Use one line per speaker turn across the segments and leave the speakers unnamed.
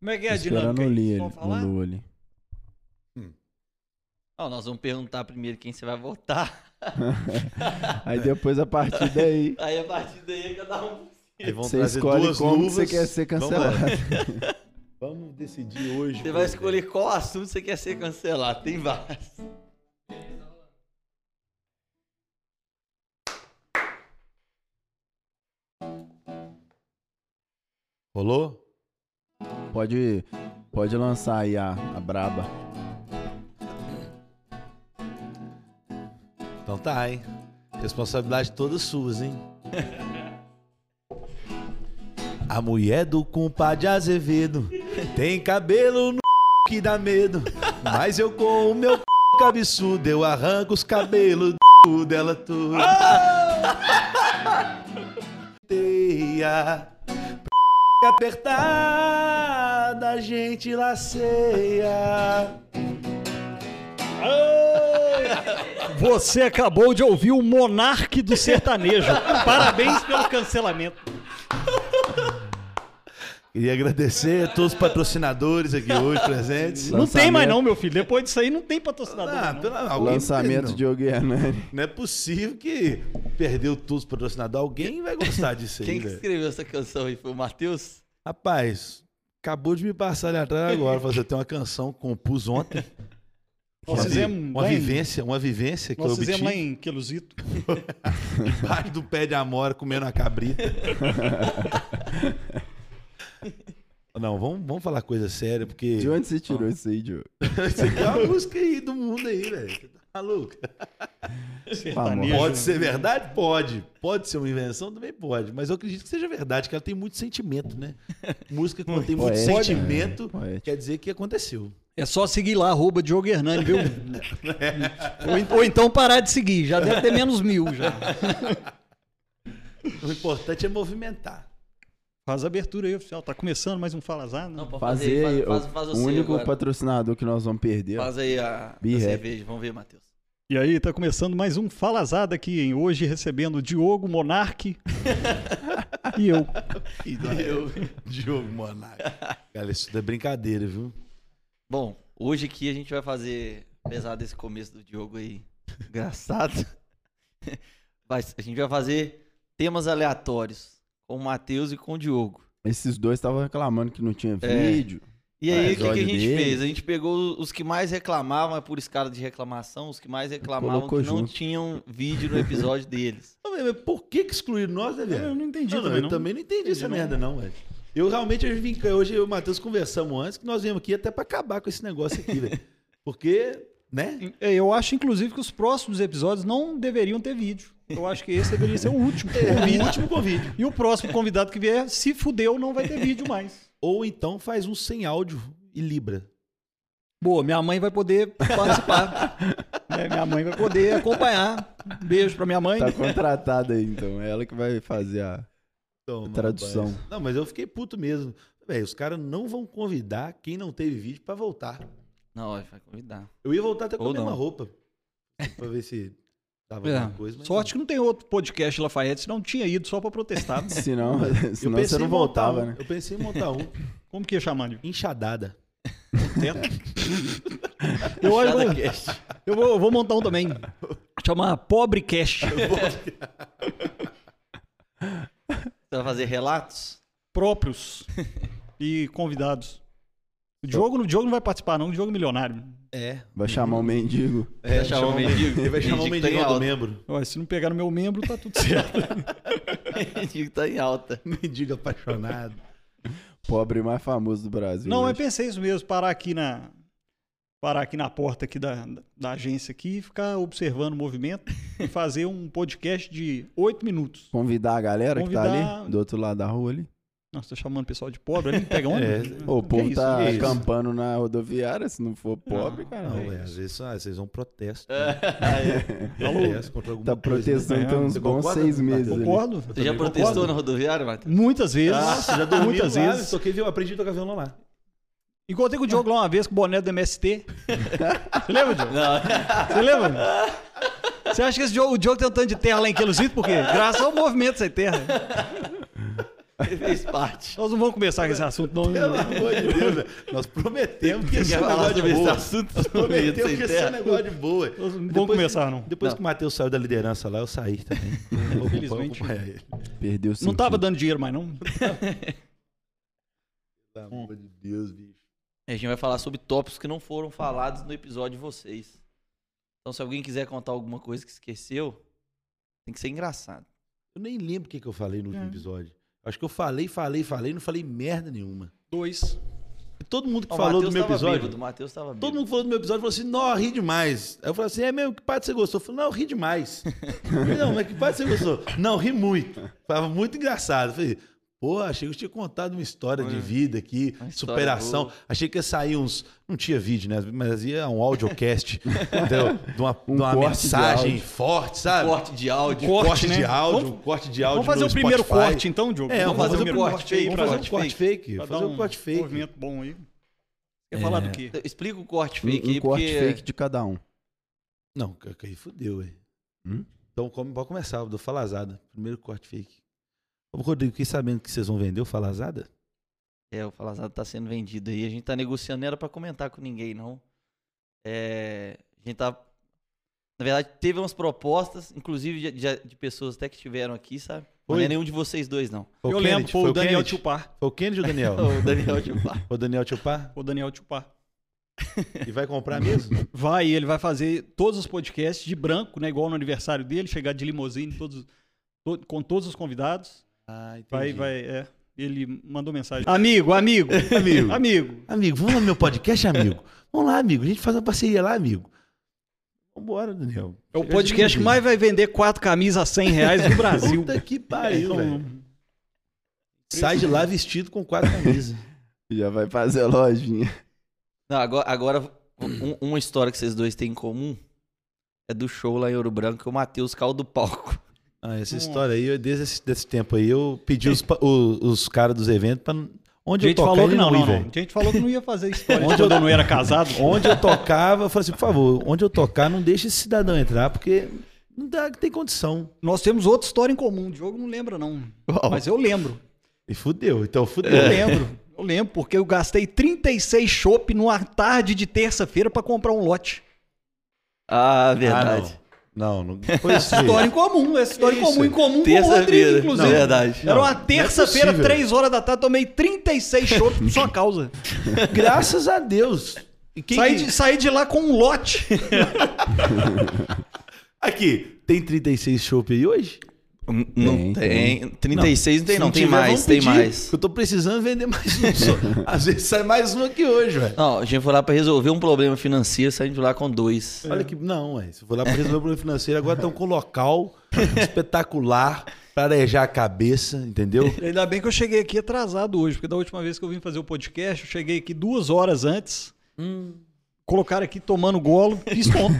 Como é que é a
Esperando
dinâmica?
o
aí?
Lee
Só
ali,
falar?
o Lu ali.
Não, nós vamos perguntar primeiro quem você vai votar.
Aí depois, a partir daí,
Aí a partir daí cada um.
Aí vão
você
trazer
escolhe
duas
como
luvas.
você quer ser
Vamos lá.
cancelado.
Vamos decidir hoje.
Você vai
é.
pô, velho.
escolher qual assunto você quer ser cancelado. Tem vários.
Rolou?
Pode, pode lançar aí a, a braba.
Então tá, hein? Responsabilidade toda suas, hein? A mulher do compadre Azevedo tem cabelo no que dá medo. Mas eu com o meu cabeçudo eu arranco os cabelos do dela tudo.
Ah!
Teia apertada, a gente laceia.
Você acabou de ouvir o monarque do sertanejo. Parabéns pelo cancelamento.
Queria agradecer a todos os patrocinadores aqui hoje presentes.
Não tem mais
Lançamento.
não, meu filho. Depois disso aí não tem patrocinador.
Ah,
não.
pelo- alguém
Lançamento
não.
de Diogo Hernani.
Não é possível que perdeu todos os patrocinadores. Alguém vai gostar disso aí,
né?
Quem que
velho.
escreveu essa canção aí? Foi o Matheus?
Rapaz, acabou de me passar ali atrás agora. Falou assim, eu tenho uma canção que compus ontem.
Nós
uma, vi-
fizemos
uma
lá em-
vivência, Ah, uma vivência que eu
Nós
obtive
fizemos lá em Queluzito.
embaixo do pé de amora comendo uma cabrita. Não, vamos, vamos falar coisa séria, porque...
De onde tá? você tirou isso aí, Diogo?
Isso aqui é uma música aí do mundo aí, velho. Você tá maluco?
Sertanejo.
Pode ser verdade? Pode. Pode ser uma invenção? Também pode. Mas eu acredito que seja verdade, que ela tem muito sentimento, né? Música que tem muito
Poética,
sentimento,
é, poética.
quer dizer que aconteceu.
É só seguir lá, arroba Diogo Hernani, viu? ou, en- ou então parar de seguir. Já deve ter menos mil já.
O importante é movimentar.
Faz a abertura aí, oficial. Tá começando mais um Falazar. né?
Não, pode
Fazer aí,
fazer. Faz, faz, faz
o
você
único
agora.
patrocinador que nós vamos perder.
Faz aí a, a
Be happy.
cerveja. Vamos ver, Matheus.
E aí, tá começando mais um Falazada aqui, hein? Hoje recebendo Diogo Monarque
é
e eu.
Eu, Diogo Monarca. Cara, isso tudo é brincadeira, viu?
Bom, hoje aqui a gente vai fazer, apesar desse começo do Diogo aí, engraçado, vai- a gente vai fazer temas aleatórios com o Matheus e com o Diogo.
Esses dois estavam reclamando que não tinha
É.
vídeo.
E aí, o que, que a
Episódio
gente
dele.
fez? A gente pegou os que mais reclamavam, é por escala de reclamação, os que mais reclamavam
Colocou
que não
junto.
tinham vídeo no episódio deles.
Não, mas por que, que excluíram nós, né, velho?
Eu não entendi
Não, não,
também,
eu
não.
também não entendi essa merda, não, velho. Eu realmente eu vim, hoje eu e o Matheus conversamos antes que nós viemos aqui até pra acabar com esse negócio aqui, velho. Porque, né?
É, Eu acho, inclusive, que os próximos episódios não deveriam ter vídeo. Eu acho que esse deveria ser o último.
É, o
convite.
último convite.
E o próximo convidado que vier, se fudeu, não vai ter vídeo mais.
Ou então faz um sem áudio e libra.
Boa, minha mãe vai poder participar. Né, Minha mãe vai poder acompanhar. Um beijo pra minha mãe.
Tá contratada aí, então. É ela que vai fazer a.
Então,
É Tradução.
rapaz. Não, mas eu fiquei puto mesmo. Velho, os caras não vão convidar quem não teve vídeo pra voltar.
Não, ó, a gente vai convidar.
Eu ia voltar até com
Ou
a mesma
não.
roupa. Tipo, Pra ver se dava
É,
alguma coisa. mas
Sorte que não tem outro podcast Lafayette, senão tinha ido só pra protestar.
Senão,
não.
senão você
em
não
montar
voltava,
um.
né?
Eu pensei em montar um.
Como que ia chamar, Nil?
Enxadada.
um
Eu, acho-
Cada cast.
eu vou, eu vou montar um também. Chamar Pobre Cash.
Você vai fazer relatos?
Próprios e convidados. O Diogo, o Diogo não vai participar, não. O Diogo é milionário.
É.
Vai chamar um mendigo.
é
Vai chamar o mendigo.
Ele vai chamar o
Mendigo tá em
mendigão do
alta.
membro.
Olha, se não pegar no meu membro, tá tudo certo.
Digo que tá em alta.
Mendigo apaixonado.
Pobre mais famoso do Brasil. né?
não, é eu
hoje.
pensei isso mesmo, parar aqui na parar aqui na porta aqui da, da agência aqui e ficar observando o movimento e fazer um podcast de oito minutos.
Convidar a galera que tá
Convidar-
ali, do outro lado da rua ali.
Nossa, tá chamando o pessoal de pobre ali, pega onde?
É.
Ô, O
Que
povo
isso,
tá
que isso?
acampando na rodoviária, se não for pobre,
Não,
cara.
Não,
velho.
velho. Às vezes, ah, às vezes é um protesto.
Alô,
Ah, é.
Protesto contra alguma
Tá
coisa,
protestando
né?
tem uns
Você
bons
concorda?
seis meses ali.
concordo.
Você já
também
protestou né?
concordo.
na rodoviária, Matheus?
Muitas vezes.
Nossa, já dormi
muitas
lá,
vezes.
Toquei, viu? Aprendi a tocar violão lá.
Encontrei com o Diogo lá uma vez com o boné do MST. Você lembra, Diogo? Você lembra? Você acha que esse Diogo, o Diogo tem um tanto de terra lá em Queluzito? Por quê? Graças ao movimento sem terra.
Ele fez parte.
Nós não vamos começar com esse assunto, não.
Pelo amor de Deus, velho. Nós prometemos que esse é
Quer
um
falar
negócio de
sobre esse
boa.
assunto?
Prometeu que
Sem
ia ser um
terra.
negócio de boa.
Nós não vamos
Depois-
começar, não.
Depois
Não.
que o Matheus saiu da liderança lá, eu saí também.
Infelizmente.
Vou acompanhar ele.
Perdeu o
Não tava
sentido.
dando dinheiro mais, não.
Pelo amor de Deus, bicho.
A gente vai falar sobre tópicos que não foram falados no episódio de vocês. Então, se alguém quiser contar alguma coisa que esqueceu, tem que ser engraçado.
Eu nem lembro o que, que eu falei no último
É.
episódio. Acho que eu falei, falei, falei, não falei merda nenhuma.
Dois.
E todo mundo que
Ó, o
falou
Matheus
do meu
tava
episódio.
bêbado, O Matheus tava bêbado.
Todo mundo falou do meu episódio e falou assim: Nó, ri demais. Aí eu falei assim: é mesmo, que parte você gostou? Eu falei: não, eu ri demais. Eu falei, não, mas que parte você gostou? Não, ri muito. Tava muito engraçado. Eu Falei, pô, achei que eu tinha contado uma história de vida aqui,
Uma história
superação.
boa.
Achei que ia sair uns. Não tinha vídeo, né? Mas ia um audiocast, entendeu? De uma,
Um
de uma
corte de
mensagem
áudio.
forte, sabe? Um
Corte de áudio.
Corte,
corte,
né?
de áudio,
Vamos-
um corte de áudio.
Vamos fazer
no
o primeiro
Spotify.
corte, então, Diogo?
É, vamos fazer um
primeiro
corte aí.
pra,
Vamos fazer um
corte
corte fake.
pra
Fazer
dar
um corte fake. É.
movimento bom aí. Quer falar do quê?
Explica o corte fake
um, um
aí,
corte
porque...
fake de cada um.
Não, que que aí fudeu, hein?
Hum?
Então como, pode começar, eu dou falazada. Primeiro corte fake. Ô, Rodrigo, fiquei sabendo que vocês vão vender o falazada?
É, o Falazado tá sendo vendido aí. A gente tá negociando, não era pra comentar com ninguém, não. É, a gente tá. Na verdade, teve umas propostas, inclusive de, de- de pessoas até que estiveram aqui, sabe? Não
Oi.
é nenhum de vocês dois, não.
Foi
eu
o
lembro,
Kennedy?
foi o Daniel
Kennedy?
Tchupar.
Foi o Kennedy ou o Daniel?
O Daniel de Bar.
o Daniel Tchupá?
O Daniel Tchupar.
E vai comprar mesmo?
Vai, ele vai fazer todos os podcasts de branco, né? Igual no aniversário dele, chegar de limusine todos, to- com todos os convidados.
Ah,
Vai, vai, é. Ele mandou mensagem. Amigo, amigo,
Amigo.
amigo.
Amigo, vamos lá no meu podcast, amigo? Vamos lá, amigo. A gente faz uma parceria lá, amigo. Vambora, Daniel.
É o podcast que mais vai vender quatro camisas a 100 reais do Brasil.
Puta que pariu,
Então,
velho. Sai de lá vestido com quatro camisas.
Já vai fazer a lojinha.
Não, agora, agora um- uma história que vocês dois têm em comum é do show lá em Ouro Branco que o Matheus caiu do palco.
Ah, essa
Nossa.
história aí, eu- desde esse desse tempo aí, eu pedi os, pa- o- os caras dos eventos pra. n-
A
Onde eu
gente
tocava,
falou que
ele
não,
não, ia,
não, não.
velho.
A gente falou que não ia fazer história de
Onde
quando eu não era casado.
Onde eu tocava, eu falei assim, por favor, onde eu tocar, não deixa esse cidadão entrar, porque não dá, tem condição.
Nós temos outra história em comum. O Diogo não lembra, não. Mas eu lembro.
E fudeu, então fudeu.
É.
Eu lembro. Eu lembro, porque eu gastei 36 chopp numa tarde de terça-feira pra comprar um lote.
Ah,
Ah,
verdade.
não. não, não foi isso. aí.
História em comum, essa história em
Isso.
comum, em comum com o Rodrigo,
Terça-feira.
inclusive.
Não, Um verdade.
Era uma
não é
terça-feira,
possível.
3 horas da tarde, tomei 36 shows por sua causa.
Graças a Deus. E quem
Saí
que-
de, saí de lá com um lote.
Aqui, tem 36 chopp aí hoje?
N- Não
Tem,
tem. 36 não tem, não. Tem
tiver,
mais,
vamos
tem
pedir,
mais.
que Eu tô precisando vender mais um só. Às vezes sai mais um aqui hoje, velho.
Não, a gente foi lá pra resolver um problema financeiro, saindo de lá com dois.
Olha que. Não, ué. Se for lá para resolver o problema financeiro, agora estão com local espetacular para arejar a cabeça, entendeu?
Ainda bem que eu cheguei aqui atrasado hoje, porque da última vez que eu vim fazer o podcast, eu cheguei aqui duas horas antes. Colocaram aqui tomando golo, fiz ponto.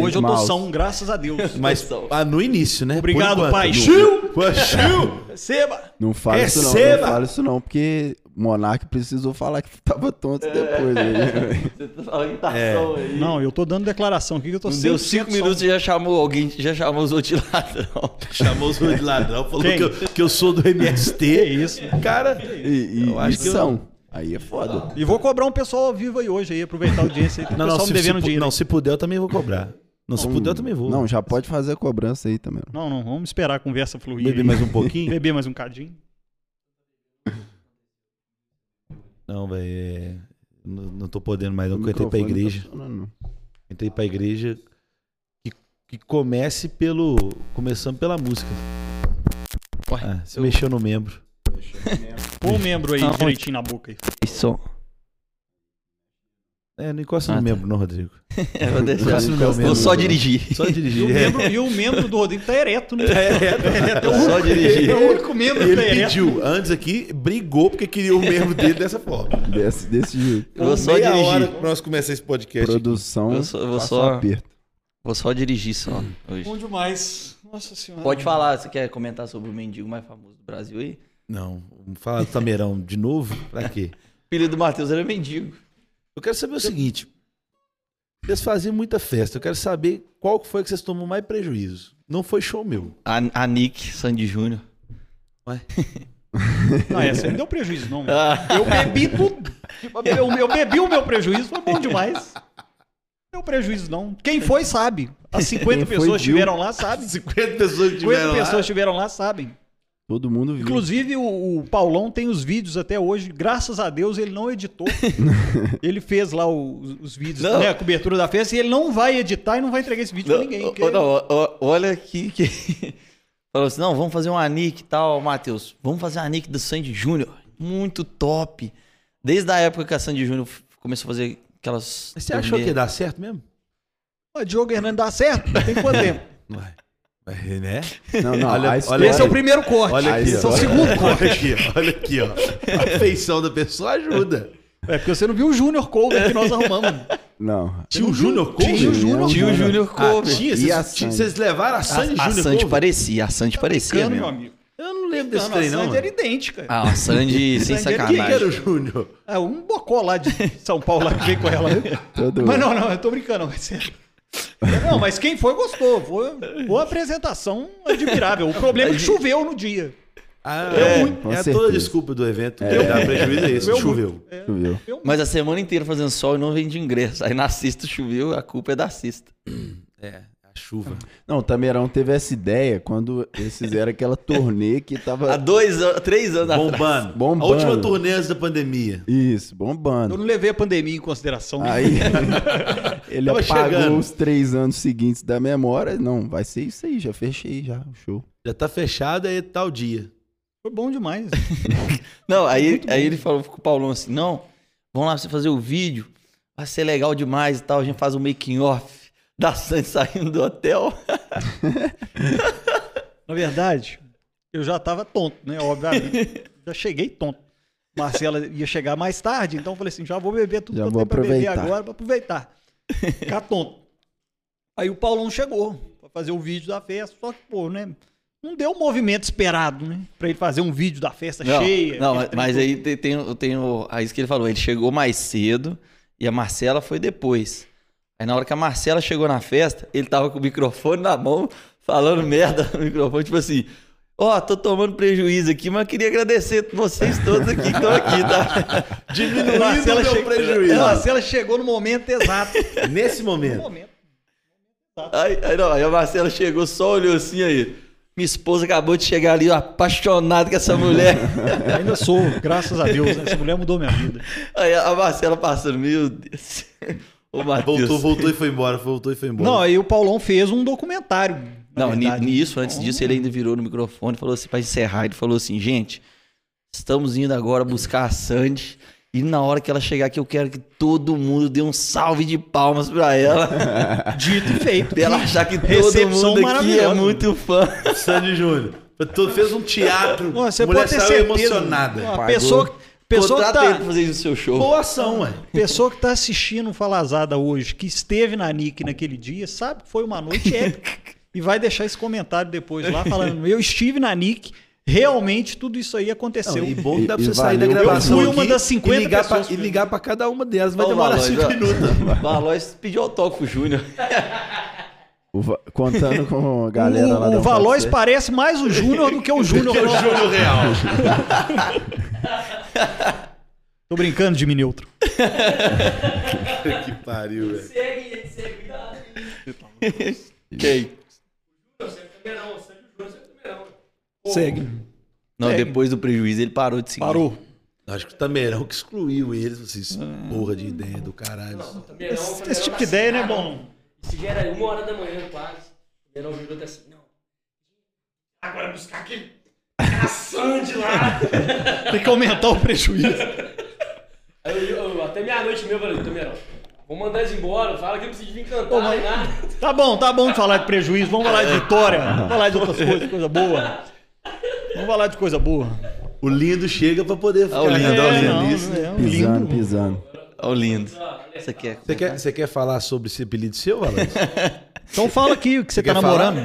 Hoje eu tô
Mouse.
são, graças a Deus.
Mas ah, no início, né?
Obrigado,
Por enquanto.
pai.
No-
Chiu!
Pô, Chiu!
Seba!
Não fala
É
isso não,
cena!
não fala isso não, porque Monark precisou falar que tava tonto depois. Né?
Você tá falando que tá som aí.
Não, eu tô dando declaração aqui que eu tô
Deu
100%
cinco
são.
minutos e já chamou alguém, já chamou os outros de ladrão.
Chamou os dois de ladrão, falou
Quem?
que eu, que eu sou do
Que
MST.
isso.
Cara,
E, e,
Eu acho
e
que eu-
são. Aí é foda.
E vou cobrar um pessoal ao vivo aí hoje, aí, aproveitar a audiência aí. Tem
não, não,
pessoal
se,
me devendo
se pu-
dinheiro.
não, se puder, eu também vou cobrar. um Não, se puder, eu também vou.
Não, já pode fazer a cobrança aí também.
Não, não, vamos esperar a conversa fluir.
Beber
aí.
mais um pouquinho?
Beber mais um cadinho.
Não, velho. é, Não, não tô podendo mais, não,
O
porque eu entrei pra
microfone não tá
igreja.
funcionando, não.
entrei pra igreja que, que comece pelo. Começando pela música.
Ué,
Ah, se
eu-
mexeu no membro.
Põe o membro aí
Não.
direitinho na boca aí.
Isso.
É, não encosta
Ah,
no
tá. É,
membro, não, Rodrigo.
Eu vou deixar.
Encosta no meu
Vou
membro.
só dirigir.
Só
E o
dirigir.
membro, e o membro do Rodrigo tá ereto, né?
É, é, é,
Só dirigir.
É o único membro que
Ele
tá ereto.
pediu antes aqui, brigou porque queria o membro dele dessa forma.
Desse, desse jeito.
Eu vou só
Meia hora
dirigir.
que nós começar esse podcast.
Produção.
Eu só- eu vou
faça
só-
um aperto.
Vou só dirigir só hoje.
Bom demais. Nossa senhora.
Pode falar, você quer comentar sobre o mendigo mais famoso do Brasil aí?
Não, vamos falar do Tameirão de novo? Pra quê?
Filho do Matheus era mendigo.
Eu quero saber o seguinte. Vocês faziam muita festa. Eu quero saber qual que foi que vocês tomou mais prejuízo. Não foi show meu.
A, a Nick, Sandy Júnior.
Ué?
Não, essa aí não deu prejuízo, não.
Ah,
Eu bebi tudo. Eu, eu bebi o meu prejuízo, foi bom demais. Não deu prejuízo, não. Quem foi, sabe. As 50
Quem foi,
pessoas que
viu.
estiveram lá, sabem.
50 pessoas
50
tiveram
pessoas
lá.
estiveram lá, sabem.
Todo mundo viu.
Inclusive, o, o Paulão tem os vídeos até hoje. Graças a Deus, ele não editou. ele fez lá o- os, vídeos,
Não.
né, a cobertura da festa, e ele não vai editar e não vai entregar esse vídeo pra ninguém.
não,
porque-
ô, não, ó, ó, olha aqui que. Falou assim: não, vamos fazer uma nick e tal, Matheus. Vamos fazer uma nick do Sandy Júnior. Muito top. Desde a época que a Sandy Júnior f- começou a fazer aquelas.
Mas Você achou que ia dar certo mesmo?
Ó, Diogo Hernandes dá certo? Tem quanto tempo?
Ué. Ué, né?
Não, não,
Olha-
a
olha-
história-
Esse é o primeiro corte.
Olha aqui,
Esse é o
ó.
segundo corte.
Olha aqui, olha aqui, ó. A feição da pessoa ajuda.
É porque você não viu o Júnior Cover que nós arrumamos.
Não.
Tio Júnior Couve?
Tio Júnior
Tio
Júnior.
Júnior
Ah,
Cover.
tinha?
E a
Vocês,
Sandy?
tinha- vocês levaram a Sandy
a, a
Júnior Tá
Sandy
Couve?
parecia, a Sandy parecia
Cano,
mesmo.
meu amigo.
Eu não lembro
Não,
desse
não,
trem,
a
não.
Sandy era
mano.
idêntica.
Ah, a Sandy sem
é
Sandy era-
Quem que era o
sacanagem.
Júnior?
É, um bocó lá de São Paulo lá que veio com ela.
Todo
Mas não, não, eu tô brincando, mas sério. Não, mas quem foi gostou. Foi uma apresentação admirável. O problema é que choveu no dia.
Ah,
É, com
é, é a toda
certeza.
desculpa do evento. É. Dá prejuízo é esse,
Deu
choveu.
Viu?
Mas a semana inteira fazendo sol e não vende ingresso. Aí na sexta choveu, a culpa é da sexta.
É, a chuva.
Não, o Tameirão teve essa ideia quando eles fizeram aquela turnê que tava.
Há dois, an- três anos atrás.
Bombando.
Bombando.
A última turnê antes da pandemia.
Isso,
Eu
bombando.
não levei a pandemia em consideração.
Aí ele
Tava
apagou
chegando.
os três anos seguintes da memória. Não, vai ser isso aí, já fechei já o show.
Já tá fechado, é tal dia.
Foi bom demais.
Não, aí, aí ele falou com o Paulão assim: não, vamos lá pra você fazer o vídeo. Vai ser legal demais e tal. A gente faz um making off da Sandy saindo do hotel.
Na verdade, eu já tava tonto, né? Obviamente. Já cheguei tonto. Marcela ia chegar mais tarde, então eu falei assim: já vou beber tudo
Já
que eu
vou
tenho pra beber
aproveitar.
agora pra aproveitar. Ficar tonto. Aí o Paulão chegou pra fazer o vídeo da festa, só que, pô, né? Não deu o movimento esperado, né? Pra ele fazer um vídeo da
Tá
festa
Não,
cheia.
não, mas, mas
aquele trem todo.
aí tem, tem, o- tem o, aí isso que ele falou. Ele chegou mais cedo e a Marcela foi depois. Aí na hora que a Marcela chegou na festa, ele tava com o microfone na mão, falando merda no microfone, tipo assim. Ó, tô tomando prejuízo aqui, mas queria agradecer vocês todos aqui que estão aqui, tá?
A
Diminuindo
Marcela,
o meu
"Ah, che-
prejuízo.
a Marcela chegou no momento exato.
Nesse
No
momento.
momento.
Aí, aí não, aí a Marcela chegou, só olhou assim aí. Minha esposa acabou de chegar ali, apaixonada com essa mulher.
Ainda sou, graças a Deus, né? Essa mulher mudou minha vida.
aí a Marcela passando, meu Deus. Ô, Matheus.
Voltou, voltou e foi embora, voltou e foi embora.
Não, aí o Paulão fez um documentário. na
Não, ni-
verdade. Então,
nisso, antes disso, ele ainda virou no microfone e falou assim, pra encerrar, ele falou assim, gente, estamos indo agora buscar a Sandy. E na hora que ela chegar aqui, eu quero que todo mundo dê um salve de palmas pra ela.
Dito e feito.
pra ela achar que todo
Recepção
mundo aqui é
maravilhosa.
muito fã.
Sandy Júnior. Tu fez um teatro.
Não, você
mulher
pode ter
saiu
certeza.
emocionada.
Uma pessoa, pessoa, que
Contrata ele pra
tá,
fazer isso no seu show.
Boa ação, ué.
pessoa que tá assistindo o Falazada hoje, que esteve na Nick naquele dia, sabe que foi uma noite épica. e vai deixar esse comentário depois lá falando: Eu estive na Nick, realmente tudo isso aí aconteceu.
e bom que dá pra
E-
você
e
sair da
valeu.
gravação.
Eu fui uma
aqui
das 50
e ligar,
pessoas
pra, e
que-
ligar pra cada uma delas. Vai
Ó, o
demorar
Valois,
5
ó.
minutos.
Valois pediu autógrafo, Júnior.
O va- Contando com a galera lá
o
da é, né?
o Valois
Fonseca.
parece mais o Júnior do que o Júnior.
Porque é o jogo real.
Tô brincando, Jimmy Neutro.
que pariu, velho.
Quem?
Segue.
Não,
Segue.
depois do prejuízo, ele parou de seguir.
Parou.
Acho que o Tameirão que excluiu eles. Vocês,
Ah.
porra de ideia do caralho.
Esse, esse
tá
tipo de ideia não é bom. não.
Se vier uma hora da manhã, quase. O Verão virou até assim, não. Agora buscar aquele caçante lá.
Tem que aumentar o prejuízo.
Aí eu, eu- até meia-noite mesmo, eu falei, Tomerão, vou mandar eles embora, fala que não precisa vir cantar,
Ô,
nem
mas-
nada.
Tá bom, tá bom de falar de prejuízo, vamos falar de vitória, vamos falar de outras coisas, coisa boa. Vamos falar de coisa boa.
O lindo chega pra poder ficar.
Ah, o lindo,
cada
é o
um
lindo.
ali.
é um
Pisando,
lindo.
pisando.
Ó, lindo. Isso aqui é...
Você quer, você quer falar sobre esse apelido seu, Valente?
Então fala aqui o que você tá
quer
namorando.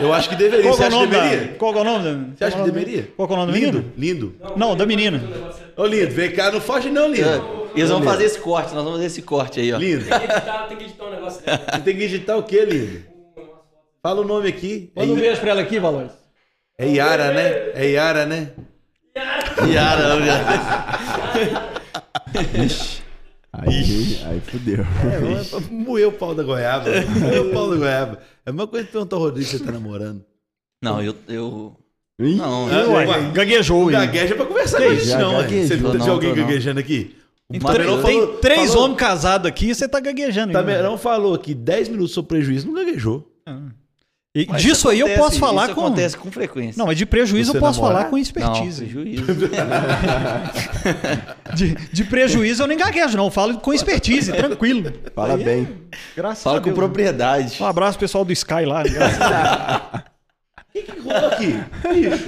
Eu acho que deveria.
Qual que
você
é o
acha que
nome
deveria?
da... Qual que é o nome da...
Você acha que deveria?
Qual que é o nome da
Lindo,
menina?
lindo.
Não, da menina.
Ô, lindo, vem cá, não foge não, lindo.
É,
Eles vão
Lindo.
fazer esse corte, nós vamos fazer esse corte aí, ó.
Lindo,
Tem que editar, tem que editar um negócio dele.
você tem que digitar o quê, lindo? Fala o nome aqui. É,
Manda um
I-
beijo pra ela aqui, Valor.
é Yara, né? É Yara, né?
Piara, viado.
Aí, aí fudeu.
É, moeu o pau da goiaba. Moeu o pau da goiaba. É a mesma coisa que perguntar ao Rodrigo se você tá namorando.
Não, eu. eu...
Ih,
Não,
Ah,
eu.
Eu, uai,
uai.
gaguejou. hein?
Gagueja pra conversar com a gente,
Já
não, ué.
gaguejou.
Você
Tô
viu
não,
alguém
tô não.
gaguejando aqui? O
Então,
Tamerão
Tem
falou-
três
falou-
homens casados aqui e você tá gaguejando. ainda.
Tamerão falou aqui 10 minutos sobre prejuízo, não gaguejou.
E
Mas
disso aí eu
acontece,
posso falar
isso
com.
acontece com frequência.
Não, mas de prejuízo
Você
eu posso
namorar?
falar com
expertise.
expertise.
prejuízo.
de, de prejuízo eu nem gaguejo, não. Eu Falo com expertise, tranquilo.
Fala
Aí é-
bem.
Graças
Fala
a
é
com
Deus.
propriedade.
Um abraço pessoal do Sky lá. graças a Deus.
Rolou aqui. Bicho,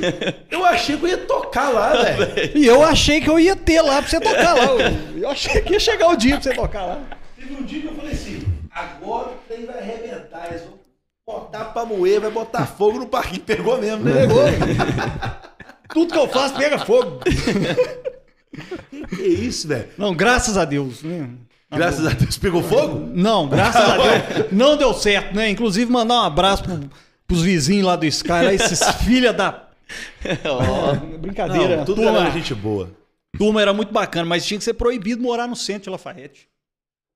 eu achei que eu ia tocar lá,
Tá
velho.
E eu achei que eu ia ter lá pra você tocar lá. Eu- Eu achei que ia chegar o dia pra você tocar lá.
Teve um dia que eu falei assim: agora o trem vai arrebentar, eles vão botar pra moer, vai botar fogo no parquinho. Pegou mesmo, né? Pegou.
Tudo que eu faço pega fogo.
Que isso, velho?
Não, graças a Deus. né?
Graças a Deus pegou fogo?
Não, graças a Deus. Não deu certo, né? Inclusive, mandar um abraço pro, pros vizinhos lá do Sky, lá, esses filha da. Brincadeira.
Não, tudo
turma,
era gente boa.
turma era muito bacana, mas tinha que ser proibido morar no centro de Lafayette.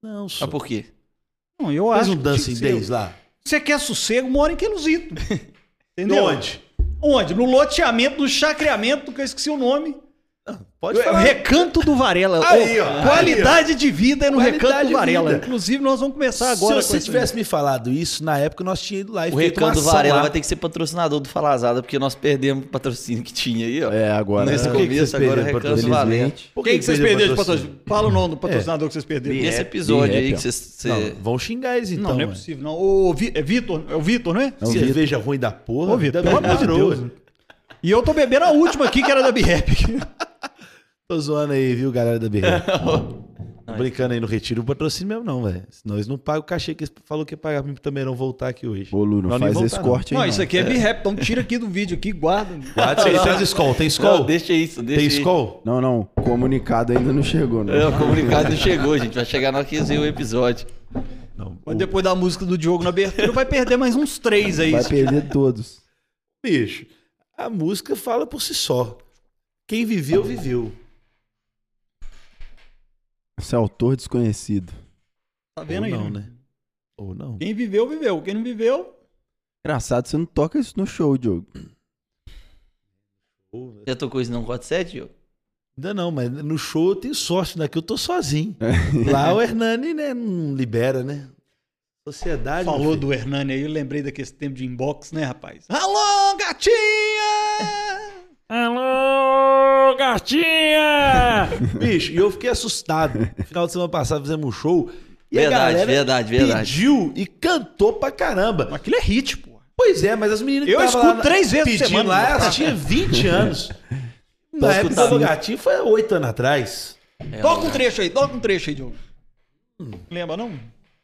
Não,
Mas Ah, por quê?
Não, eu
Fez
acho.
um
que
dancing
tinha que ser-
days lá.
Você quer sossego, mora em Queluzito. Entendeu?
Onde?
Onde? No loteamento, no chacreamento, que eu esqueci o nome.
Pode
É o Recanto do Varela.
Aí,
Ô,
ó, aí,
qualidade de vida é no
Qualidade
Recanto do
de
Varela.
vida.
Inclusive, nós vamos começar agora.
Se
com
você
essa-
tivesse me falado isso, na época nós tínhamos ido lá e
O
feito uma
Recanto
ação
Varela
lá.
vai ter que ser patrocinador do Falazada, porque nós perdemos o patrocínio que tinha aí, ó.
É, agora.
Nesse
que que vocês
começo, agora o
perderam,
Recanto Varela.
Infelizmente.
Por
Quem que vocês perderam de
patrocínio?
patrocinador? Fala o nome do patrocinador que vocês perderam.
é
Nesse
rap,
episódio
de
aí
rap,
que você.
ó.
você-
Não, vão xingar eles então.
é não, não é
ué.
possível, não. O Vi- é Vitor, é o Vitor, né?
Não, Vitor.
Cerveja ruim da porra.
Ô, Vitor,
da-
pelo amor de
parou.
Deus. E eu tô bebendo a última aqui, que era da Birrep.
Tô zoando aí, viu, galera da BR. Tô
Não,
brincando aí no retiro, o patrocínio mesmo não, velho. Senão eles não pagam o cachê que eles falou que ia pagar pra mim pro Tamerão voltar aqui hoje.
Ô, Lu, não
Nós nem
faz esse
voltar, não.
corte aí.
Não, isso aqui é Birrep, então tira aqui do vídeo aqui, guarda.
Guarda isso aí, traz Skol. Tem
Não,
Skol?
deixa isso, deixa
Tem
isso.
Skol?
Não, não. Comunicado ainda não chegou, não.
É, o comunicado não chegou, gente. Vai chegar na hora que ver o episódio.
Não.
Mas
o-
depois da música do Diogo na abertura, vai perder mais uns três
é
aí.
Vai perder todos.
Bicho, a música fala por si só. Quem viveu, viveu.
Esse é autor desconhecido.
Tá vendo
Ou
aí?
não,
né?
né? Ou não.
Quem viveu, viveu. Quem não viveu,
Engraçado, você não toca isso no show, Diogo.
Já tocou isso não 47, Diogo?
Ainda não, mas no show eu tenho sorte, né? Que eu tô sozinho. Lá o Hernani, né, não libera, né? Sociedade. meu
falou
filho.
do Hernani aí, eu lembrei daquele tempo de inbox, né, rapaz? Alô, gatinha!
Alô, gatinha!
Bicho, e eu fiquei assustado. No final de semana passada fizemos um show. E a
Verdade,
galera
verdade, verdade.
pediu e cantou pra caramba.
Aquilo é hit, pô.
Pois é, mas as meninas que
Eu
estavam
escuto
lá
três vezes por
pedindo
semana.
lá, elas tinham 20 anos.
Tô
Na época
escutando.
do gatinho foi oito anos atrás.
Toca um trecho aí, toca um trecho aí, Diogo. Lembra, não?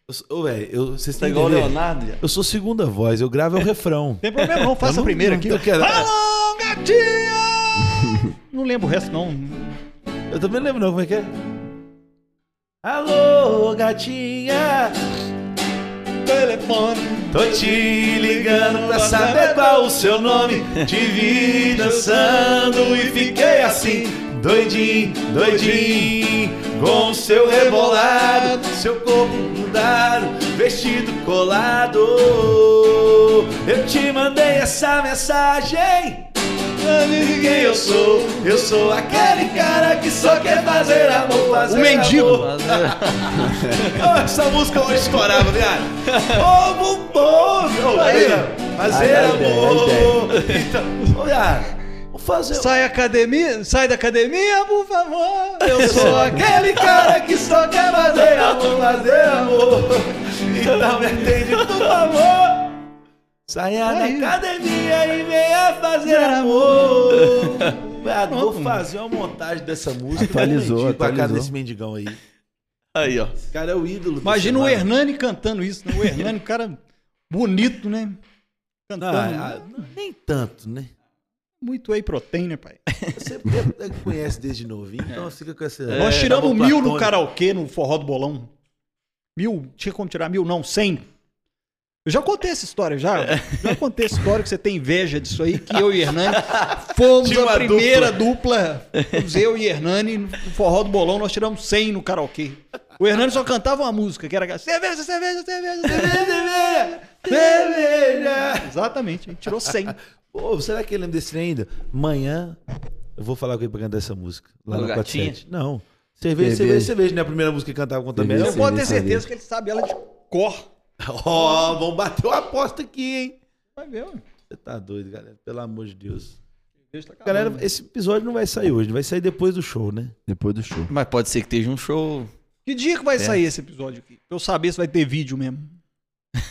Eu sou- Ô, velho, eu- vocês
Tá
estão
igual o
entendendo?
Leonardo, Tá viado.
Eu sou segunda voz, eu gravo é o refrão.
Tem problema não, faça a primeira aqui.
Eu,
né?
quero-
Alô, gatinha! não lembro o resto, não.
eu também não lembro não como é que é. Alô, gatinha,
Telefone.
tô te ligando pra saber qual o seu nome. Te vi dançando e fiquei assim, doidinho, doidinho, com o seu rebolado, seu corpo mudado, vestido colado. Eu te mandei essa mensagem. Sabe quem eu sou? Eu sou aquele cara que só quer fazer amor. Fazer
O mendigo.
amor. Ah, Essa música hoje estourava, viado. Ô, bumbum! ô,
Aí.
viado, Fazer
Aí dá ideia, dá
amor. Então, ô, viado, vou fazer.
Sai academia, sai da academia, por favor. Eu sou aqui.
Aquele cara que só quer fazer amor, fazer amor. Então me atende, por favor.
É
Saia da
Aí.
academia e venha fazer amor. Viado, vou fazer uma montagem dessa música.
Atualizou,
mendigo, Com a cara
atualizou.
desse mendigão aí.
Aí, ó.
Esse cara é o ídolo. do
Imagina o
cenário.
Hernani cantando isso, né? O Hernani, um cara bonito, né?
Não,
Cantando
ah, não, nem tanto, né?
muito whey protein, né, pai?
Você conhece desde novinho, então fica com essa.
Nós
É,
tiramos
amor
mil no
platônico.
karaokê, no forró do bolão. Mil? Tinha como tirar mil? Não, cem. Eu já contei essa história, já.
É.
Já contei essa história que você tem inveja disso aí, que eu e Hernani fomos
Tinha
a
uma
primeira dupla. Fomos eu e Hernani no forró do bolão, nós tiramos 100 no karaokê. O Hernani só cantava uma música, que era aquela, cerveja, cerveja, cerveja, cerveja, cerveja, cerveja. Exatamente, a gente tirou 100.
Pô, será que ele lembra desse trem ainda? Manhã eu vou falar com ele pra cantar essa música. Lá
Do
no
Gatinha?
47. Não.
Cerveja.
Cerveja, cerveja, cerveja. Não é a primeira música que cantava com
É
também.
Você
assim,
Cerveja.
não?
pode ter certeza que ele sabe ela de cor.
Ó, vamos bater uma aposta aqui, hein?
Vai ver, mano.
Você tá doido, galera. Pelo amor de Deus.
Deus tá acabando.
Galera, esse episódio não vai sair hoje. Vai sair depois do show, né?
Depois do show.
Mas pode ser que esteja um show.
Que dia que vai sair esse episódio aqui? Pra eu saber se vai ter vídeo mesmo.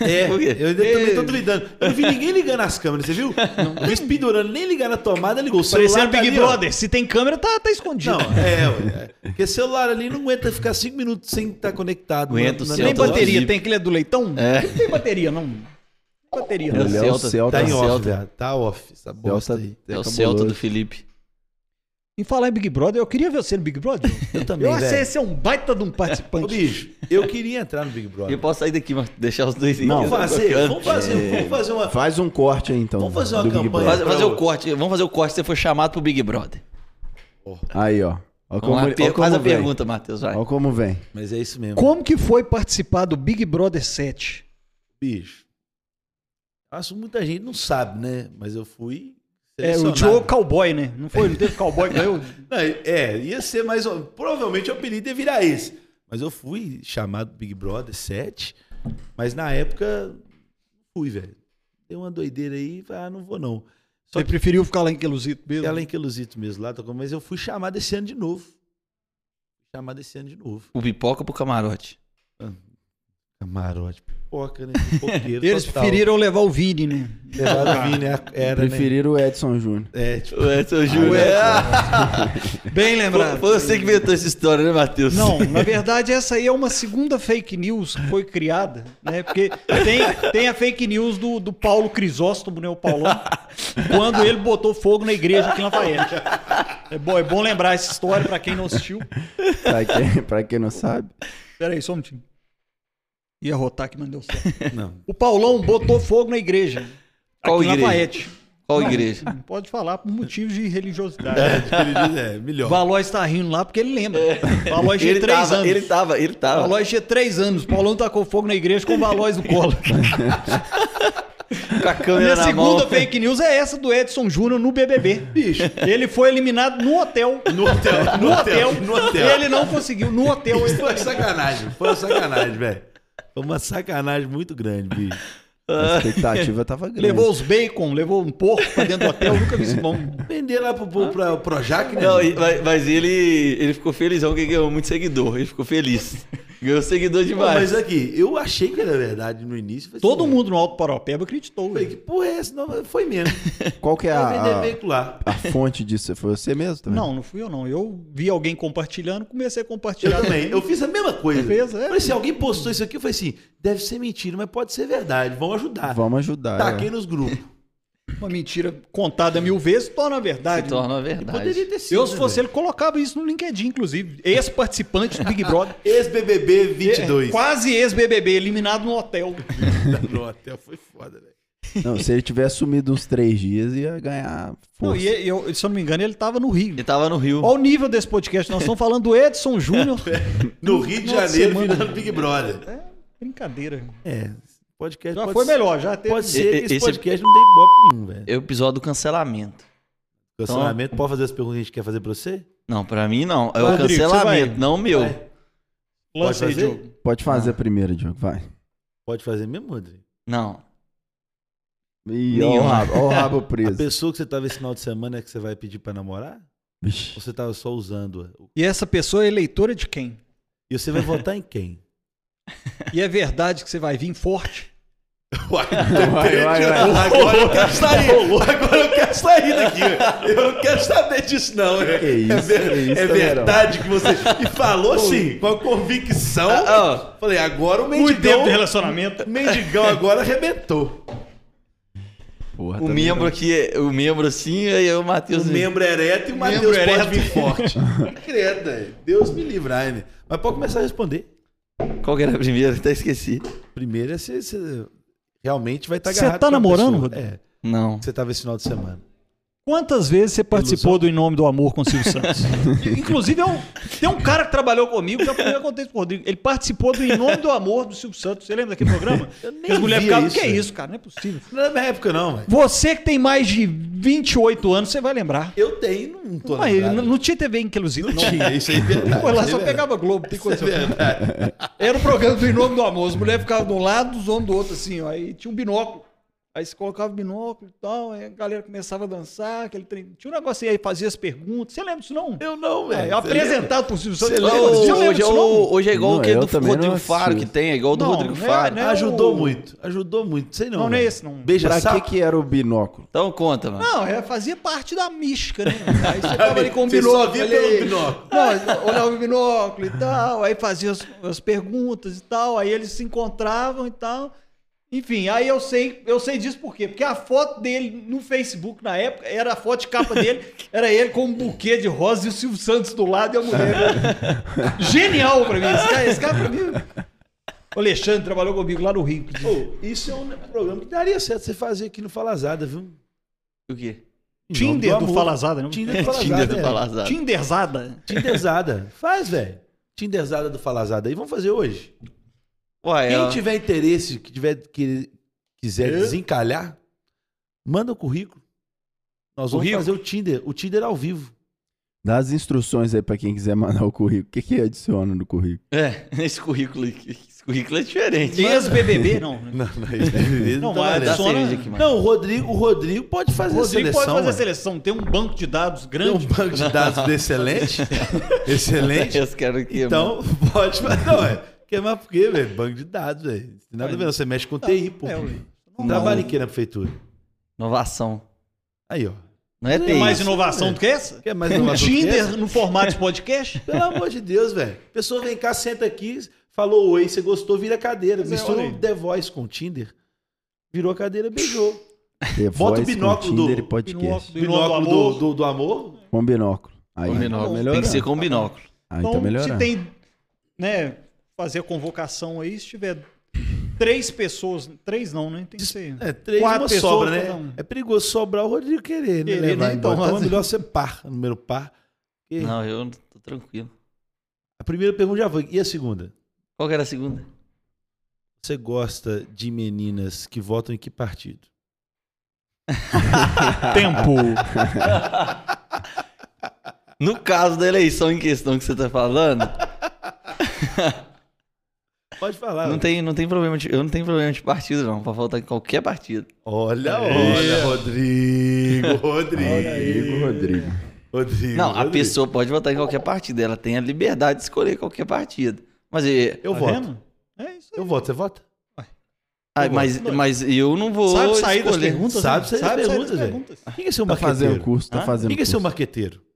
É,
Por quê?
eu ainda também tô duvidando. Eu não vi ninguém ligando as câmeras, você viu? Eu vi pendurando, nem ligar na tomada, ligou. O celular
Parecendo
tá
um Big
ali, ó.
Brother. Se tem câmera, tá, tá escondido.
Não, é, ué. Porque celular ali não aguenta ficar cinco minutos sem estar conectado. né?
Aguenta o
Não- não-
Nem
Celta
não-
bateria,
Jeep.
tem aquele é do leitão?
É.
Não tem bateria, não. Não tem bateria,
É
não.
o Léo
Celta.
Celta.
Tá em off,
Celta.
viado. Tá off. Essa bosta
Celta.
aí.
É, o
cabuloso.
Celta do Felipe.
Em falar em Big Brother, eu queria ver você no Big Brother.
Eu também,
eu achei
velho.
você um baita de um
Ô,
participante.
bicho, eu queria entrar no Big
Eu
Brother.
posso sair daqui, mas deixar os dois aí.
Vamos fazer, vamos fazer,
É.
vamos fazer uma...
Faz um corte aí então.
Vamos fazer uma
do Big
campanha.
Brother.
Fazer, fazer o corte. Vamos fazer o corte. Você foi chamado pro Big Brother.
Aí, ó. Ó
Vamos
como,
lá,
ó
per-
como
faz a
vem.
pergunta, Matheus. Vai.
Ó como vem.
Mas é isso mesmo.
Como que foi participar do Big Brother 7?
Bicho, acho que muita gente não sabe, né? Mas eu fui
É, o
selecionado.
Joe Cowboy, né? Não foi? Não teve Cowboy que ganhou?
Não, é, ia ser mais. ou- Provavelmente o apelido ia virar esse. Mas eu fui chamado Big Brother 7, mas na época fui, velho. Deu uma doideira aí, falei, ah, não vou não. Só
Você preferiu ficar lá em Queluzito mesmo?
Ela em Queluzito mesmo lá, tocou, mas eu fui chamado esse ano de novo. Chamado esse ano de novo.
O pipoca pro camarote.
Camarote, pipoca, né? Pipoqueiro
Eles
total.
preferiram levar o Vini, né?
Levaram o Vini, era, né?
Preferiram o Edson Júnior.
É, tipo,
É, seu Júlio.
Bem lembrado.
Foi foi você que inventou essa história, né, Matheus?
Não, na verdade essa aí é uma segunda fake news que foi criada, né? Porque tem, tem a fake news do, do Paulo Crisóstomo, né? O Paulão, quando ele botou fogo na igreja aqui em Lafayette. É bom, é bom lembrar essa história pra quem não assistiu.
Pra quem, pra quem não sabe.
Pera aí, só um minutinho. Ia rotar que mandou certo.
não.
O Paulão botou fogo na igreja.
Qual
aqui em
igreja?
Lafayette.
Qual igreja?
Não pode falar por motivos de religiosidade.
Ele diz, é, melhor.
O Valois tá rindo lá porque ele lembra. O Valois tinha
É. Ele
três
tava,
anos.
ele tava, ele
O
tava.
Valois tinha três anos. O Paulão tacou fogo na igreja com o Valois no colo.
Com a câmera
Minha
na
segunda
mão.
fake news é essa do Edson Júnior no BBB. Bicho, ele foi eliminado no hotel.
No hotel,
No hotel.
no hotel.
Ele não conseguiu. No hotel. ele-
Foi sacanagem, foi uma sacanagem, velho. Foi uma sacanagem muito grande, bicho.
A expectativa tava grande.
Levou os bacon, levou um porco pra dentro do hotel. Nunca vi isso bom.
Vender lá pro, pro, pra- pro Jack, né?
Não, e- mas, mas ele, ele ficou felizão que ganhou muito seguidor. Ele ficou feliz. Ganhou seguidor
Pô, mas
demais.
aqui, eu achei que era verdade no início. falei
Todo
assim,
mundo no Alto Paropeba acreditou.
Falei, que porra é essa? Não, foi mesmo.
Qual que é
Ah,
Foi
a,
vender
a,
veículo lá.
a fonte disso? Foi você mesmo também?
Não, não fui eu não. Eu vi alguém compartilhando, comecei a
Eu
compartilhar.
também. Eu fiz a mesma coisa.
Fez, é.
Falei assim, alguém postou isso aqui, eu falei assim, deve ser mentira, mas pode ser verdade. Vão ajudar.
Vamos ajudar.
Taquei
é.
nos grupos.
Uma mentira contada mil vezes torna
Se
verdade.
torna verdade.
Poderia ter sido.
Eu, se
né,
fosse ele, colocava isso no LinkedIn, inclusive. Ex-participante do Big Brother.
velho? Ex-BBB 22.
Quase ex-BBB, eliminado no hotel.
Tá No hotel foi foda, velho.
Não, se ele tivesse sumido uns três dias, ia ganhar
Não,
força.
e eu, se eu não me engano, ele tava no Rio.
Ele tava no Rio.
Olha o nível desse podcast. Nós estamos falando do Edson Júnior.
No Rio de
Nossa,
Janeiro,
mano.
virando Big Brother.
Brincadeira.
É, podcast
Já
pode
foi
ser-
melhor, já teve.
Pode ser que
E-
esse,
esse-
podcast não dê ibope nenhum, velho.
É o episódio do cancelamento.
Então-
Cancelamento, pode fazer as perguntas que a gente quer fazer pra você?
Não, pra mim não. É o
Rodrigo, você
cancelamento,
vai? É.
não o meu.
Vai.
Lança aí,
Pode fazer?
Diogo.
Pode fazer a primeira, Diogo, vai.
Pode fazer mesmo, Rodrigo?
Não.
Ih, ó, o
Nenhuma.
rabo, ó o rabo
A
preso.
pessoa que você tava esse final de semana é que você vai pedir pra namorar?
Vixe.
Ou você tava só usando? -a?
E essa pessoa é eleitora de quem?
E você vai votar em quem?
E é verdade que você vai vir forte?
Uai,
Vai, vai, vai.
Agora eu quero sair. Agora eu quero sair daqui. Eu não quero saber disso, não. É,
Que isso,
é ver-
que isso,
é
Tamerão.
verdade que você. E falou assim, com a
Então,
convicção.
Ah,
Falei, agora o
Muito
mendigão.
tempo de um relacionamento.
O mendigão agora arrebentou.
Porra,
O
tá
membro
melhor.
aqui, é- o membro assim, aí o Matheus.
O membro ereto e o Matheus
Membro
pode
ereto.
vir forte. Creda, é. Deus me livrar, né? Mas pode começar a responder.
Qual que era a primeira? Até esqueci.
Primeiro é você, você realmente vai estar
Você
agarrado com
tá
a
namorando,
pessoa.
Rodrigo?
É,
Não.
você tava esse final de semana.
Quantas vezes você participou
Ilusão.
do Em Nome do Amor com o Silvio Santos? Inclusive, é um- tem um cara que trabalhou comigo, que é o primeiro contexto pro Rodrigo. Ele participou do Em Nome do Amor do Silvio Santos. Você lembra daquele programa?
Eu nem
Que as mulheres
via
ficavam,
isso,
que é
velho."
isso, cara? Não é possível.
Não é na minha época, não, velho.
Você que tem mais de 28 anos, você vai lembrar.
Eu tenho, não tô
Mas
lembrado.
não, não tinha TV inclusive. Não
tinha, isso aí é verdade.
Pô, lá
isso
só
é
pegava Globo, tem condição.
verdade.
Era o programa do Em Nome do Amor. As mulheres ficavam de um lado, os homens do outro, assim, ó. Aí tinha um binóculo. Aí se colocava o binóculo e tal, aí a galera começava a dançar, aquele trem. Tinha um negócio aí, aí fazia as perguntas. Você lembra disso, não?
Eu não,
É,
velho.
apresentado por Silvio Santos.
Você
Você
lembra?
lembra
Hoje, é
disso,
o,
não?
hoje é igual
Não,
o que
eu
do
também não
Rodrigo
assisti.
Faro que tem, é igual o do
Não,
Rodrigo
não é,
Faro.
né?
Ajudou
o-
muito, ajudou muito. Sei não.
Não, não é
velho.
esse, não.
Beija
Pra que
sapo.
que era o binóculo?
Então conta, mano.
Não, é, fazia parte da mística, né? Aí você tava ali com o
Você
binóculo.
só via
olha aí.
pelo binóculo.
Não, olhava o binóculo e tal, aí fazia as, as perguntas e tal, aí eles se encontravam e tal. Enfim, aí eu sei, eu sei disso por quê? Porque a foto dele no Facebook na época, era a foto de capa dele, era ele com um buquê de rosa e o Silvio Santos do lado e a mulher. Genial pra mim, esse cara, esse cara pra mim. O Alexandre trabalhou comigo lá no Rio. inclusive.
Ô, isso é um programa que daria certo você fazer aqui no Falazada, viu?
O quê?
Em
Tinder
nome
do
amor.
Falazada, não?
Tinder do
Tinder do
Falazada.
né?
é.
Palazado.
Tinderzada.
Tinderzada. Faz, velho. Tinderzada do Falazada aí. Vamos fazer hoje.
Ué,
Quem
é-
tiver interesse, que tiver que quiser
Eu?
desencalhar, manda o currículo. Nós vamos
Currículo?
fazer o Tinder, o Tinder ao vivo.
Dá as instruções aí pra quem quiser mandar o currículo. O que que adiciona no currículo?
é, esse currículo, aqui- esse currículo é diferente.
Ex-BBB, não. né?
não,
Não, mas
Dá
adiciona-
cerveja aqui, mano.
não, o Rodrigo, o Rodrigo pode fazer
O Rodrigo
a seleção.
pode fazer a
mano.
seleção, tem um banco de dados
Tem um
grande.
banco de dados do excelente. excelente.
Eu quero aqui, mano.
Então, pode fazer. Não, é. Que mais por quê, velho? Banco de dados, velho. Tem nada a ver, não. Você mexe com TI, pô.
É, ué.
Trabalha em que na prefeitura?
Inovação.
Aí, ó.
Não é
Tem
TI.
Isso,
mais inovação
é.
do que essa?
Quer mais
O
inovação que
Tinder
essa? Ah,
no formato de podcast?
Pelo amor de Deus, velho. A pessoa vem cá, senta aqui, falou oi, você gostou, vira a cadeira.
Pois é,
Mistura
olha
um
aí.
The Voice com o Tinder. Virou a cadeira, beijou.
The
Bota
Voice
o
com
binóculo do-
Tinder e podcast.
Do binóculo
Binóculo do, do, do amor.
Com binóculo. Aí
Com
é
tá
binóculo. Tem
melhorando.
que ser com binóculo.
Aí tá
Então, se
melhorando.
tem, né, fazer a convocação aí, se tiver três pessoas, três não, né? Tem que ser.
É, três,
Quatro
uma
pessoas,
sobra,
cada um.
né? É perigoso sobrar o Rodrigo querer, né?
Querer,
levar
né?
embora.
Então,
Então, é
assim-
melhor ser par, número par. E
Não, eu tô tranquilo.
A primeira pergunta já foi. E a segunda?
Qual que era a segunda?
Você gosta de meninas que votam em que partido?
Tempo.
No caso da eleição em questão que você tá falando,
Pode
Ah.
falar.
não
velho.
tem, não tem problema de, eu não tenho problema de partido, não. Pra votar em qualquer partido.
Olha, olha, Rodrigo,
Rodrigo,
Rodrigo.
Rodrigo.
Rodrigo.
não, a
Rodrigo.
pessoa pode votar em qualquer partido. Ela tem a liberdade de escolher qualquer partido. Mas, é,
Eu
Tá
voto.
vendo? É isso aí.
Eu voto, você vota?
ah, mas, mas eu não vou
Sabe sair das
escolher.
perguntas?
Sabe
né?
sair das perguntas, velho. Quem que é seu
Tá fazendo
marqueteiro?
curso, tá
Hã?
fazendo
Quem que é seu
curso.
marqueteiro?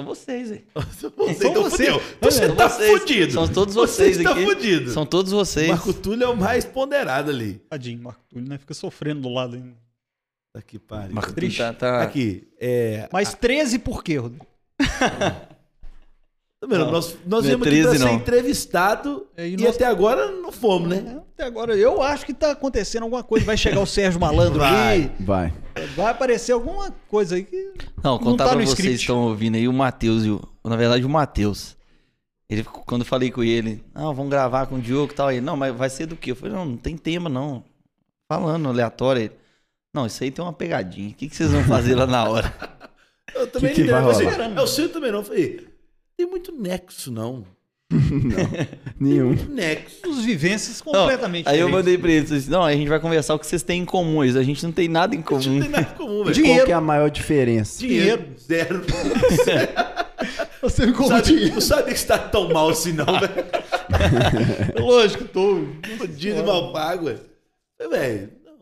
São vocês, hein?
Você, então
você.
fudeu. Então você
São
tá
vocês.
fudido.
São todos
Você
vocês
está
aqui.
fudido.
São todos vocês.
Marco Túlio é o mais ponderado ali.
Tadinho, Marco Túlio, né? Fica sofrendo do lado ainda.
Tá que pariu.
Marco
Triste.
Tá, tá-
Aqui, é...
Mas 13 por quê, Rodrigo?
tá vendo? nós nós
Não é
viemos aqui
13
pra ser
não.
entrevistado
É,
e,
e nós-
até agora não fomos, né?
É, Até agora, eu acho que tá acontecendo alguma coisa. Vai chegar o Sérgio Malandro ali.
Vai.
Vai aparecer alguma coisa aí que.
Não, contar
tá
pra
no
vocês que
script.
estão ouvindo aí, o Matheus, e o- na verdade o Matheus. Ele, ficou- quando eu falei com ele, não, vamos gravar com o Diogo e tal, ele, não, mas vai ser do quê? Eu falei, não, não tem tema não. Falando aleatório, ele, não, isso aí tem uma pegadinha, o que, que vocês vão fazer lá na hora?
Eu também
que
não
vai
entendo, assim,
rolar?
Eu sei também não. Eu falei, tem muito nexo, não.
Nenhum.
Nexo.
Os vivências
Não,
É
completamente.
aí eu
diferentes.
mandei pra ele, disse, não, a gente vai conversar o que vocês têm em comum, isso a gente não tem nada em
Não tem
comum.
nada em comum, velho.
Qual que
Dinheiro.
é a maior diferença?
Dinheiro. Zero.
Você me confundiu.
sabe, não sabe que você tá tão mal assim, não, velho.
Lógico, tô.
Fudido e mal pago, velho. Eu falei, velho. não.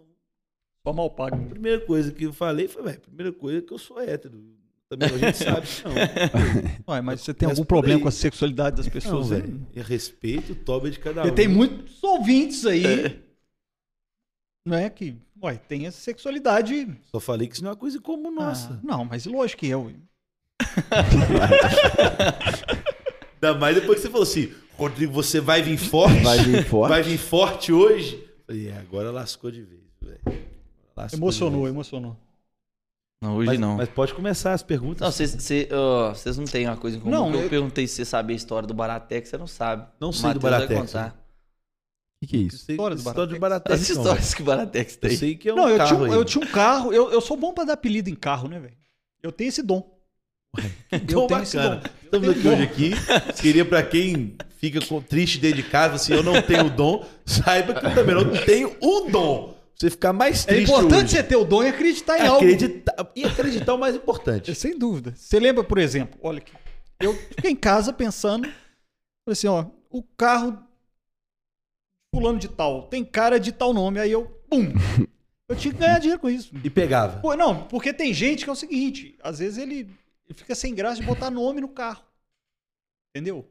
Só mal pago.
Primeira coisa que eu falei foi, velho, primeira coisa é que eu sou hétero. Também a gente sabe que não.
Ué, mas você tem
Mas
algum
por
problema
aí.
com a sexualidade das pessoas,
Não,
velho?
velho. Eu respeito o toba de cada um.
Porque tem muitos ouvintes aí.
É.
Não é que. Ué, tem essa sexualidade.
Só falei que isso não é uma coisa comum
Ah,
nossa.
não, mas lógico que eu.
Ainda mais depois que você falou assim, Rodrigo, você vai vir forte?
Vai vir forte?
Vai vir forte hoje? Eu Falei, é, agora lascou de vez. Passa
Emocionou,
por isso.
emocionou.
Não, hoje
Mas,
não.
mas pode começar as perguntas.
Não, vocês cê, ó, vocês não têm uma coisa em comum.
Não,
porque eu,
eu-
perguntei se você sabia a história do Baratex, você não sabe.
Não
O
sei do
Matheus vai
Baratex. né?
contar.
O que, que é isso?
Sei-
História do
História do
As
Baratex. não, velho.
histórias que o Baratex
Tá Eu
tem.
sei que é um
Não, eu
carro
tinha, um-
aí.
eu tinha um carro. Eu, eu sou bom pra dar apelido em carro, né, velho? Eu tenho esse dom.
Então,
tenho esse
bacana.
dom.
Estamos aqui hoje aqui. Queria pra quem fica com- triste dentro de casa, assim, eu não tenho dom, saiba que eu também não tenho o dom. Pra Você ficar mais
É
triste
importante
hoje. É
você ter o dom e acreditar em algo.
acreditar. E acreditar é o mais importante.
Sem dúvida. Você lembra, por exemplo, olha aqui. Eu fiquei em casa pensando, falei assim, ó, o carro fulano de tal, tem cara de tal nome. Aí eu, pum! Eu tinha que ganhar dinheiro com isso.
E pegava.
Pô, não, porque tem gente que é o seguinte, às vezes ele, ele fica sem graça de botar nome no carro. Entendeu?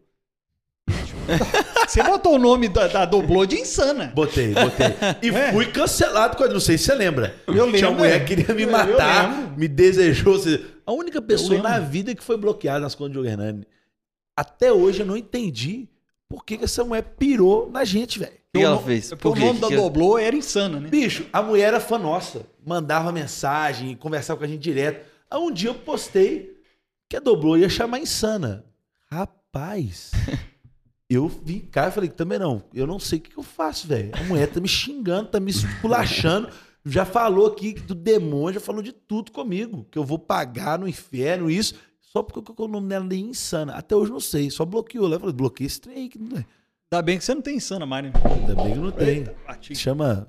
Você botou o nome da, da doblô de insana.
Botei, botei. E
É.
fui cancelado com a- Não sei se você lembra.
Eu
Tinha
lembro,
uma mulher
é.
que queria me
Eu
matar,
lembro.
me desejou. ou seja, A única pessoa
lembro.
na vida que foi bloqueada nas contas de Diogo Hernani. Até hoje eu não entendi por que, que essa mulher pirou na gente, velho.
O que
Eu
ela
não-
fez?
Porque
Por
o
quê?
nome
Que
da
que-
doblô era insana, né?
Bicho, a mulher era fã nossa. Mandava mensagem, conversava com a gente direto. Aí um dia eu postei que a Doblô ia chamar insana. Rapaz, eu vim cá e falei, também não, eu não sei o que que eu faço, velho. A mulher tá me xingando, tá me esculachando. Já falou aqui do demônio, já falou de tudo comigo. Que eu vou pagar no inferno, isso. Só porque eu coloquei o nome dela de insana. Até hoje eu não sei, só bloqueou. Lá eu falei, bloqueei esse trem aí. Que não é.
Ainda bem que você não tem insana, né? Mário.
Ainda bem que não tem.
Batinho.
Chama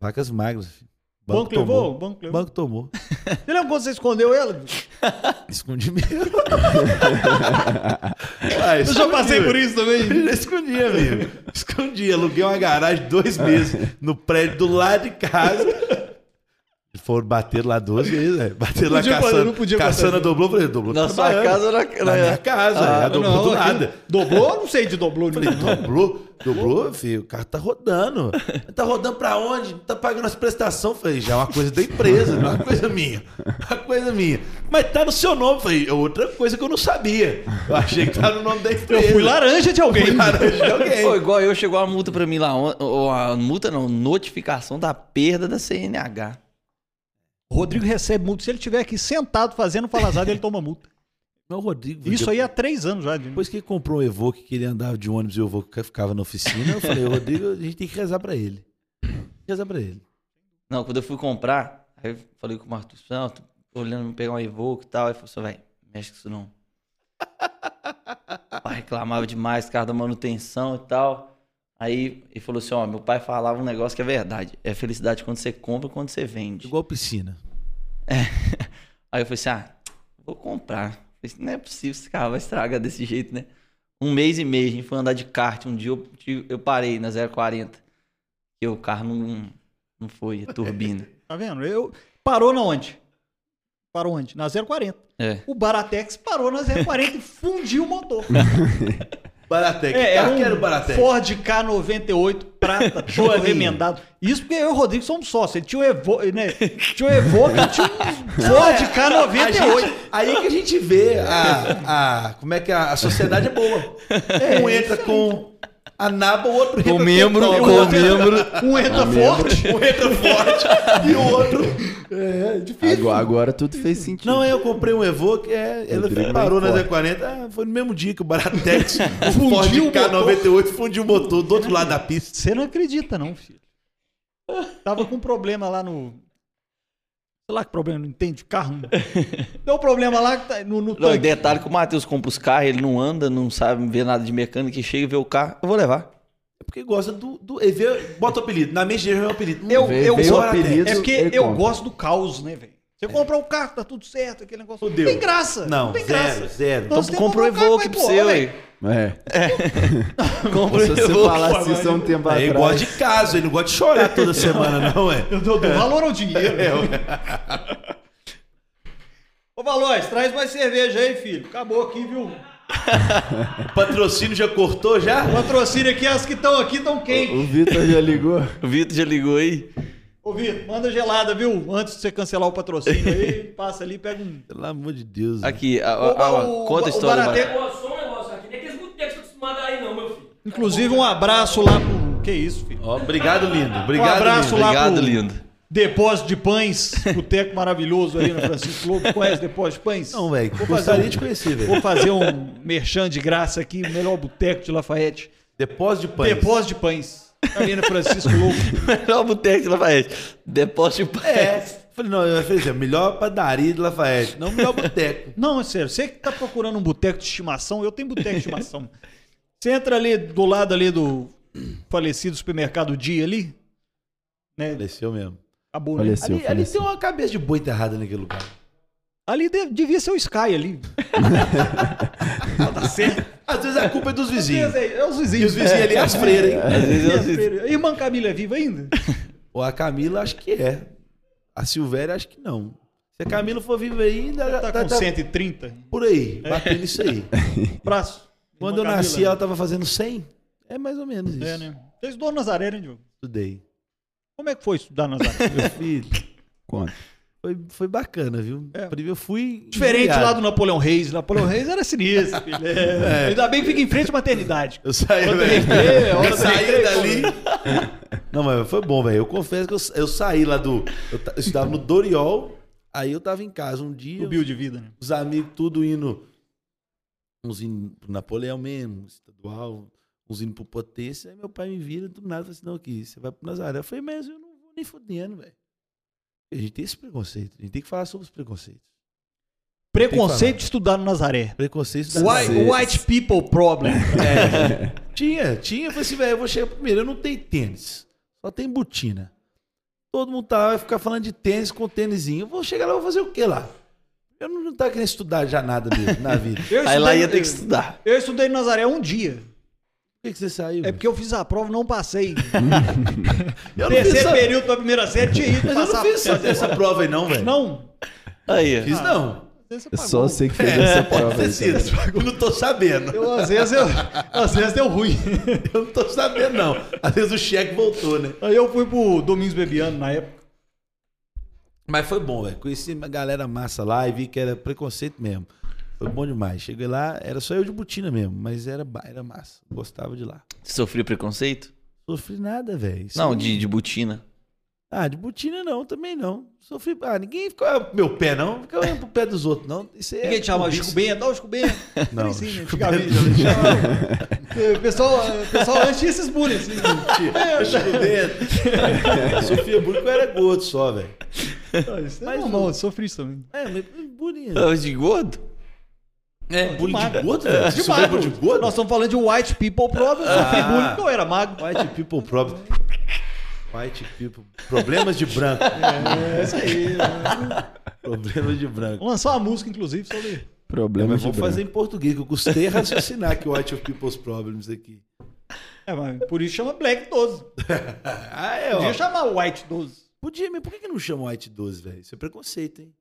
vacas magras. filho.
Banco,
tomou.
levou? Banco
O
levou.
banco tomou.
Você lembra quando você escondeu ela?
Escondi mesmo. Ah,
Eu já passei por isso também.
Escondi, amigo. Escondi. Aluguei uma garagem dois meses no prédio do lado de casa. Foram bater lá duas vezes, né? Bateram lá
Podia fazer,
caçando.
não podia
caçando
fazer.
a Doblô, eu falei, Doblô tá
Na sua
trabalhando.
casa ou na,
Na
é
minha casa,
Ah,
a Doblô do
aqui-
nada.
Doblô? Eu não sei de doblô.
Falei,
Falei,
dobrou? Dobrou, filho? O carro tá rodando. Tá rodando pra onde? Não tá pagando as prestações. Falei, já é uma coisa da empresa, não é uma coisa minha. É uma coisa minha. Mas tá no seu nome. Falei, é outra coisa que eu não sabia. Eu achei que tava no nome da
eu
empresa.
fui laranja de alguém.
Fui laranja de alguém.
Pô, igual eu, chegou a multa pra mim lá, on- ou a multa não, notificação da perda da CNH.
Rodrigo recebe multa. Se ele estiver aqui sentado fazendo falazada, ele toma multa.
Não, Rodrigo.
Isso aí há três anos já.
Depois que ele comprou um Evoque, que ele andava de ônibus e o Evoque ficava na oficina, eu falei, Rodrigo, a gente tem que rezar pra ele. Rezar pra ele.
Não, quando eu fui comprar, aí eu falei com o Marcos Santos, olhando me pegar um Evoque e tal, aí falou assim, velho, mexe com isso não. O pai reclamava demais, cara da manutenção e tal. Aí ele falou assim, ó, meu pai falava um negócio que é verdade, é felicidade quando você compra e quando você vende.
Igual piscina.
Aí eu falei assim, ah, vou comprar. Falei assim, não é possível, esse carro vai estragar desse jeito, né? Um mês e meio, a gente foi andar de kart. Um dia eu, tive- eu parei na 040. E o carro não, não foi, a turbina.
Tá vendo? Eu... Parou na onde? Parou onde? Na 040.
É.
O Baratex parou na 040 e fundiu o motor.
Baratec. Tá,
É, era um
quero Baratec.
Ford K98 prata, todo
Joaninho.
remendado. Isso porque eu e o Rodrigo somos sócios. Ele tinha o Evo, né? Tinha o Evoque, eu tinha um Ford
A
K98.
gente- aí que a gente vê a, a- como é que a, a sociedade é boa. um entra com a naba, o outro entra
Com um membro,
o
E
toba.
o outro entra- Um entra forte.
Um entra forte e o outro. É, difícil.
Agora, agora tudo fez sentido.
é.
Não, eu comprei um Evoque, é, ele
Rodrigo
parou na
bem
Z40, ah, foi no
um
mesmo dia que o Baratex, o
Fundiu
Ford
o motor.
K98 fundiu o motor do outro lado da pista.
Você não acredita, não, filho. Tava com um problema lá no. Sei lá que problema, não entende de carro. não. Deu um problema lá que tá no,
Não,
no
e
tanque.
detalhe que o Matheus compra os carros, ele não anda, não sabe ver nada de mecânica, e chega e vê o carro, eu vou levar.
É porque gosta do... do ele vê- bota o apelido, na mente dele é o apelido. Hum,
Eu-
veio-
eu-
veio o
o
Baratex.
apelido.
É porque
Ele
eu
compra.
gosto do caos, né, velho? Você compra o carro, tá tudo certo, aquele negócio.
Fudeu.
Não tem graça.
Não,
tem
zero,
graça.
zero.
Então
Então
você tem que
compra o
comprar um carro,
Evoque
vai,
pra
pô,
você,
velho.
ué.
É.
Compra o
Se você
Evoque.
falasse isso há um tempo
É, ele
atrás.
gosta de casa, ele não gosta de chorar toda semana, não é?
Eu dou, dou valor ao dinheiro. Ô, Valões, traz mais cerveja aí, filho. Acabou aqui, viu?
O patrocínio já cortou já?
Patrocínio aqui, as que estão aqui estão quentes.
O Vitor já ligou.
O Vitor já ligou aí.
Ô, Vitor, manda gelada, viu? Antes de você cancelar o patrocínio aí, passa ali, pega um.
Pelo amor de Deus.
Aqui, a- a-
Ô,
a-
o-
conta
o
a história. do
Baratec-
Baratec.
Pô, só um negócio aqui. Não é que eles muito tempo que eu tô acostumado aí, não, meu filho.
Inclusive, um abraço lá pro. Que isso, filho?
Ó, obrigado, lindo.
Um
Obrigado,
abraço
lindo.
lá pro-
Obrigado, lindo.
Depósito de pães, boteco maravilhoso aí na Francisco Lobo. Conhece depósito de pães?
Não, velho.
Vou fazer,
Gostaria
um-
de conhecer,
vou
velho.
fazer um merchan de graça aqui, o melhor boteco de Lafayette.
Depósito de pães.
Depósito de pães. Tá Ali na Francisco Lobo.
Melhor boteco de Lafayette. Depósito de
É.
é.
Falei, não, eu falei assim, melhor padaria de Lafayette, não melhor boteco.
Não, é sério. Você que tá procurando um boteco de estimação, eu tenho boteco de estimação. Você entra ali do lado ali do falecido supermercado Dia ali, né?
Faleceu mesmo.
Acabou, né?
Faleceu,
Ali, ali tem
faleceu.
uma cabeça de boi enterrada naquele lugar.
Ali de- devia ser o Sky ali. Não dá tá certo.
Às vezes a culpa é dos vizinhos. E
É os
os
vizinhos.
vizinhos ali, as freiras, hein?
Às vezes eu assisto.
A Irmã Camila é viva ainda?
Ou a Camila, acho que é. A Silvéria, acho que não. Se a Camila for viva ainda,
Tá
tá,
com
tá
130.
por aí, batendo isso aí.
Braço.
Quando eu
Irmã
nasci,
Camila.
ela tava fazendo 100. É mais ou menos isso.
É, né? Vocês dois Nazaré, né, Diogo?
Estudei.
Como é que foi estudar Nazaré?
Meu filho,
Conta.
foi, foi bacana, viu?
É.
Primeiro eu fui...
Diferente
enviado.
lá do Napoleão Reis. Napoleão Reis era sinistro, filho. É. Ainda bem que fica em frente à maternidade.
Eu saí,
Quando
velho.
eu entrei, é hora
Eu
do
saí
recreio,
dali. Não, mas foi bom, velho. Eu confesso que eu, sa- eu saí lá do. Eu, ta- eu estudava no Doriol, aí eu tava em casa um dia,
Subiu de vida, né?
os amigos tudo indo. Uns indo pro Napoleão mesmo, estadual, uns indo pro Potência. Aí meu pai me vira do nada e fala assim: não, aqui, você vai pro Nazaré. Eu falei, mas eu não vou nem fudendo, velho. A gente tem esse preconceito, a gente tem que falar sobre os preconceitos.
Preconceito de estudar no Nazaré. É.
Preconceito da
White,
Sim.
white people problem.
Tinha, tinha. Eu falei assim, velho, eu vou chegar primeiro. Eu não tenho tênis. Só tem botina. Todo mundo tá lá, vai ficar falando de tênis com tênisinho. Eu vou chegar lá, eu vou fazer o quê lá? Eu não, não tava querendo estudar já nada mesmo, na vida.
Eu
Aí lá
estudei-
ia ter que estudar.
Eu estudei no Nazaré um dia.
Por que, que você saiu?
É porque eu fiz a prova e não passei.
eu não fiz
Terceiro
essa,
período da primeira série tinha ido
mas eu não
passar.
fiz essa, essa prova aí não, velho.
Não,
Aí, ó.
Fiz não.
você
É
pagou.
só você que fez essa prova.
Pode ter
aí,
sido.
cara.
Eu não tô sabendo.
Eu, às, vezes, eu, às vezes deu ruim.
Eu não tô sabendo, não. Às vezes o cheque voltou, né?
Aí eu fui pro Domingos Bebiano na época.
Mas foi bom, velho. Conheci uma galera massa lá e vi que era preconceito mesmo. Foi bom demais. Cheguei lá, era só eu de botina mesmo, mas era, ba- era massa. Gostava de lá.
Você sofreu preconceito?
Sofri nada, velho. Isso
Não, de, de botina.
Ah, de botina não, também não. Sofri. Ah, ninguém ficava pro meu pé, não. Ficava pro pé dos outros, não. Isso aí é.
Ninguém te chamava
bobice.
Chico Bento, ó, o Chico Bento.
Não,
Era assim, né?
Chico
Antigamente,
Bento
chamava- O pessoal, o pessoal antes tinha esses bullying. assim. É,
Chico Bento. Sofia Burco era gordo só, velho.
Isso é normal, eu sofri isso também.
É, mas bullying.
Ah, De gordo?
É, bullying de
magro.
gordo, velho.
De
Você sofreu bullying
magro.
de gordo?
Nós estamos falando de white people problem, eu sofri bullying porque eu era magro.
White people problem. White people. Problemas de branco.
É isso aí. né?
Problemas de branco.
Vamos lançar uma música, inclusive, sobre.
Problema
Mas
de
vamos
branco.
fazer em português, que eu custei a raciocinar que o White of People's Problems aqui.
É, mas por isso chama Black 12.
Ah, é,
Podia
ó.
chamar White 12.
Podia, mas por que que não chama White 12, velho? Isso é preconceito, hein?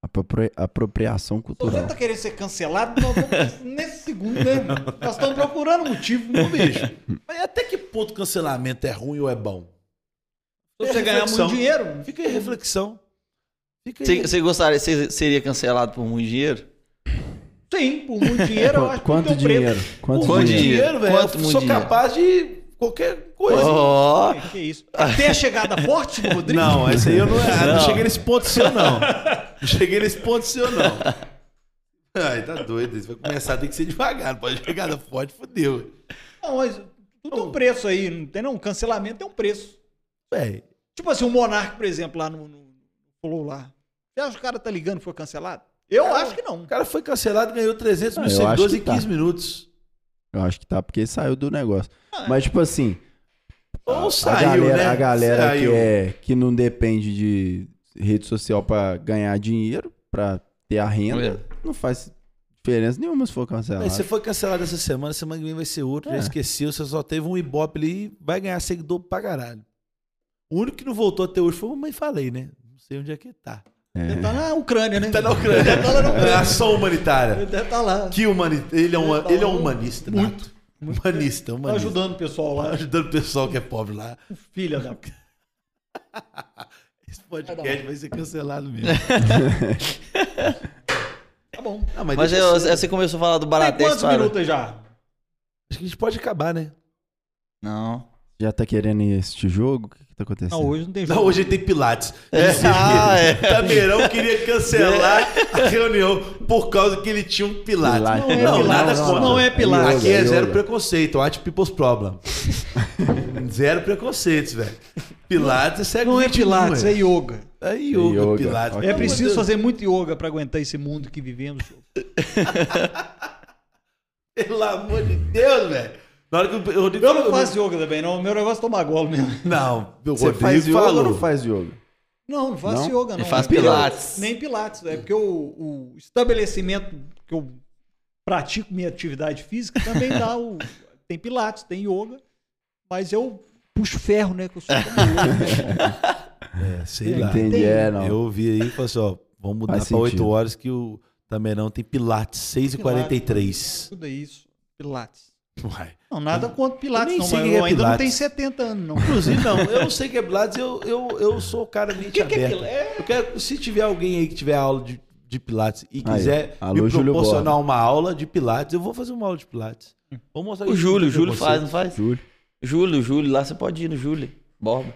Apropri- Apropriação
Se Você
cultural.
tá querendo ser cancelado? Nós vamos nesse segundo, né? Nós estamos procurando motivo.
um
Ô, bicho,
Mas até que ponto cancelamento é ruim ou é bom?
se você
É
ganhar
reflexão.
muito dinheiro,
Fica aí a reflexão. Fica aí.
Você você gostaria, você seria cancelado por um muito dinheiro?
sim, por muito dinheiro, eu
Qu-
acho que
Quanto
não tem um
dinheiro?
preço.
Quanto
Por
Quanto
dinheiro?
dinheiro, velho, eu
Quanto
sou
muito dinheiro?
capaz de qualquer coisa.
Ó,
Que, que isso? Até a chegada forte tipo, do Rodrigo?
Não, esse aí eu não, ah, não
Não.
cheguei nesse ponto seu, não. Não cheguei nesse ponto seu, não. Ai, tá doido. Isso vai começar, tem que ser devagar. Não pode chegar da forte, fodeu.
Não, mas tudo tem um preço aí, não tem não. Cancelamento tem um preço.
Véi,
Tipo assim, o Monark, por exemplo, lá no. no falou lá. Você acha que o cara tá ligando que foi cancelado? Eu
Cara,
acho que não.
o cara foi cancelado e ganhou 300 mil
Ah, eu acho
seguidores
que
em 15
tá.
minutos.
Eu acho que tá, porque saiu do negócio. Mas, tipo assim,
Ou
Ah, a
saiu,
galera,
né?
a galera que,
Saiu.
é, que não depende de rede social pra ganhar dinheiro, pra ter a renda, não faz diferença nenhuma se for cancelado.
Mas você foi cancelado essa semana, semana que vem vai ser outro, já
É.
esqueceu, você só teve um ibope ali e vai ganhar seguidor pra caralho. O único que não voltou até hoje foi o Mãe Falei, né? Não sei onde é que tá.
Ele tá na Ucrânia, né?
Tá na Ucrânia.
Ele tá lá na Ucrânia.
É Ação humanitária.
Ele deve tá lá.
Que humani... ele, é um, ele é um humanista. Muito. Humanista,
Tá
humanista.
ajudando o pessoal lá.
Ajudando o pessoal que é pobre lá.
Filha da.
Esse podcast vai ser cancelado mesmo.
Tá bom.
Ah, mas
Mas
deixa
eu-
assim.
você começou a falar do
Tem
Baratex.
quantos
parou?
minutos aí já?
Acho que a gente pode acabar, né?
Não.
Já tá querendo ir assistir jogo? O que, que tá acontecendo?
Não, hoje não tem jogo.
Não, hoje ele tem Pilates.
É. Ah, é.
Tameirão queria cancelar a reunião por causa que ele tinha um Pilates.
Pilates.
Não é
Não,
Pilates,
nada
não,
contra.
não é Pilates.
Aqui é
Yoga,
zero
yoga.
preconceito. Art people's problem. zero preconceitos, velho. Pilates é século
Não é
XXI,
Pilates, é
velho.
yoga.
é yoga,
Yoga,
Pilates.
ok.
É
Pelo amor
preciso
de Deus.
fazer muito yoga pra aguentar esse mundo que vivemos.
Pelo amor de Deus, velho. Na hora que o Rodrigo...
Eu não faço yoga também, não. O meu negócio é tomar golo mesmo.
Não, o
Você
Rodrigo
faz yoga
falou.
ou não faz yoga?
Não, não faço
Não?
yoga, não.
Ele faz
Nem
pilates.
Nem pilates, é porque o, o estabelecimento que eu pratico minha atividade física também dá o... Tem pilates, tem yoga, mas eu puxo ferro, né? Que eu sou como louco, né?
É, sei lá.
Entendi,
tem.
é, não.
Eu ouvi aí e falei assim, ó, vamos mudar
Faz
pra 8
sentido.
horas que o Tameirão tem Pilates, 6h43.
Tudo isso, pilates.
Uai.
Não, nada contra
Eu
pilates,
nem
não,
sei
mas
o que é
eu ainda não
pilates.
tenho 70 anos, não.
Inclusive, não, eu não sei o que é Pilates, eu, eu, eu sou o cara mente
que é
aberta. Eu quero, se tiver alguém aí que tiver aula de, de Pilates e
Aí,
quiser
alô,
me
Júlio
proporcionar uma aula de Pilates, eu vou fazer uma aula de Pilates. Vou mostrar
O
isso
Júlio, o
pra
Júlio
você.
faz, não faz?
Júlio.
Júlio, Júlio, lá você pode ir no Júlio. Borba.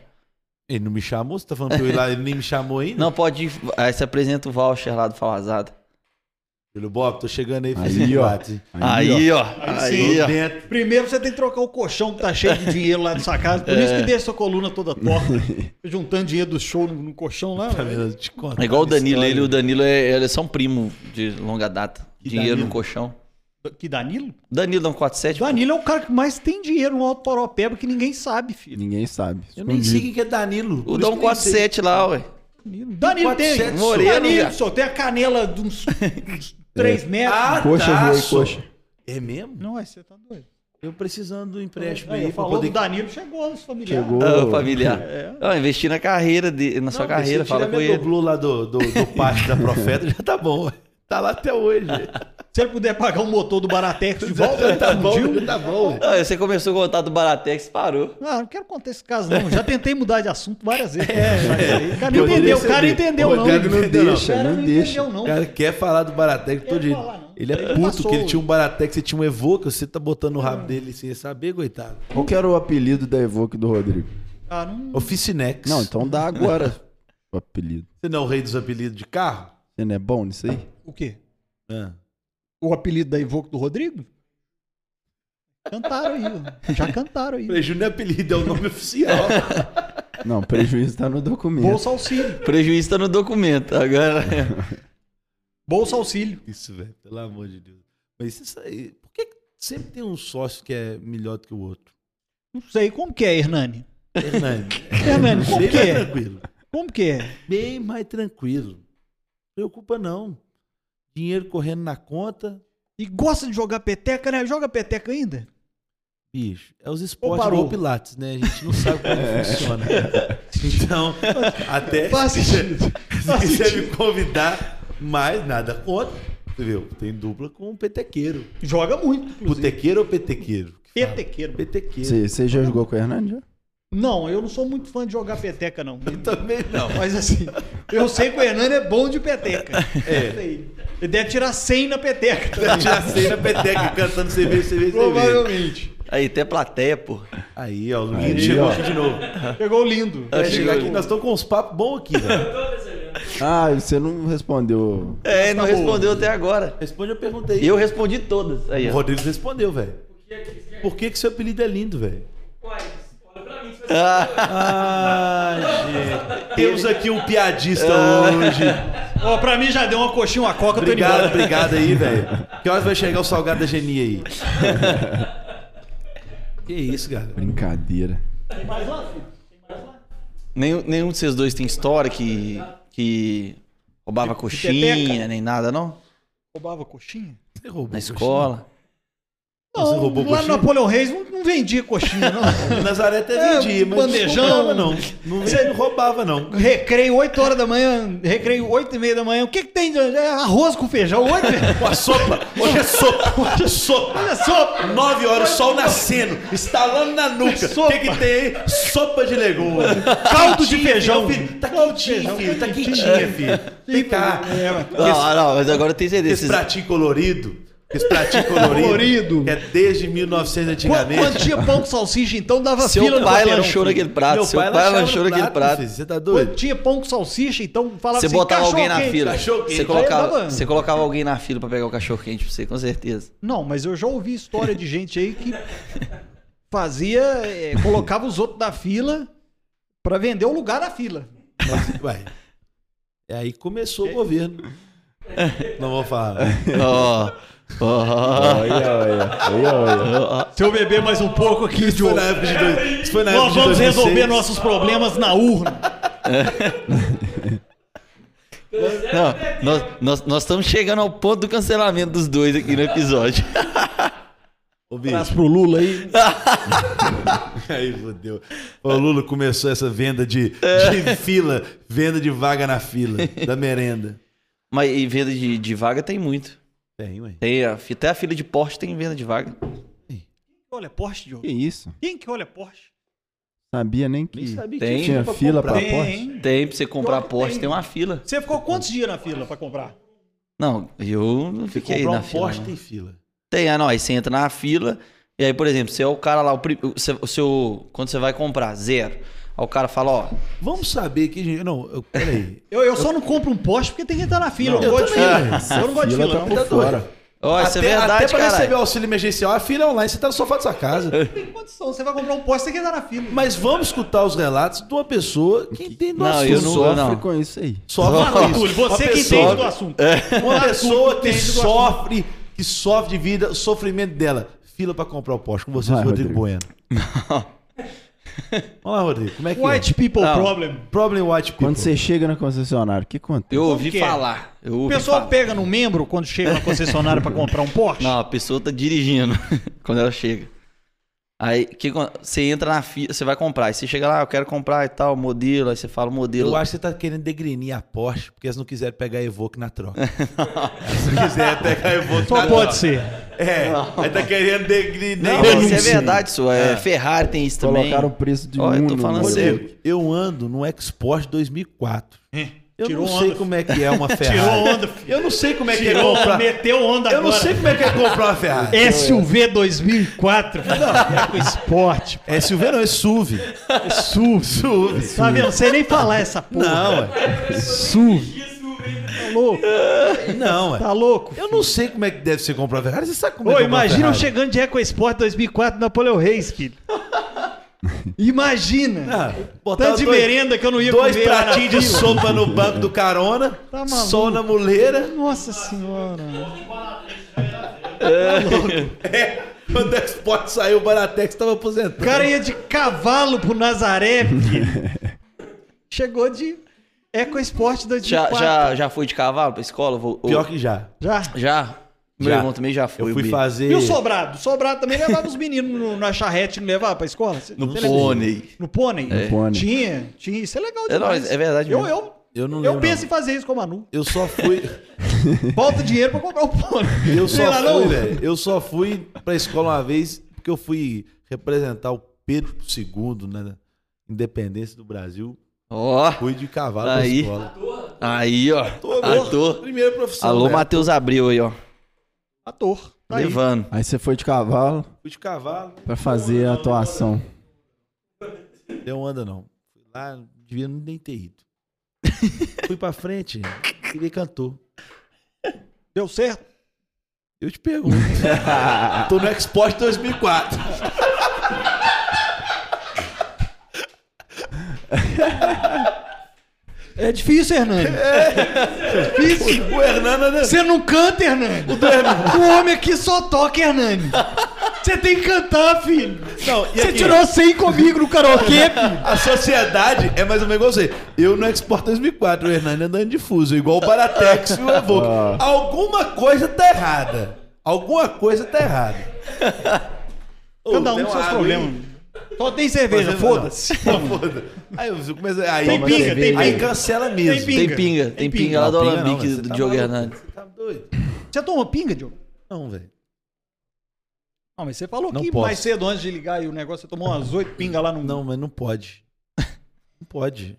Ele não me chamou? Você tá falando pra eu ir lá, ele nem me chamou ainda?
Não, pode ir. Aí você apresenta o voucher lá do Falazada.
Júlio Bob, tô chegando aí fazer
Aí, ó.
Pilates. hein?
Aí, ó.
Tô
Aí, ó.
dentro.
Primeiro você tem que trocar o colchão que tá cheio de dinheiro lá da sua casa.
É.
Por isso que deixa sua coluna toda torta. Juntando dinheiro do show no, no colchão lá.
Tá vendo? Eu te contar
É igual o
uma
Danilo,
história.
ele e o Danilo é, eles são primo de longa data. Dinheiro
Danilo?
no colchão.
Que Danilo?
Danilo dá um 47.
Danilo é o cara que mais tem dinheiro no Alto Paropeba que ninguém sabe, filho.
Ninguém sabe.
Eu nem sei quem que é Danilo.
O dá um 47 lá, ué.
Danilo, Danilo tem.
400
Moreno,
Danilo,
cara.
só tem a canela de uns 3 metros.
Ah,
Coxa,
tá,
joelho,
só.
coxa.
É mesmo?
Não, aí você tá doido.
Eu precisando do empréstimo
Aí,
aí pra
falou
poder...
do Danilo, chegou nos familiares.
Chegou.
Ah, o familiar.
É.
Ó, investir na carreira dele, na sua
Não,
carreira,
se tirar
fala com
minha
ele.
doblô lá do, do, do pátio da Profeta, já tá bom. Tá lá até hoje.
Se ele puder pagar o motor do Baratex de volta,
tá bom,
um dia,
já tá bom.
Ah, você começou a contar do Baratex, parou.
Ah, não quero contar esse caso, não. Já tentei mudar de assunto várias vezes. o cara
Eu
entendeu, o cara
percebi.
entendeu,
O
não.
É, Rodrigo não
O cara
deixa, não deixa.
entendeu, não.
O cara quer falar do Baratec todo
Quer
dia.
falar, não.
Ele é
Ele
puto,
passou. Hum.
que ele tinha um Baratec, você tinha um Evoca, você tá botando o rabo dele sem saber, coitado.
Qual que era o apelido da Evoque do Rodrigo?
Ah, não-
Oficinex.
Não, então dá agora o apelido.
Você não é o rei dos apelidos de carro?
Você não é bom nisso aí?
O quê?
Ah.
O apelido da Evoque do Rodrigo? Cantaram aí, ó. já cantaram aí.
Prejuízo não é apelido, é o nome oficial.
Não, prejuízo tá no documento.
Bolsa Auxílio.
Prejuízo tá no documento. Agora.
Bolsa Auxílio.
Isso, velho, pelo amor de Deus. Mas isso aí, por que que sempre tem um sócio que é melhor do que o outro?
Não sei como que é, Hernani.
Hernani.
Hernani, como
Bem
que
mais
é?
tranquilo.
Como que é?
Bem mais tranquilo. Não preocupa, não. Dinheiro correndo na conta,
E gosta de jogar peteca, né? Joga peteca ainda?
bicho. É os esportes
parou?
ou Pilates, né? A gente não sabe como funciona. Então, é- até
Faz
se quiser-
sentido.
se quiser me convidar, mas nada contra. Você viu? Tem dupla com um petequeiro.
Joga muito, inclusive.
Putequeiro ou petequeiro?
Petequeiro.
Petequeiro.
Você, você já jogou com o Hernani já?
Não, eu não sou muito fã de jogar peteca, não.
Também não.
Mas assim, eu sei que o Hernani é bom de peteca.
É.
Eu sei. Ele deve tirar 100 na peteca. também.
Já sei na peteca cantando cerveja, cerveja, cerveja.
Provavelmente.
Aí, até plateia, pô.
Aí, ó, o
Aí,
lindo chegou
ó.
aqui de novo.
Pegou o lindo.
É.
Vai chegar
chegou.
aqui, nós estamos com uns papos bons aqui, velho.
Ah, você não respondeu.
É, não respondeu até agora.
Responde a pergunta aí.
Eu respondi todas. Aí,
O
ó.
Rodrigo respondeu, velho. Por que que seu apelido é lindo, velho?
Uai, olha pra mim, você vai
Ah,
Temos aqui um piadista hoje.
Ó, pra mim já deu uma coxinha, uma coca,
Obrigado,
Ah. tô indo embora.
obrigado aí, velho. Que horas vai chegar o salgado da Geni aí? Que isso, cara.
Brincadeira.
nenhum, nenhum de vocês dois tem história que. que roubava
peteca?
coxinha, nem nada, não?
Roubava coxinha?
Você roubou
Na escola.
Não, você roubou
lá no
coxinha?
Napoleão Reis não, não vendia coxinha, não.
coxinha? Nazaré até vendia,
É,
mas
bandejão.
não roubava, não. Não,
Você-
não roubava, não.
Recreio 8 horas da manhã, recreio 8 e meia da manhã. O que que tem? de- É arroz com feijão, 8
Uma sopa. Hoje é sopa. Hoje é sopa.
Olha só,
9 horas, sol nascendo, estalando na nuca. O
Sopa.
que, que tem aí? Sopa de legume.
Caldo de feijão.
Filho. Tá quentinho, filho. Tá quentinha, filho. Vem cá.
É, mas-
Não, ah, não, mas agora eu tenho certeza.
Esse
Vocês,
pratinho colorido. Esse pratinho colorido. que É desde 1900
Quando,
antigamente.
quando tinha pão com salsicha, então dava fila
Seu
no
pai
Boteirão,
lanchou
filho.
naquele prato. Seu pai
lanchava
lanchou
no
naquele prato.
filho, Você tá
Quando
doido?
tinha pão com salsicha, então falava
Você
assim,
botava alguém na
"Cachorro
fila.
quente".
cachorro quente.
Você
Aí dava-
colocava, você colocava alguém na fila pra pegar o cachorro quente pra você, com certeza.
Não, mas eu já ouvi história de gente aí que fazia, é, colocava os outros da fila pra vender o lugar da fila.
Ué. É aí que começou o governo. Não vou falar.
É. Ó. Ó.
Olha, olha, olha, olha.
Se eu beber mais um pouco aqui,
Isso foi na época de dois. Isso foi na época
Nós
de
vamos
2006.
resolver nossos problemas na urna.
Não, nós, nós, nós estamos chegando ao ponto do cancelamento dos dois aqui no episódio.
Ô, bicho.
Abraço pro Lula aí.
Aí, fodeu. O Lula começou essa venda de,
É.
de fila, venda de vaga na fila, da merenda.
Mas e venda de, de vaga tem muito.
Tem, ué.
Tem, a- até a fila de Porsche tem venda de vaga.
Olha, Porsche, Diogo.
Que isso?
Quem que olha Porsche?
Sabia nem que
Nem sabia
Hum, Tem.
que
tinha
pra
fila pra
comprar.
Tem,
Porsche.
hein?
Tem, pra você comprar
Pior que
Porsche,
tem.
tem uma fila.
Você ficou quantos dias na fila pra comprar?
Não, eu não fiquei
comprar
na
um
fila. né?
Porsche
não.
tem fila.
Tem, ah, não. Aí você entra na fila. E aí, por exemplo, você é o cara lá, o, pri- o seu- o seu. Quando você vai comprar, zero. Aí o cara fala, ó.
Vamos saber que. gente- Não, eu, peraí.
Eu, eu só não compro um Porsche porque tem que entrar na
é um
fila.
Não,
Eu, não
eu
gosto de
também,
fila.
A
Eu não gosto de
fila
fila.
tá por
não.
fora.
Ó, isso é
até,
verdade,
até pra
caralho.
receber o auxílio emergencial, a fila é online, você tá no sofá da sua casa.
É.
Tem condição. Você vai comprar um Porsche, você tem que entrar na fila.
Mas vamos escutar os relatos de é uma pessoa que entende do
Não,
assunto.
eu
Tu
não-
sofre
não.
com isso aí.
Sofre com
Fala,
isso.
Túlio, você
Uma
que
pessoa- É.
entende do assunto.
Uma pessoa que
entende do
sofre, que sofre de vida, o sofrimento dela. Fila pra comprar o Porsche. Com vocês,
Vai,
Rodrigo,
Rodrigo.
Bueno. Vamos lá, Rodrigo. Como é que
White people
Não.
problem.
é? Problem White People.
Quando você chega na concessionária, o que acontece?
Eu ouvi
que é?
falar. Eu
O
ouvi
pessoal
falar.
pega no membro quando chega na concessionária pra comprar um Porsche?
Não, a pessoa tá dirigindo quando ela chega. Aí que, acon- você entra na fila, você vai comprar. Aí você chega lá, "Ah, eu quero comprar e tal, modelo. Aí você fala o modelo.
Eu acho que você tá querendo degrenir a Porsche, porque eles não quiseram pegar a Evoque na troca. Se não quiser pegar a Evoque
Só
na
pode
troca.
ser.
É, aí tá querendo degrenar.
Não,
Rodrigo,
isso é verdade, sua. É, Ferrari tem isso também.
Colocaram o preço de um
Ó, eu tô
Uno,
falando
mano.
sério.
Eu ando no Export 2004. Eu
tirou
não sei
onda.
como é que é uma Ferrari.
Tirou onda, filho.
Eu não sei como é que é
Tirou,
comprar.
meteu onda
Eu não
agora.
sei como é que é comprar uma Ferrari.
SUV 2004. Não, é com esporte.
É SUV não, é SUV. É SUV. SUV.
Tá vendo? Não sei nem falar essa porra.
Não, ué.
SUV. Tá louco?
não, ué.
Tá louco?
Eu não sei como é que deve ser comprar uma Ferrari. Você sabe como é
Ô,
que é comprar uma
imagina eu
Ferrari?
chegando de EcoSport 2004 Napoleão Reis, filho. Imagina.
Ah, botar
Tanto de
dois-
merenda que eu não ia
Dois
comer lá na
pratinhos de
fila.
sopa no banco do carona,
Tá maluco.
som na muleira.
Nossa senhora.
É, quando a Sport saiu, o Baratex tava
O
aposentado.
cara ia de cavalo pro Nazaré, filho. Chegou de EcoSport
Já,
2004.
já, já foi de cavalo pra escola? Vou-
Pior que já.
Já?
Já? Meu
Já.
irmão também já foi.
Eu
o
fui
B.
fazer.
E o Sobrado? O Sobrado também levava os meninos no, na charrete, não levava pra escola? Cê-
No
cê lembra?
pônei.
No pônei?
No pônei.
Tinha, tinha. Isso é legal
É, não,
demais.
é verdade
Eu,
mesmo.
eu,
Eu não
eu
lembro,
penso
não.
em fazer isso com a Manu.
Eu só fui.
Falta dinheiro pra comprar o pônei.
Eu
Sei
só
lá,
fui,
não.
velho. Eu só fui pra escola uma vez porque eu fui representar o Pedro II, né? na Independência do Brasil.
Ó,
Fui de cavalo
Aí.
pra escola.
aí, ó. Ator.
Primeira profissão.
Alô,
velho.
Matheus Abreu aí, ó.
Ator. Tá aí.
levando.
Aí você foi de cavalo
Fui de cavalo.
pra fazer a atuação.
Deu onda, não. Fui lá, não devia nem ter ido. fui pra frente, ele cantou.
Deu certo?
Eu te pergunto. Tô no Export 2004.
É difícil, Hernani. É. Difícil.
O Hernando, né?
Você não canta, Hernani. O, homem aqui só toca, Hernani. Você tem que cantar, filho.
Não, e
Você
aqui?
tirou 100 comigo no karaokê, filho.
A sociedade é mais ou menos igual você. Eu no Export 2004, o Hernani andando de fuso, igual o Paratex e o Evoque. Alguma coisa tá errada. Alguma coisa tá errada.
Cada
Ô,
um
tem
com
uma
seus
água
problemas.
aí?
Só tem cerveja,
Não,
foda-se.
não, foda. Aí eu começo. Aí, é,
Tem pinga, tem
aí
pinga.
cancela mesmo.
Tem pinga.
Tem pinga, tem pinga, lá do
Não, pinga não,
Alambique
velho, você
do
tá
Diogo
maluco,
Hernandes.
Você tá doido?
Você tomou pinga, Diogo?
Não, velho.
Não, mas você falou
Não
que
posso.
mais cedo, antes de ligar aí o negócio, você tomou umas oito pingas lá no...
Não, mas não pode. Não pode.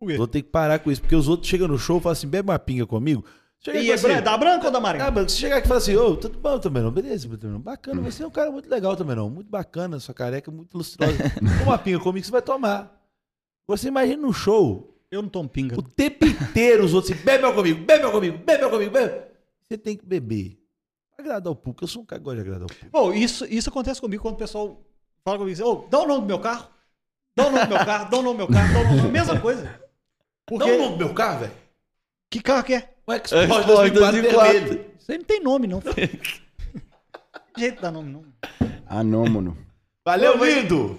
Por quê?
Vou ter que parar com isso, porque os outros chegam no show e falam assim: bebe uma pinga comigo. Chega e
E é
fala
bran-
assim,
da branca ou da
Ah,
marinha?
mano, se chegar aqui e falar assim, ô, tudo bom, Tamerão? Beleza, Tamerão? Bacana, você é um cara muito legal, Tamerão. Muito bacana, sua careca é muito lustrosa. Toma pinga comigo que você vai tomar. Você imagina no show,
Eu não tomo pinga.
o tempo inteiro os outros assim, bebeu comigo, bebeu comigo, bebeu comigo, bebeu. Você tem que beber. Pra agradar o público, eu sou um cara que gosta de agradar o público.
Pô, isso, isso acontece comigo quando o pessoal fala comigo assim, ô, dá o nome do meu carro, dá o nome do meu carro, dá o nome do meu carro, dá o nome do meu Mesma coisa. Porque,
Não no meu carro, velho.
que carro que é?
O Xbox
Xbox
2004
2004.
vermelho.
Isso aí não tem nome, não. filho. De jeito dá nome, não.
Anômono.
Valeu, lindo!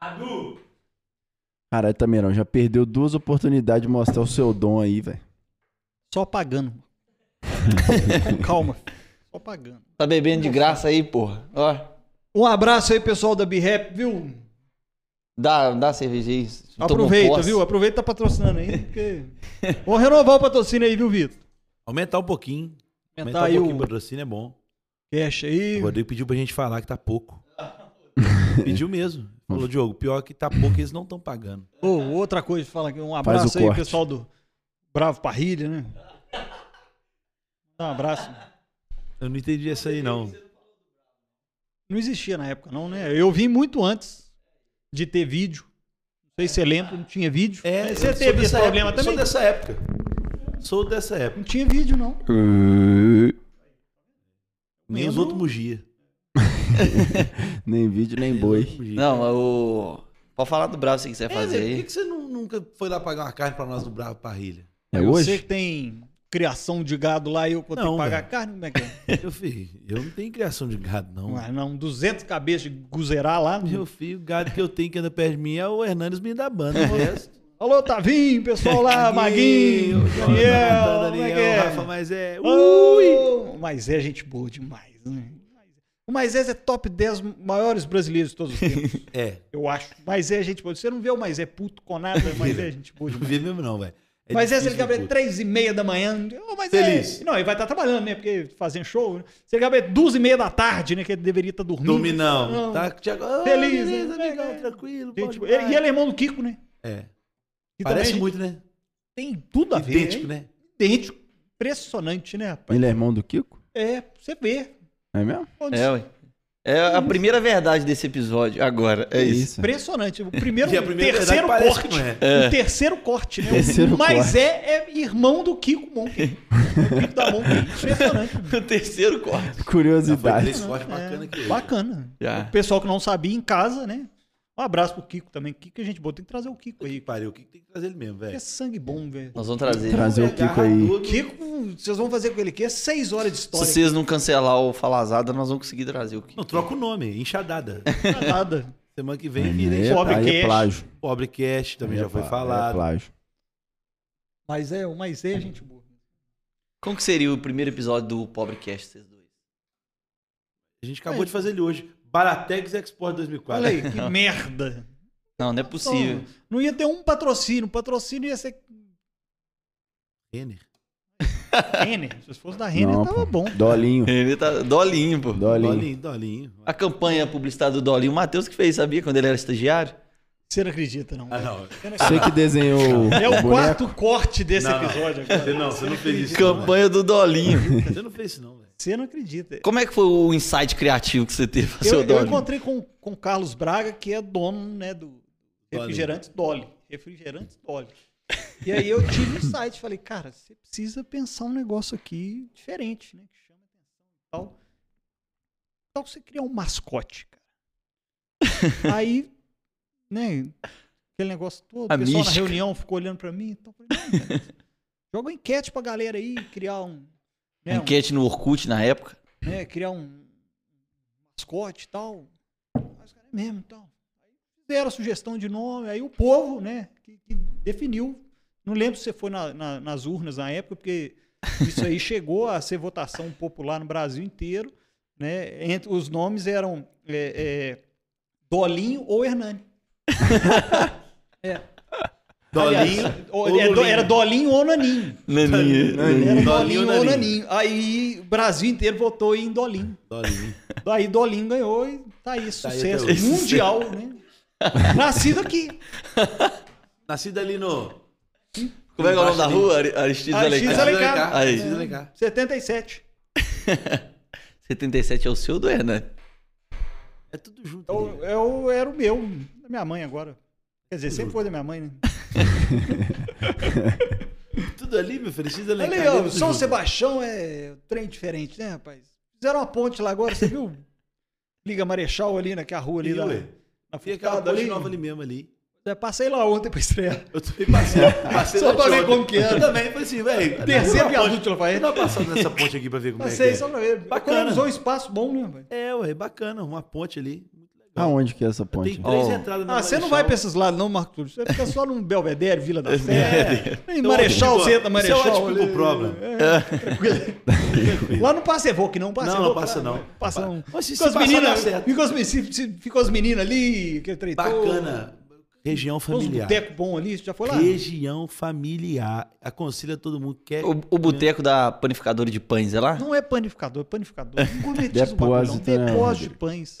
Adu,
Caralho, Tamerão, já perdeu duas oportunidades de mostrar o seu dom aí, velho.
Só pagando. Com calma. Só pagando.
Tá bebendo de graça aí, porra. Ó,
Um abraço aí, pessoal da B-Rap, viu?
dá, dá cerveja aí. se toma
Aproveita,
posse.
viu? Aproveita tá patrocinando aí. Porque... Vamos renovar o patrocínio aí, viu, Vitor?
Aumentar um pouquinho. Aumentar,
Aumentar aí
um pouquinho o
o
patrocínio é bom.
cash aí.
O Rodrigo pediu pra gente falar que tá pouco. pediu mesmo. Falou, Diogo, pior que tá pouco, eles não estão pagando.
Ô, outra coisa, fala aqui, um
Faz o
abraço aí,
corte.
pessoal do Bravo Parrilha, né? Um abraço.
Eu não entendi essa aí, não.
Não existia na época, não, né? Eu vim muito antes de ter vídeo. Não sei se você lembra, não tinha vídeo. Mas É, você
eu É, sou
teve esse
dessa
problema
época,
também?
Sou dessa época. Sou dessa época.
Não tinha vídeo, não.
Nem os
Lembro.
outros mugia.
nem vídeo, nem boi.
Não, mas o. Pode falar do Bravo se quiser
É,
fazer
velho,
aí.
por que, que você nu- nunca foi lá pagar uma carne pra nós do Bravo Parrilha?
É
Eu
hoje?
sei que tem criação de gado lá e eu vou ter
Não,
que pagar
velho.
carne, como é que é?
Meu filho, eu não tenho criação de gado, não.
Mas não, 200 cabeças de guzerá lá. né?
Meu filho, o gado que eu tenho que anda perto de mim é o Hernandes me da banda.
É.
O resto.
Alô, Tavinho, pessoal lá, Maguinho,
Daniel, Jonathan,
Daniel, como é que
Então, Daniel,
é?
Rafa, mas é.
Ui! O Moisés é gente boa demais, né? O Moisés é top 10 maiores brasileiros de todos os tempos,
É,
eu acho. Moisés é gente boa. Você não vê o Moisés puto com nada, o Moisés é gente boa
não
demais.
vi mesmo, não, velho. É
Moisés, se ele
difícil,
cabe
puta.
3 e meia da manhã. Ô, Moisés,
Feliz.
Não, ele vai estar trabalhando, né? Porque fazendo show. né? Se ele cabe 12 e meia da tarde, né? Que ele deveria estar dormindo.
Dormir não.
Não.
Tá, Thiago? Ah,
Feliz,
beleza,
né?
amigão,
É, é.
tranquilo. bom
Gente, boa.
demais.
ele, e ele é irmão do Kiko, né?
É.
Que também a
Parece
gente
muito, né?
Tem tudo a ver.
Idêntico,
né?
né?
Idêntico. Impressionante, né, rapaz?
Ele é irmão do Kiko?
É, pra você vê.
É mesmo?
Onde
É, ué. É a primeira verdade desse episódio agora. É isso.
Impressionante. O primeiro,
E a primeira
um terceiro
verdade parece
corte.
que não é.
O terceiro corte, né?
Terceiro
Mas
corte.
É, é irmão do Kiko Monk. o Kiko da Monk. é Impressionante.
O terceiro corte.
Já foi
Curiosidade.
três cortes bacana
É,
que
Bacana.
Já.
O pessoal que não sabia em casa, né? Um abraço pro Kiko também. Kiko, a gente boa. Tem que trazer o Kiko aí.
Que pariu, o que que tem que trazer ele mesmo,
É
velho?
sangue bom, velho.
Nós vamos trazer.
Trazer o Kiko aí.
Kiko, vocês vão fazer com ele aqui? É seis horas de história.
Se vocês não cancelar o Falazada, nós vamos conseguir trazer o Kiko.
Não, troca o nome, enxadada.
Não é nada.
Semana que vem vira
Aí é,
Pobre
aí
cash.
é plágio.
Pobre Cash, também
Aí
já
é
foi
plá- É
falado.
plágio.
Mas é, o mais é, gente boa.
Como que seria o primeiro episódio do Pobrecast, vocês dois?
a gente acabou de fazer ele hoje. Baratex Export 2004.
Olha aí, que merda.
Não, não é possível.
Não ia ter um patrocínio. O patrocínio ia ser
Renner.
Renner. Se fosse da Renner,
Não,
tava
pô.
bom.
Dolinho.
Ele tá dolinho, pô.
Dolinho.
Dolinho, dolinho.
A campanha publicitária do Dolinho, o Matheus que fez, sabia? Quando ele era estagiário.
Você não acredita, não.
Ah, não.
Você que desenhou
É o
boneco.
quarto corte desse
Não, não.
episódio agora.
Você não, você não fez isso. não,
Campanha do Dolinho.
velho. Você não fez isso, não, velho.
Você não acredita.
Como é que foi o insight criativo que você teve pra ser
Eu,
o
eu
Dolinho?
encontrei com com o Carlos Braga, que é dono né, do refrigerante Dolly. Refrigerante Dolly. E aí eu tive um site, falei, cara, você precisa pensar um negócio aqui diferente, né? Que chama atenção e tal. Então você criar um mascote, cara. aí, né, aquele negócio todo,
A
o pessoal
mística.
na reunião ficou olhando pra mim, então eu falei, não, cara, joga uma enquete pra galera aí, criar um. né, um-
Enquete no Orkut na época.
né, criar um mascote e tal. Mas cara, é mesmo, tal. Aí fizeram a sugestão de nome, aí o povo, né, que, que definiu. Não lembro se você foi na- na- nas urnas na época, porque isso aí chegou a ser votação popular no Brasil inteiro, né? Entre os nomes eram é, é, Dolinho ou Hernani.
Dolinho.
Aliás,
ou
é, do-
Dolinho?
era Dolinho ou Naninho.
Naninha.
Era
Dolinho
Dolinho,
ou
ou
Naninho?
Naninho. Aí o Brasil inteiro votou em Dolinho.
Dolinho.
Daí Dolinho ganhou e tá aí,
Tá aí
sucesso
até hoje.
mundial, né? Nascido aqui.
Nascido ali no.
Como é que é o nome da rua? Ari- Aristides
Aristides
Alencar.
Alencar.
Aí.
Precisa ligar.
77.
77 é o seu do Hernan?
É tudo junto. ali.
Eu, Então, eu era o meu, da minha mãe agora. Quer dizer, sempre foi da minha mãe, né?
Tudo ali, meu filho. Precisa ligar.
Ali,
é
ó, um
tudo
São
junto.
Sebastião é trem diferente, né, rapaz? Fizeram uma ponte lá agora, você viu? Liga Marechal ali né, naquela rua ali.
E,
Da,
ué,
na
Tem aquela
Furtado
ponte nova ali mesmo ali.
É, Passei lá ontem pra estreia.
Eu também passei. passei
Só
lá
pra
de
ver
ontem.
como que era.
Eu também falei assim, velho.
Terceiro
dá uma
viaduto,
ponte-
Rafael.
Dá uma passada tá nessa ponte aqui pra ver como é
Passei
que
só
é.
pra ver.
Bacana.
Economizou um espaço bom, né, rapaz?
É, ué, bacana. Uma ponte ali. Muito legal.
Aonde que é essa
Tem
ponte?
três
Ó.
entradas na
Ah, você não
Marechal. É
vai pra esses lados, não, Marco Túlio. Você fica só num Belvedere, Vila da Fé.
Belvedere.
Em Marechal,
Então,
Centro, Marechal.
isso é o atípico
ali.
problem.
É, tranquilo. Lá não passa Evoque, não. Passa
Não, não
Evoque,
passa,
lá,
não.
Passa não.
Mas se-
Fica
se
as
passar, dá
meninas
certo.
fica as meni- se- se- fica as meninas ali, aquele trem todo.
Bacana. Região
Tem Uns
familiar.
botecos bons ali, você já foi lá?
Região familiar. Aconselho a todo mundo que quer.
O, o boteco da panificadora de pães é lá?
Não é panificador, é panificador. Não gourmetiza o bagulho, não.
Depósito, né,
Depósito de
Rodrigo?
pães.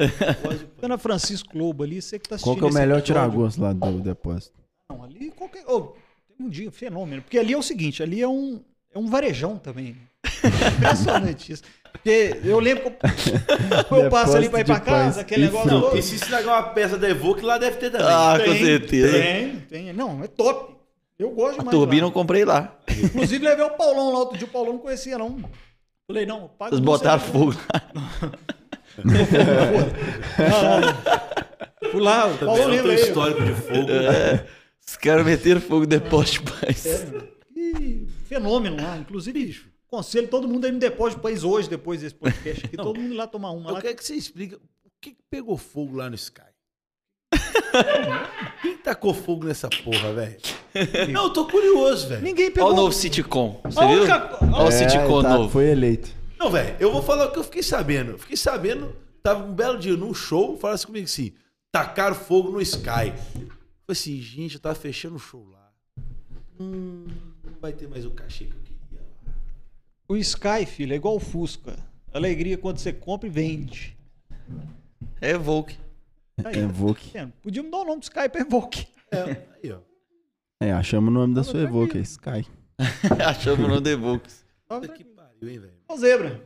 Dona Francisco Lobo ali, você que tá assistindo
Qual que é o
esse
melhor
episódio.
tiragosto lá do depósito?
Não, ali qualquer. ô, tem um dia, fenômeno. Porque ali é o seguinte, ali é um, é um varejão também. Impressionante isso. Porque eu lembro que eu, eu passo ali pra ir pra
Depósito de pães
casa, aquele
e
negócio
frutas.
todo.
E se estragar uma peça da Evoque, lá deve ter também.
Ah, com
Tem,
certeza.
Tem, tem. Não, é top. Eu gosto
A
demais.
turbina
lá.
eu comprei lá.
Inclusive, levei o Paulão lá outro dia. O Paulão não conhecia, não. Falei, não, paga
Eles
pra você,
botaram
não.
fogo lá.
Fui lá, o
Também
Paulão
não
lembra
tá tem um
aí.
histórico de fogo. né?
Os caras meteram fogo depois de pães.
Que fenômeno lá, inclusive. Conselho todo mundo aí no depósito de país hoje, depois desse podcast aqui.
Não.
Todo mundo ir lá tomar uma
Eu
lá.
quero Então, que você explique o que, que pegou fogo lá no Sky. Quem tacou fogo nessa porra, velho? Não, eu tô curioso, velho.
Ninguém
Olha o
pegou.
novo Citicom. Você
A
viu?
única-
Olha o Citicon
tá,
novo.
Foi eleito.
Não, velho, eu vou falar o que eu fiquei sabendo. Eu Fiquei sabendo, tava um belo dia num show, falaram comigo assim: tacaram fogo no Sky. Eu falei assim, gente, eu tava fechando o show lá. Hum, não vai ter mais o cachê que eu queria.
O Sky, filho, é igual o Fusca. Alegria quando você compra e vende.
É Volk.
Tá aí.
É Evoque.
É, Podíamos dar o nome do Sky pra Evoque.
É, aí, ó.
É, achamos o nome da sua Evoque, é Sky.
Achamos no The Volks.
Puta que pariu, hein, velho.
Ó, zebra.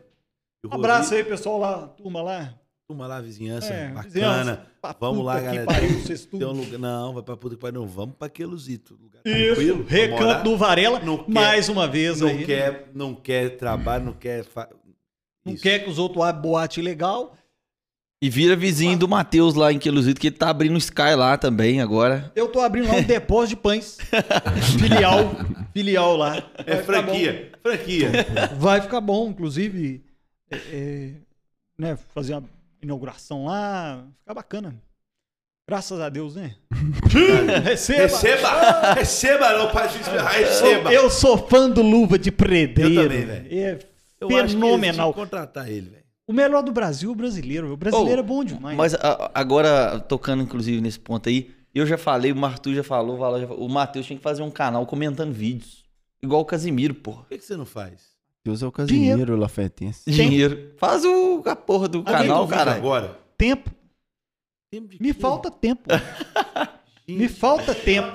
Eu
Um abraço
rolei,
aí, pessoal lá, turma lá.
Turma lá, vizinhança.
É,
bacana.
vizinhança. Pra
Vamos lá,
puta que
galera.
pariu,
Tem um-
vocês
tem
tudo.
um lugar- Não, vai pra puta que pariu. Não, vamos pra Queluzito. Lugar
Isso,
tranquilo, pra morar.
recanto do Varela,
Não quer-
mais uma vez
Não
aí.
quer, não quer trabalho, não quer. fa-
Não
Isso.
quer que os outros abram boate legal.
E vira vizinho do Matheus lá em Queluzito, que ele tá abrindo o Sky lá também agora.
Eu tô abrindo lá um depósito de pães. filial. Filial lá.
É
Vai ficar bom.
franquia. Franquia.
Vai ficar bom, inclusive, é, é, né, fazer uma inauguração lá, ficar bacana. Graças a Deus, né? Receba!
receba! receba, não, Patrícia. Receba!
Eu sou fã do Luva de Predeiro.
Eu também, velho.
É
Eu acho que tipo- eles tinham
fenomenal.
que contratar ele, velho.
O melhor do Brasil é o brasileiro. O brasileiro é bom demais.
Mas a- a- agora, tocando inclusive nesse ponto aí, eu já falei, o Martu já falou, o Valor já falou, o Matheus tinha que fazer um canal comentando vídeos. Igual o Casimiro, porra.
Por que, que você não faz?
Deus é o Casimiro Lafetense.
Dinheiro. Faz o, a porra do canal,
Tem vídeo
caralho.
Agora.
Tempo.
Tempo de
Me
quê?
falta tempo. Me falta tempo.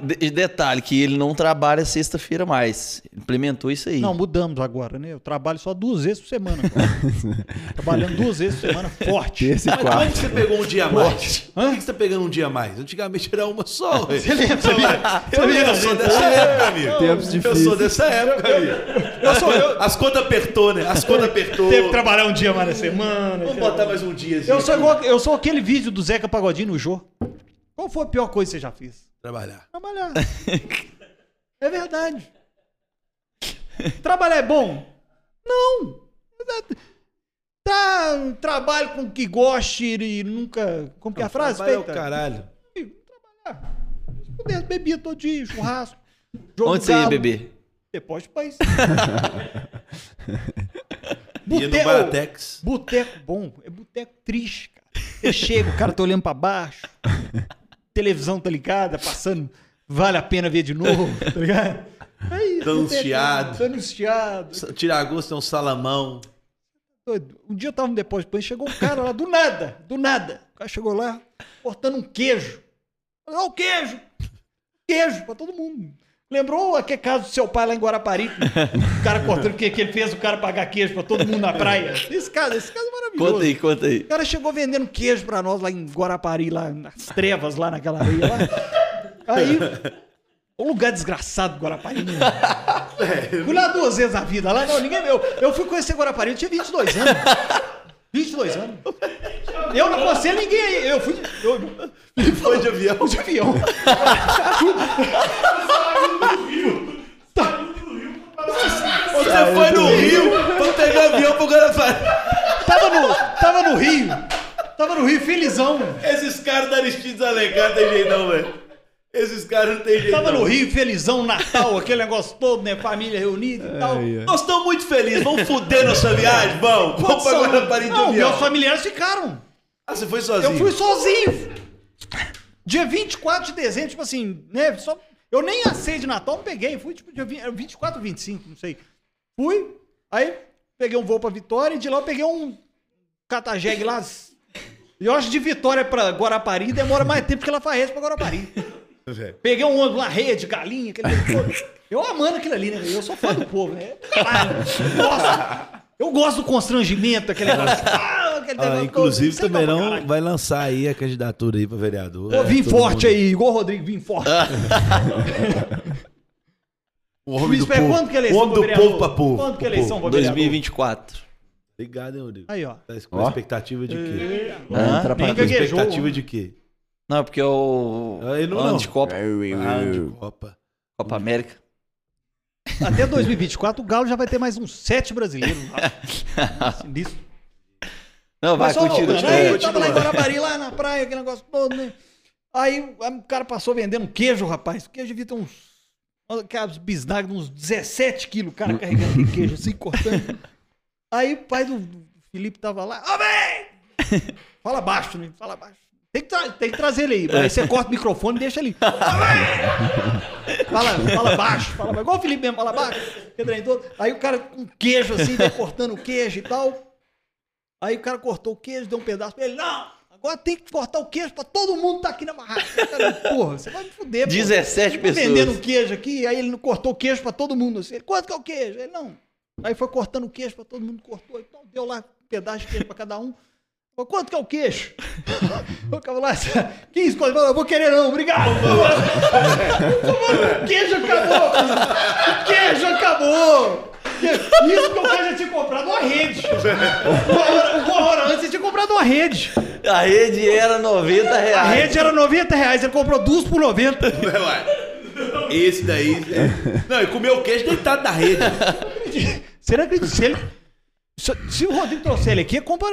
De- detalhe, que ele não trabalha sexta-feira mais. Implementou isso aí.
Não, mudamos agora, né? Eu trabalho só duas vezes por semana. agora. Trabalhando duas vezes por semana, forte.
Terça e
Mas como é
quarta.
que você pegou um dia a mais? Por
Hã?
que que você tá pegando um dia a mais? Antigamente era uma só. ué.
Você lembra?
Eu, eu sou dessa época, amigo.
Tempos
Eu
difíceis.
sou dessa época, amigo. As contas apertou, né? As contas apertou.
Teve que trabalhar um dia mais na semana.
Vamos botar mais um dia.
Eu sou, igual, eu sou aquele vídeo do Zeca Pagodinho no Jô. Qual foi a pior coisa que você já fez?
Trabalhar.
Trabalhar. é verdade. Trabalhar é bom? Não. Tra- trabalho com o que goste e nunca. Como que é a frase?
Trabalhar é o
Feita?
caralho.
Fudeu, bebia todo dia, churrasco. jogo
Onde você ia
galo,
beber?
Depois de país.
Ia no
Boteco,
Baratex.
boteco bom, é boteco triste, cara. Você chega, o cara tá olhando pra baixo, televisão tá ligada, passando, vale a pena ver de novo, tá ligado? É isso.
Dando um
boteco,
chiado.
Dando um chiado.
Tiragosto é um salamão.
Doido. Um dia eu tava no depósito de pães, chegou um cara lá, do nada, do nada. O cara chegou lá, cortando um queijo. Olha o queijo! Queijo pra todo mundo. Lembrou aquele caso do seu pai lá em Guarapari? o cara cortando que, que ele fez o cara pagar queijo pra todo mundo na praia. Esse caso, esse caso é maravilhoso.
Conta aí, conta aí.
O cara chegou vendendo queijo pra nós lá em Guarapari, lá nas trevas, lá naquela areia lá. Aí, um lugar desgraçado do Guarapari. Né?
É,
Fui lá duas vezes na vida. Lá não, ninguém meu. Eu fui conhecer Guarapari, eu tinha 22 anos. 22 anos. Eu não conheci ninguém aí. Eu fui. Eu,
E foi de avião.
de avião.
Você foi no Rio pra pegar avião pro Guarapari.
Tava no, tava no Rio. Tava no Rio, felizão.
Esses caras da Aristides Alencar não tem jeito não, velho. Esses caras não tem jeito
Tava
não.
no Rio, felizão, Natal, aquele negócio todo, né? Família reunida
É,
e tal.
Ai, ai.
Nós estamos muito felizes. Vamos fuder nossa viagem? Vamos. Vamos pra
São-
Guarapari de
Não,
avião.
meus familiares ficaram.
Ah, você foi sozinho?
Eu fui sozinho. Dia 24 de dezembro, tipo assim, né? Só... Eu nem aceito de Natal, não peguei. Fui, tipo, dia 20, era 24, 25, não sei. Fui, aí peguei um voo pra Vitória e de lá eu peguei um catajegue lá. E eu acho de Vitória pra Guarapari demora mais tempo que Lafayette pra Guarapari. Peguei um ônibus lá, rede, galinha, aquele negócio todo. Eu amando aquilo ali, né? Eu sou fã do povo, né? Nossa, eu gosto do constrangimento, aquele negócio. Ah, aquele
Ah,
negócio
inclusive,
todo. Isso é bom pra
Tamerão
caralho.
vai lançar aí a candidatura aí pra vereador.
Ô, vim
Todo
forte
mundo- Ah.
aí, igual o Rodrigo, vim forte.
O Um homem
Luiz
do
Pé,
povo.
quando que é eleição
O homem
pra
do
vereador?
povo pra povo.
Quando que é
Pro
eleição
povo.
pra vereador?
2024.
Obrigado, hein, Rodrigo.
Aí, ó.
Tá com
Ó.
expectativa de quê?
Hã?
Entra pra
nem
é
cá.
que- gaguejou.
expectativa de quê?
Não, porque é o.
Ah, ele não,
ano
não.
de Copa,
Ah, de Copa.
Copa América.
Até 2024, o Galo já vai ter mais uns sete brasileiros. lá. Sinistro.
Não, vai,
Mas só né?
continua.
voltando, Aí eu
continua.
tava lá em Guarapari, lá na praia, aquele negócio todo, né? Aí o o cara passou vendendo queijo, rapaz. O queijo devia ter uns. Aquelas bisnagas, uns 17 quilos, o cara
Hum.
carregando aquele queijo assim, cortando. Aí o pai do Felipe tava lá. Ô, bem! Fala baixo, né? Fala baixo. Tem que, tra- tem que trazer ele aí.
É.
mano. Aí você corta o microfone e deixa ele. Fala, fala baixo, fala baixo. Igual o Felipe mesmo, fala baixo. Pedrinho todo. Aí o cara com queijo assim, vai cortando o queijo e tal. Aí o cara cortou o queijo, deu um pedaço pra ele. Não! Agora tem que cortar o queijo pra todo mundo tá aqui na barraca. Eu falei, porra, você vai me fuder, porra.
17
Tô vendendo um
pessoas.
queijo aqui, aí ele não cortou o queijo pra todo mundo. Assim, ele, quanto que é o queijo? Ele, não. Aí foi cortando o queijo pra todo mundo, cortou. Então deu lá um pedaço de queijo pra cada um. Falei, quanto que é o queijo? o cara lá, 15, coisas. Eu vou querer não, obrigado. Tomando, o queijo acabou. O queijo acabou. Isso que é o cara já tinha comprado uma rede. Uma hora, uma hora antes ele tinha comprado uma rede.
A rede era 90
A
reais.
rede era 90 reais, ele comprou duas por 90.
Ué, ué. Esse daí. é- Não, e comeu o queijo deitado na rede.
Será que se ele. Se, se o Rodrigo trouxer ele aqui, compra.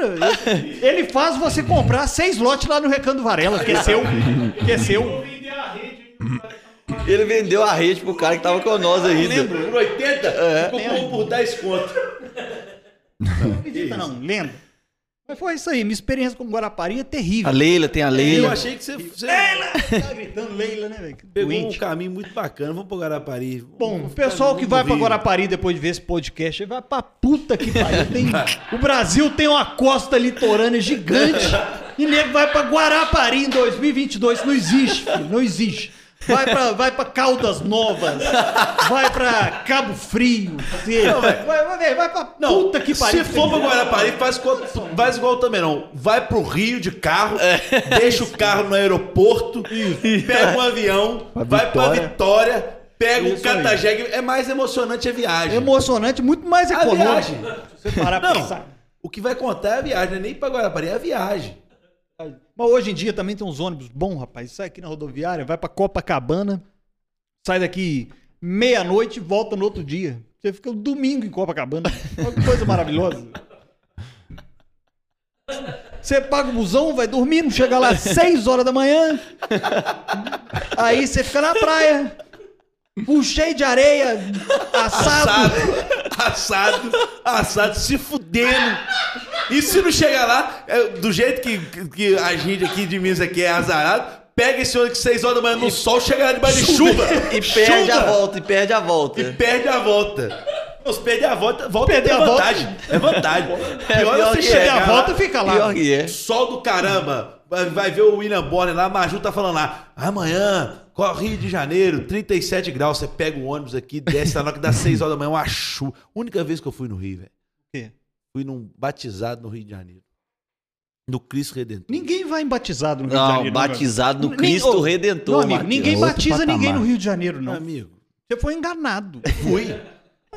Ele faz você comprar seis lotes lá no Recanto Varela, que é seu. Que é seu.
Ele vendeu a rede pro cara que tava com nós ainda.
Por 80, ficou um por 10 conto.
Não acredita, não, lenda. Mas foi isso aí, minha experiência com Guarapari é
A
terrível.
Leila, tem a
Eu
Leila.
achei que você, você
Tá gritando Leila, né, velho?
pegou
Doente.
um caminho muito bacana. Vamos pro Guarapari. Tá
Bom, o pessoal que vai pra
Guarapari.
Guarapari depois de ver esse podcast, ele vai pra puta que pariu. Tem- o Brasil tem uma costa litorânea gigante e nego vai pra Guarapari em 2022. Isso Não existe, filho, não existe. Vai pra, vai pra Caldas Novas, vai pra Cabo Frio. você- vai, vai, vai, vai pra
Não,
puta que pariu.
se for pra Guarapari, faz, co- faz igual também não. Vai pro Rio de carro, deixa o carro no aeroporto, pega um avião,
Pra
vai pra
Vitória.
Vitória, pega um
Isso aí.
catajegue. É mais emocionante a viagem.
Emocionante, muito mais
a
econômico.
viagem.
Se você parar pra
Não,
pensar.
o que vai contar é a viagem, não é nem pra Guarapari, é a viagem.
Mas hoje em dia também tem uns ônibus bons, rapaz. Sai aqui na rodoviária, vai pra Copacabana, sai daqui meia-noite e volta no outro dia. Você fica o domingo em Copacabana. Olha que coisa maravilhosa. Você paga o busão, vai dormindo, chega lá às 6 horas da manhã. Aí você fica na praia. Um cheio de areia, assado.
Assado, assado, assado, se fudendo. E se não chegar lá, é, do jeito que, que a gente aqui de Minas aqui é azarado, pega esse ônibus 6 horas da manhã no sol, chega lá debaixo de chuva.
E perde a volta, e perde a volta.
E perde a volta. Os perde a volta, volta
Perder
é
É. a volta.
vantagem. É vantagem.
É
Pior é
pior
você
que
Chega
chegar
a
lá,
volta, fica lá.
Pior que é.
sol do caramba, Vai, vai ver o William Bonner lá, a Maju tá falando lá, amanhã, corre Rio de Janeiro, 37 graus, você pega o ônibus aqui, desce lá na hora que dá 6 horas da manhã, é uma chuva. Única vez que eu fui no Rio, velho.
quê?
Fui num batizado no Rio de Janeiro. No Cristo Redentor.
Ninguém vai em batizado no Rio de
Não,
Janeiro. né, cara.
batizado no
Nem-
Cristo
ô, Não,
Redentor.
amigo,
Matheus.
ninguém
É outro
batiza
patamar.
ninguém no Rio de Janeiro, não.
amigo.
Você foi enganado.
Fui.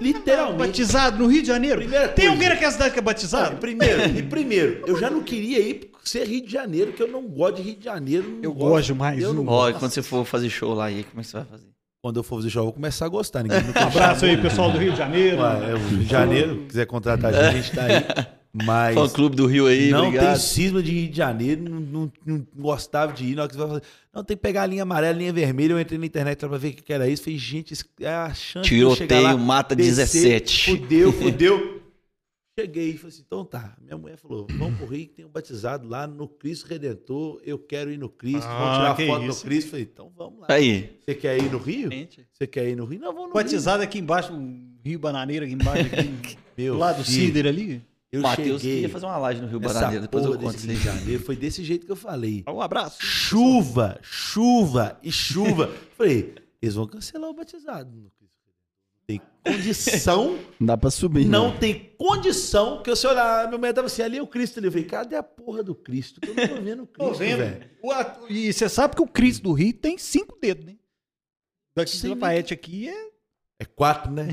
Literalmente.
Batizado no Rio de Janeiro?
Primeira
Tem
coisa.
alguém naquela cidade que é
Sabe,
batizado?
primeiro, e primeiro, eu já não queria ir por ser Rio de Janeiro, que eu não gosto de Rio de Janeiro. não
Eu gosto mais,
Eu não
um.
gosto.
Ó, quando você for fazer show lá, e aí como é que você vai fazer?
Quando eu for fazer show, eu vou começar a gostar. Ninguém me
Um abraço aí, pessoal do Rio de Janeiro.
Ué, é o Rio de Janeiro, quiser contratar a gente, a gente tá aí. Mas
Fã Clube do Rio aí,
não tem
obrigado.
cisma de Rio de Janeiro, não, não- não gostava de ir. Na hora que você vai fazer, não, tem que pegar a linha amarela, a linha vermelha. Eu entrei na internet pra ver o que que era isso. Falei, gente, isso é a chance de eu chegar lá,
Tiroteio, mata
descer,
17.
Fudeu, fudeu. Cheguei e falei assim, então tá. Minha mulher falou, vamos pro Rio que tem um batizado lá no Cristo Redentor. Eu quero ir no Cristo, vamos
Ah,
tirar
que
foto
isso.
no Cristo. Falei, então vamos lá.
Aí.
Você quer ir no Rio? Você quer ir no Rio? Não, vamos no
Batizado aqui embaixo, um Rio Bananeira aqui embaixo, aqui,
Rio.
do
Meu
lado do
filho,
Cider ali.
Eu
Matheus
cheguei
queria fazer uma live no Rio
nessa
Bananeira, depois eu
porra
conto
desse
isso aí.
Rio de Janeiro, foi desse jeito que eu falei.
Um abraço.
Chuva, chuva e chuva. falei, eles vão cancelar o batizado no Cristo Redentor. Não Tem condição
Não dá pra subir. né?
Não tem condição que eu se olhar, minha mulher tava assim, ali é o Cristo ali. Eu falei, cadê a porra do Cristo? Que eu não tô vendo o
Tô
Cristo,
vendo.
velho.
O ato- E você sabe que o Cristo do Rio tem cinco dedos, né? Daqui de
Sim,
Lafayette aqui é.
É quatro, né?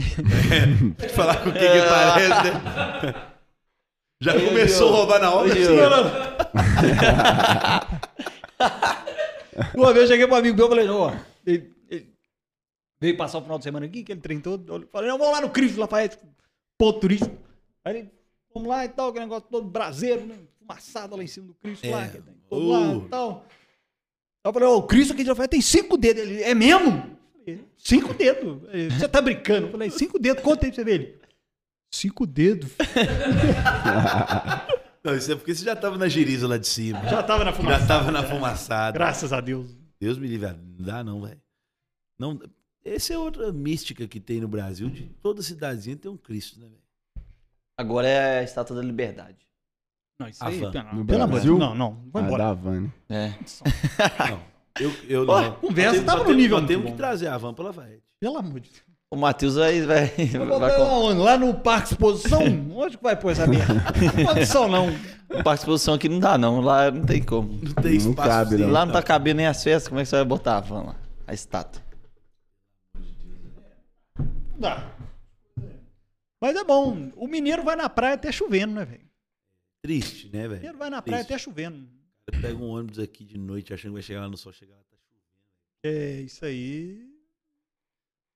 É, falar com o que, que parece, né? Já
é
começou a roubar na assim, hora?
Uma vez eu cheguei pro amigo meu e falei, não, ó, ele, ele veio passar o final de semana aqui, que ele trem todo. Eu falei, não, vamos lá no Cristo de Lafayette, ponto turístico. Aí ele, vamos lá e tal, que negócio todo braseiro, né? Fumaçada lá em cima do Cristo, lá,
É.
que tem todo lá
Uh.
e tal. Aí eu falei, ó, o Cristo aqui de Lafayette tem cinco dedos. Ele, é mesmo? Eu falei, Cinco dedos. Ele, Você tá brincando? Eu falei, cinco dedos, conta aí pra você ver ele. Cinco dedos.
Não, isso é porque você já tava na giriza lá de cima.
Já tava na fumaça.
Já tava na fumaçada.
Graças a Deus.
Deus me livre. ah, Não dá não, velho. Não... Essa é outra mística que tem no Brasil. De toda cidadezinha tem um Cristo, né, velho?
Agora é a Estátua da Liberdade.
Não, isso
A
aí,
van.
não,
Ah, No
pelo amor de
Brasil?
Deus. Não, não, vai
Ah,
embora.
dá, Vânia.
É.
Eu, eu
Ó,
não.
conversa
Nós temos- nós
tava no
temos-
nível
Nós
muito
temos que
bom.
trazer a van pra Lafayette.
Pelo amor de Deus.
O Matheus vai, vai, vai,
Vai botar
com-
aonde? Lá no Parque Exposição? Onde que vai pôr essa merda? Não pode só não.
participação aqui não dá, não. Lá não tem como.
Não tem
Não
espaço. assim,
cabe,
nenhum.
não.
Lá não tá cabendo nem as festas, como é que você vai botar a van lá? A estátua.
Não dá. Mas é bom. O mineiro vai na praia até chovendo, né, velho? O
Triste, né, velho?
mineiro vai na praia
Triste.
até chovendo.
Eu pego um ônibus aqui de noite achando que vai chegar lá no sol, chegar lá, tá chovendo.
É, isso aí.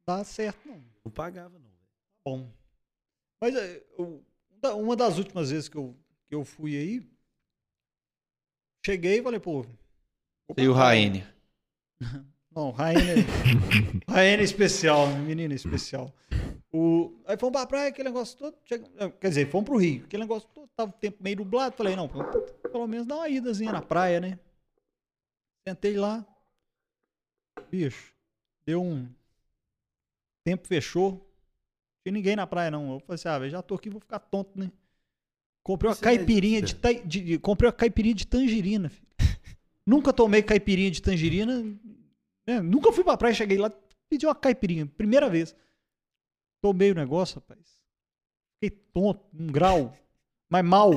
Dá certo, não. Tá
Não pagava, não.
Bom. Mas é, eu- da- uma das últimas vezes que eu, que eu fui aí, cheguei e falei, pô.
E o Raine.
Não, Rainha. Rainha especial, né? menina especial. O... Aí fomos pra praia, aquele negócio todo. chega- é, Quer dizer, fomos pro Rio. Aquele negócio todo, tava o tempo meio nublado. Falei, não, pelo- pelo menos dá uma idazinha na praia, né? Sentei lá. Bicho, deu um. Tempo fechou. Não tinha ninguém na praia, não. Eu falei assim, ah, velho, já tô aqui, vou ficar tonto, né? Comprei uma
Isso é
caipirinha de,
delícia.
tai- de- de- Comprei uma caipirinha de tangerina, filho. Nunca tomei caipirinha de tangerina. né? Nunca fui pra praia, cheguei lá, pedi uma caipirinha, primeira vez. Tomei o negócio, rapaz. Fiquei tonto, um grau. Mas mal,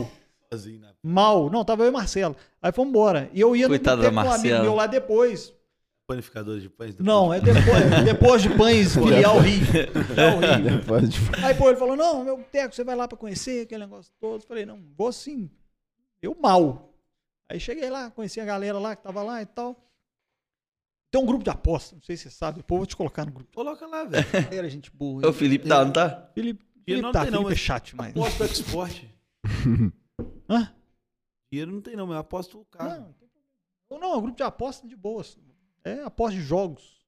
Sozinho na
mal. Não, tava eu e Marcelo. Aí fomos embora. E eu ia
Coitado
no boteco
da
com um amigo
Marcela.
meu lá depois.
panificadora de pães. do
Não, é depois, depois de pães filial Rio. Filial Rio.
Depois de...
Aí, pô, ele falou: não, meu boteco, você vai lá pra conhecer aquele negócio todo. Eu falei: não, vou sim. Eu mal. Aí cheguei lá, conheci a galera lá que tava lá e tal. Tem um grupo de aposta, não sei se você sabe, depois eu vou te colocar no grupo.
Coloca lá, velho.
Era gente boa.
É o Felipe tá, não tá?
Felipe,
Dinheiro
Felipe
não
tá,
tem não,
Felipe é
mas-
chato demais.
Aposto pro export.
Hã?
Dinheiro não tem, não, mas eu aposto o carro.
Não, ou não, é um grupo de aposta de boas. É aposta de jogos.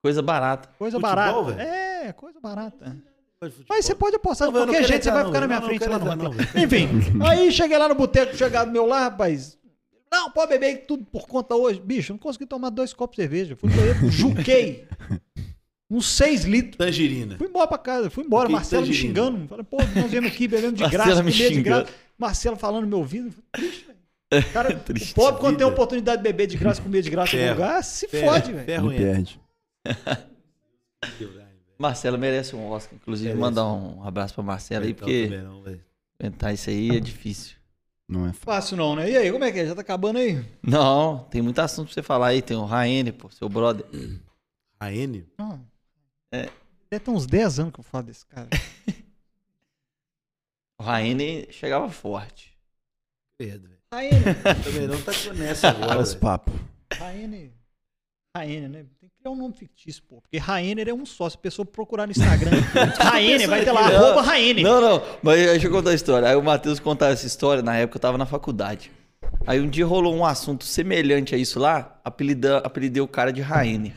Coisa barata.
Coisa
Futebol,
barata.
velho?
É, coisa barata.
Mas futebol-
Mas você pode apostar
Não,
de
velho, eu não
qualquer
quero
jeito, você
entrar,
vai
não,
ficar na minha
velho.
frente
Não,
lá
não
no
quero
boteco. Enfim, aí cheguei lá no boteco, chegaram do meu lá, rapaz. Não, pode beber aí tudo por conta hoje. Bicho, não consegui tomar dois copos de cerveja. Fui no banheiro, juquei. Uns seis litros.
Tangerina.
Fui embora pra casa, fui embora.
Fiquei
Marcelo me
tangerina.
xingando. Falei, pô, nós viemos aqui bebendo de
Marcelo
graça,
me
comendo de
xingando.
graça. Marcelo falando no meu ouvido. Bicho, velho,
É,
Cara,
Triste
o pobre, quando tem
vida.
oportunidade de beber de graça, comer de graça no
Ferro.
lugar, se
Ferro,
fode, velho.
ferro
Ele
entra.
perde.
Marcelo merece um Oscar, inclusive.
Merece.
Mandar um abraço pra Marcelo aí,
Então,
porque
também não, velho.
inventar isso aí é difícil.
Não é fácil.
Fácil não, né? E aí, como é que é? Já tá acabando aí?
Não, tem muito assunto pra você falar aí. Tem o Raene, pô, seu brother.
A N?
Ah,
É.
Deve ter uns 10 anos que eu falo desse cara.
O Raene chegava forte.
Pedro, velho.
Raene,
Também não tá nessa agora.
Olha os
velho.
papos.
Raene. Raene, né? Tem que criar um nome fictício, pô. Porque Raener é um só. Se a pessoa procurar no Instagram, Raene, vai ter lá,
aqui,
arroba Raene.
Não, não, mas deixa eu contar a história. Aí o Matheus contava essa história na época eu tava na faculdade. Aí um dia rolou um assunto semelhante a isso lá, apelida, apelidei o cara de Rainer.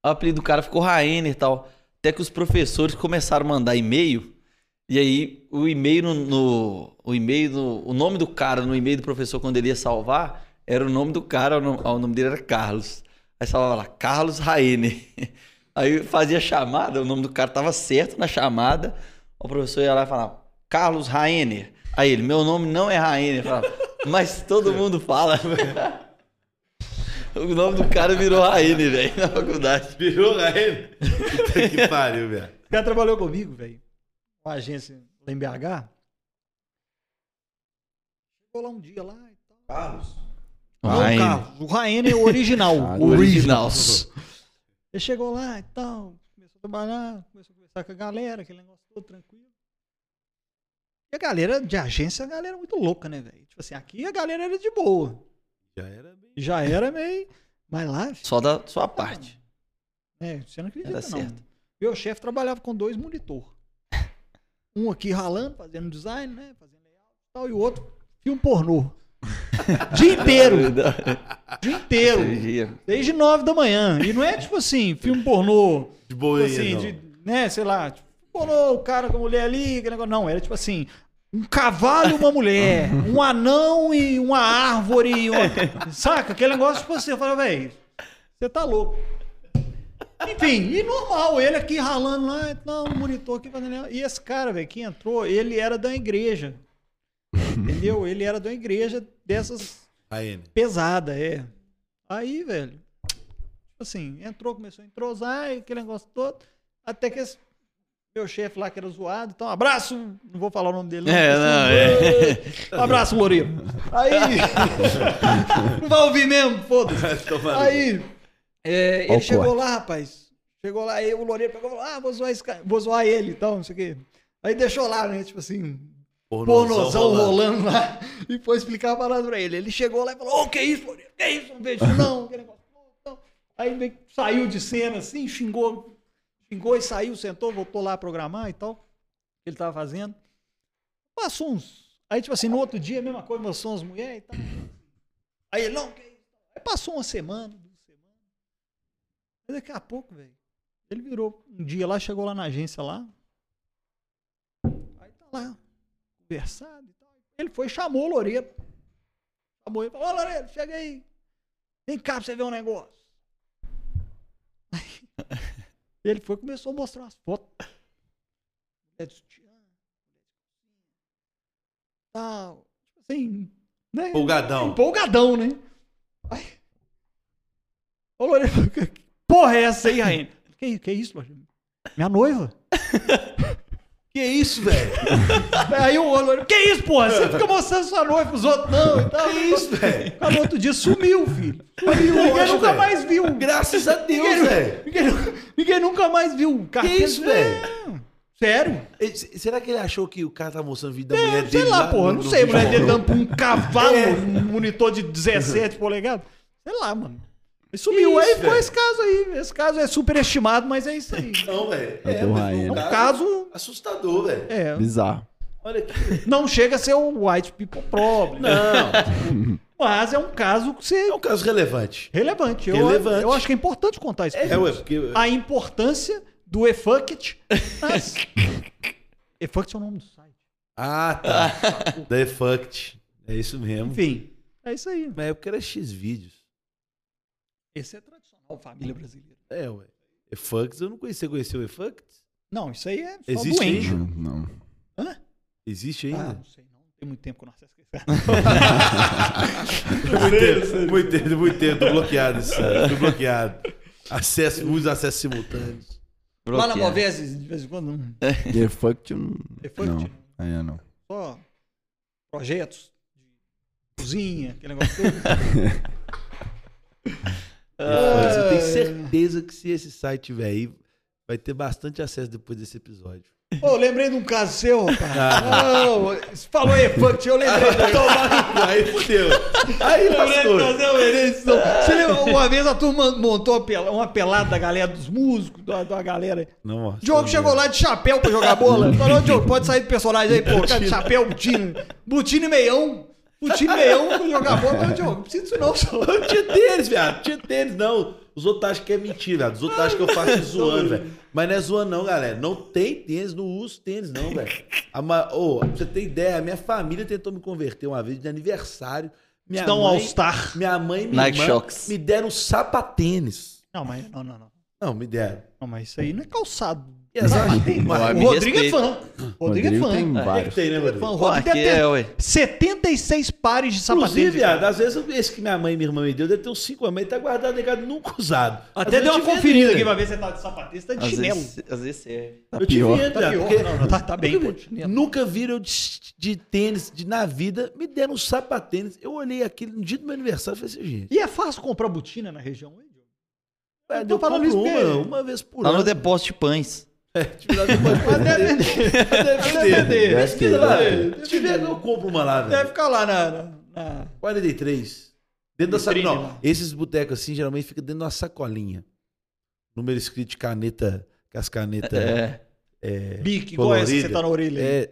Aí O apelido do cara ficou Rainer e tal. Até que os professores começaram a mandar e-mail. E aí o e-mail no, no- o e-mail no- o nome do cara no e-mail do professor quando ele ia salvar era o nome do cara, o nome, o nome dele era Carlos. Aí salvava lá Carlos Rainer. Aí fazia chamada, o nome do cara tava certo na chamada. O professor ia lá e falava Carlos Rainer. Aí ele, meu nome não é Rainer, falava, mas todo mundo fala. o nome do cara virou Rainer, velho, na faculdade.
Virou a N? Puta que pariu, velho.
O cara trabalhou comigo, velho. Uma agência lá em BH. Chegou lá um dia lá e tal. Não,
Rainer.
Carlos, o Raene é o original.
Ah,
o
Originals.
Ele chegou lá e tal, começou a trabalhar, começou a conversar com a galera, aquele negócio todo tranquilo. E a galera de agência, a galera é muito louca, né, velho? Tipo assim, aqui a galera era de boa.
Já era bem.
Já era meio. Mas lá,
Só da sua parte.
é, você não acredita,
Era
não.
certo.
Meu chefe trabalhava com dois monitor. Um aqui ralando, fazendo design, né? Fazendo layout e tal, e o outro filme pornô. dia inteiro, dia inteiro. Desde nove da manhã. E não é tipo assim, filme pornô.
De
Tipo
boinha,
assim,
não.
de- né, sei lá, tipo, colou o cara com a mulher ali, aquele negócio. Não, era tipo assim, um cavalo e uma mulher, um anão e uma árvore, e uma- saca? Aquele negócio, tipo assim, eu falo, velho, você tá louco. Enfim, e normal, ele aqui ralando lá, não, o monitor aqui fazendo. E esse cara, velho, que entrou, ele era da igreja. Entendeu? Ele era da igreja dessas
A N.
pesada, é. Aí, velho, tipo assim, entrou, começou a entrosar, e aquele negócio todo, até que esse meu chefe lá, que era zoado, então, abraço, não vou falar o nome dele, não,
É,
porque senão-
não, é.
Um abraço, Loureiro. Aí, não vai ouvir mesmo, foda-se. Aí, é, ele
Ó o
chegou lá, rapaz. Chegou lá, aí o Loureiro pegou e falou: Ah, vou zoar, esse cara, vou zoar ele e tal, não sei o quê. Aí deixou lá, né? Tipo assim, pornozão rolando. lá. E foi explicar a parada pra ele. Ele chegou lá e falou: Ô, que isso, Loureiro? Que isso? Não vejo, não. que negócio, não. Aí meio que saiu de cena assim, xingou, xingou e saiu, sentou, voltou lá a programar e tal. O que ele tava fazendo. Passou uns. Aí, tipo assim, no outro dia, a mesma coisa, mostrou umas mulheres e tal. Aí ele, não, que isso? Aí passou uma semana, duas semanas. Aí daqui a pouco, velho, ele virou um dia lá, chegou lá na agência lá. Aí tá lá, conversado e tal. Ele foi e chamou o Loreto. Chamou ele, falou, ô Loreto, chega aí. Vem cá pra você ver um negócio. Aí, ele foi e começou a mostrar as fotos. Mulher de sutiã, mulher de calcinha, Tal. Tipo assim, né?
Polgadão.
Empolgadão, né? Aí... Ô, Lorena, que que porra é essa aí, Rainha? Que, que isso, Lorena? Minha noiva.
Que isso, velho?
Aí o Lorena, que isso, porra? Você fica mostrando sua noiva pros outros, não. E tal. Que isso, velho? Aí no outro dia sumiu, filho. Sumiu, ninguém
lógico,
nunca
velho.
mais viu.
Graças a Deus, velho.
Ninguém, nu- ninguém nunca mais viu.
Que isso, velho?
Sério?
E se- Será que ele achou que o cara tá mostrando vídeo da mulher dele?
É, Sei lá, porra.
no-
Não
no
sei, a
vídeo
mulher dele
pornô?
dando pra um cavalo,
É.
um monitor de 17 polegadas. Sei lá, mano. E sumiu.
Que
aí
isso,
ficou
velho?
esse caso aí. Esse caso é superestimado, mas é isso aí.
Não, velho.
Até o
mas
Rainer.
É
num
um caso.
assustador, velho.
É.
né? Bizarro.
Olha aqui. velho.
Não chega a ser o white people problem.
Não,
Mas é um caso que você.
é um caso relevante.
Relevante. Eu,
Relevante.
eu acho que é importante contar isso.
É, ué, porque...
A importância do E-Fucket. nas- E-Fucket é o nome do site.
Ah, tá. The Fucked. É isso mesmo.
Enfim, é isso aí.
Na época era X-Vídeos.
Esse é tradicional, família brasileira.
É, ué. The Fucked, eu não conhecia. Você conheceu The Fucked?
Não, isso aí é só
Existe
doente.
ainda?
Não, não.
Hã?
Existe
Ah,
ainda?
não sei não. Tem muito tempo que eu não acesso esse cara.
Muito tempo, muito tempo, muito tempo. Tô bloqueado, isso, Tô bloqueado. Acesso, muitos acessos simultâneos.
Fala
Bloquear.
Moveses, de vez em quando. não.
The é Fucked não.
The É Fucked?
Não, ainda não.
Só projetos de cozinha, aquele negócio todo. É,
Olha, Você tem certeza que se esse site tiver aí, vai ter bastante acesso depois desse episódio.
Ô, lembrei de um caso seu, rapaz. Ô, você falou elefante, eu lembrei. um
Aí fudeu. Aí lascou.
Você lembra, uma vez a turma montou uma pela- uma pelada da galera dos músicos, da, da galera.
Não, ó,
Diogo
tá
chegou
vendo.
lá de chapéu pra jogar bola. Falou, Diogo, pode sair do personagem aí, pô. Cara, de chapéu, Butino. Butino e meião. Butino e meião pra jogar bola. Falou, Diogo, não precisa disso não, senhor.
Não tinha tênis, viado. Não tinha tênis, não. Os outros acham que é mentira, viado. Os outros acham que eu faço zoando, velho. Mas não é zoando, não, galera. Não tem tênis, não uso tênis, não, velho. A ma- Ô, pra você ter ideia, a minha família tentou me converter uma vez de aniversário. Minha
Estão
mãe,
um All-Star.
minha mãe e minha
Nike
irmã
Shox.
me deram sapatênis.
Não, mas não, não, não.
Não, me deram.
Não, mas isso aí não é calçado.
E as
Mas
armas-
tem-
Mas-
o
me
Rodrigo é
respeita.
fã. O Rodrigo é fã.
tem
O
O que, que
vários.
tem, né,
Rodrigo é fã.
Pô,
Rodrigo?
O Rodrigo
aqui
deve ter
é, ué.
76 pares de sapatilha.
Inclusive, viado, às vezes esse que minha mãe e minha irmã me deu deve ter uns 5 anos, mas tá guardado em casa, nunca usado.
Até
Às
deu
vezes
uma
eu te
conferida
vendo,
aqui pra ver se você tá de sapatista, tá de
Às
chinelo.
vezes, às vezes serve.
Tá
Eu te
pior.
vendo,
Tá
viado,
pior.
porque-
Não, não, tá, tá bem, pô, de chinelo.
Nunca viram de, de tênis, de, na vida, me deram um sapatênis. Eu olhei aquele no dia do meu aniversário e falei assim, gente,
E é fácil comprar botina na região? hein, Diogo?
eu,
tô falando
compro
isso
uma,
porque-
uma vez por
Lá no
ano.
depósito de pães.
Tipo, lá depois-
Mas deve vender. Deve
Deve ter.
vender.
Deve ter.
Sei lá,
Deve ter.
Se tiver, eu compro uma lá,
Deve
velho.
ficar lá na. na- na-
43. Dentro da sacolinha.
Vitrine né?
Não,
lá.
esses botecos assim, geralmente fica dentro de uma sacolinha. Número escrito de caneta, com as canetas... né?
É.
Bic, igual essa que você tá na orelha. aí.
É.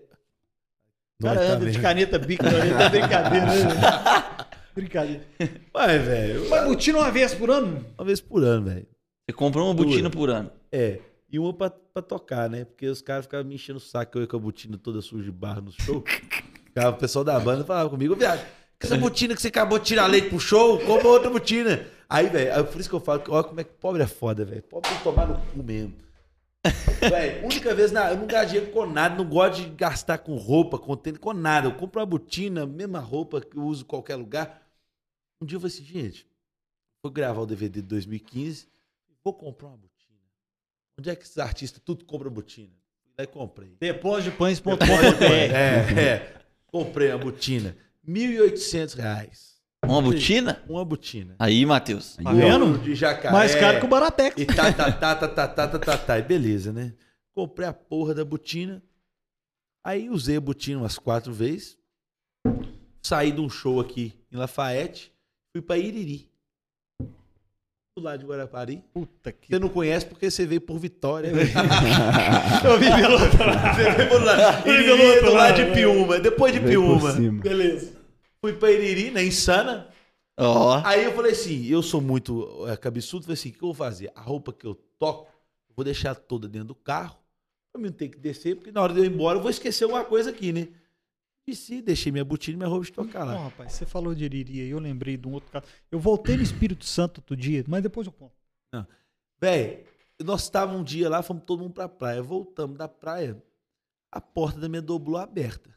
O
Nós
cara
tá
anda de
vendo.
caneta bic na orelha, tá brincadeira. né? brincadeira.
Vai, velho.
Mas botina uma vez por ano?
Uma vez por ano, velho.
Você compra uma
Dura.
botina por ano.
É. E uma pra, pra tocar, né? Porque os caras ficavam me enchendo o saco, que eu ia com a botina toda suja de barro no show. Ficava, o pessoal da banda falava comigo, "Ô, viado, que essa botina que você acabou de tirar leite pro show, compra outra botina. Aí, velho, aí por isso que eu falo, que olha como é que pobre é foda, velho. Pobre tem que tomar no cu mesmo. Véi, única vez, na, eu não gasto dinheiro com nada, não gosto de gastar com roupa, com tênis, com nada. Eu compro uma botina, mesma roupa que eu uso em qualquer lugar. Um dia eu falei assim, gente, vou gravar o DVD de 2015, vou comprar uma botina. Onde é que esses artistas tudo compram botina? Daí comprei.
Depois de pães.com.br.
É, é. Comprei a botina. R$ 1.800 reais.
Uma botina?
Uma botina.
Aí, Matheus.
Tá vendo?
De jacaré.
Ah, Mais caro que o Baratex.
E tá, tá, tá, tá, tá, tá, tá, tá, tá. E beleza, né? Comprei a porra da botina. Aí usei a botina umas quatro vezes. Saí de um show aqui em Lafayette. Fui pra Iriri. Do lado de Guarapari.
Puta que.
Você não conhece porque você veio por Vitória. né?
Eu vi pelo outro lado.
Você veio por lá.
pelo
Iriri é
outro
do lado
lado, né?
de Piúma. Depois de
Veio por
Piúma.
cima.
Beleza.
Fui pra Iriri, na Insana.
Ó.
Aí eu falei assim, eu sou muito é, cabeçudo, falei assim, o que eu vou fazer? A roupa que eu toco, eu vou deixar toda dentro do carro, pra mim não ter que descer, porque na hora de eu ir embora eu vou esquecer uma coisa aqui, né? E se deixei minha botina e minha roupa de tocar
Bom,
lá.
rapaz, você falou de Iriri aí, eu lembrei de um outro caso. Eu voltei no Espírito Santo outro dia, mas depois eu conto.
Véi, nós estávamos um dia lá, fomos todo mundo pra praia, voltamos da praia, a porta da minha doblô aberta.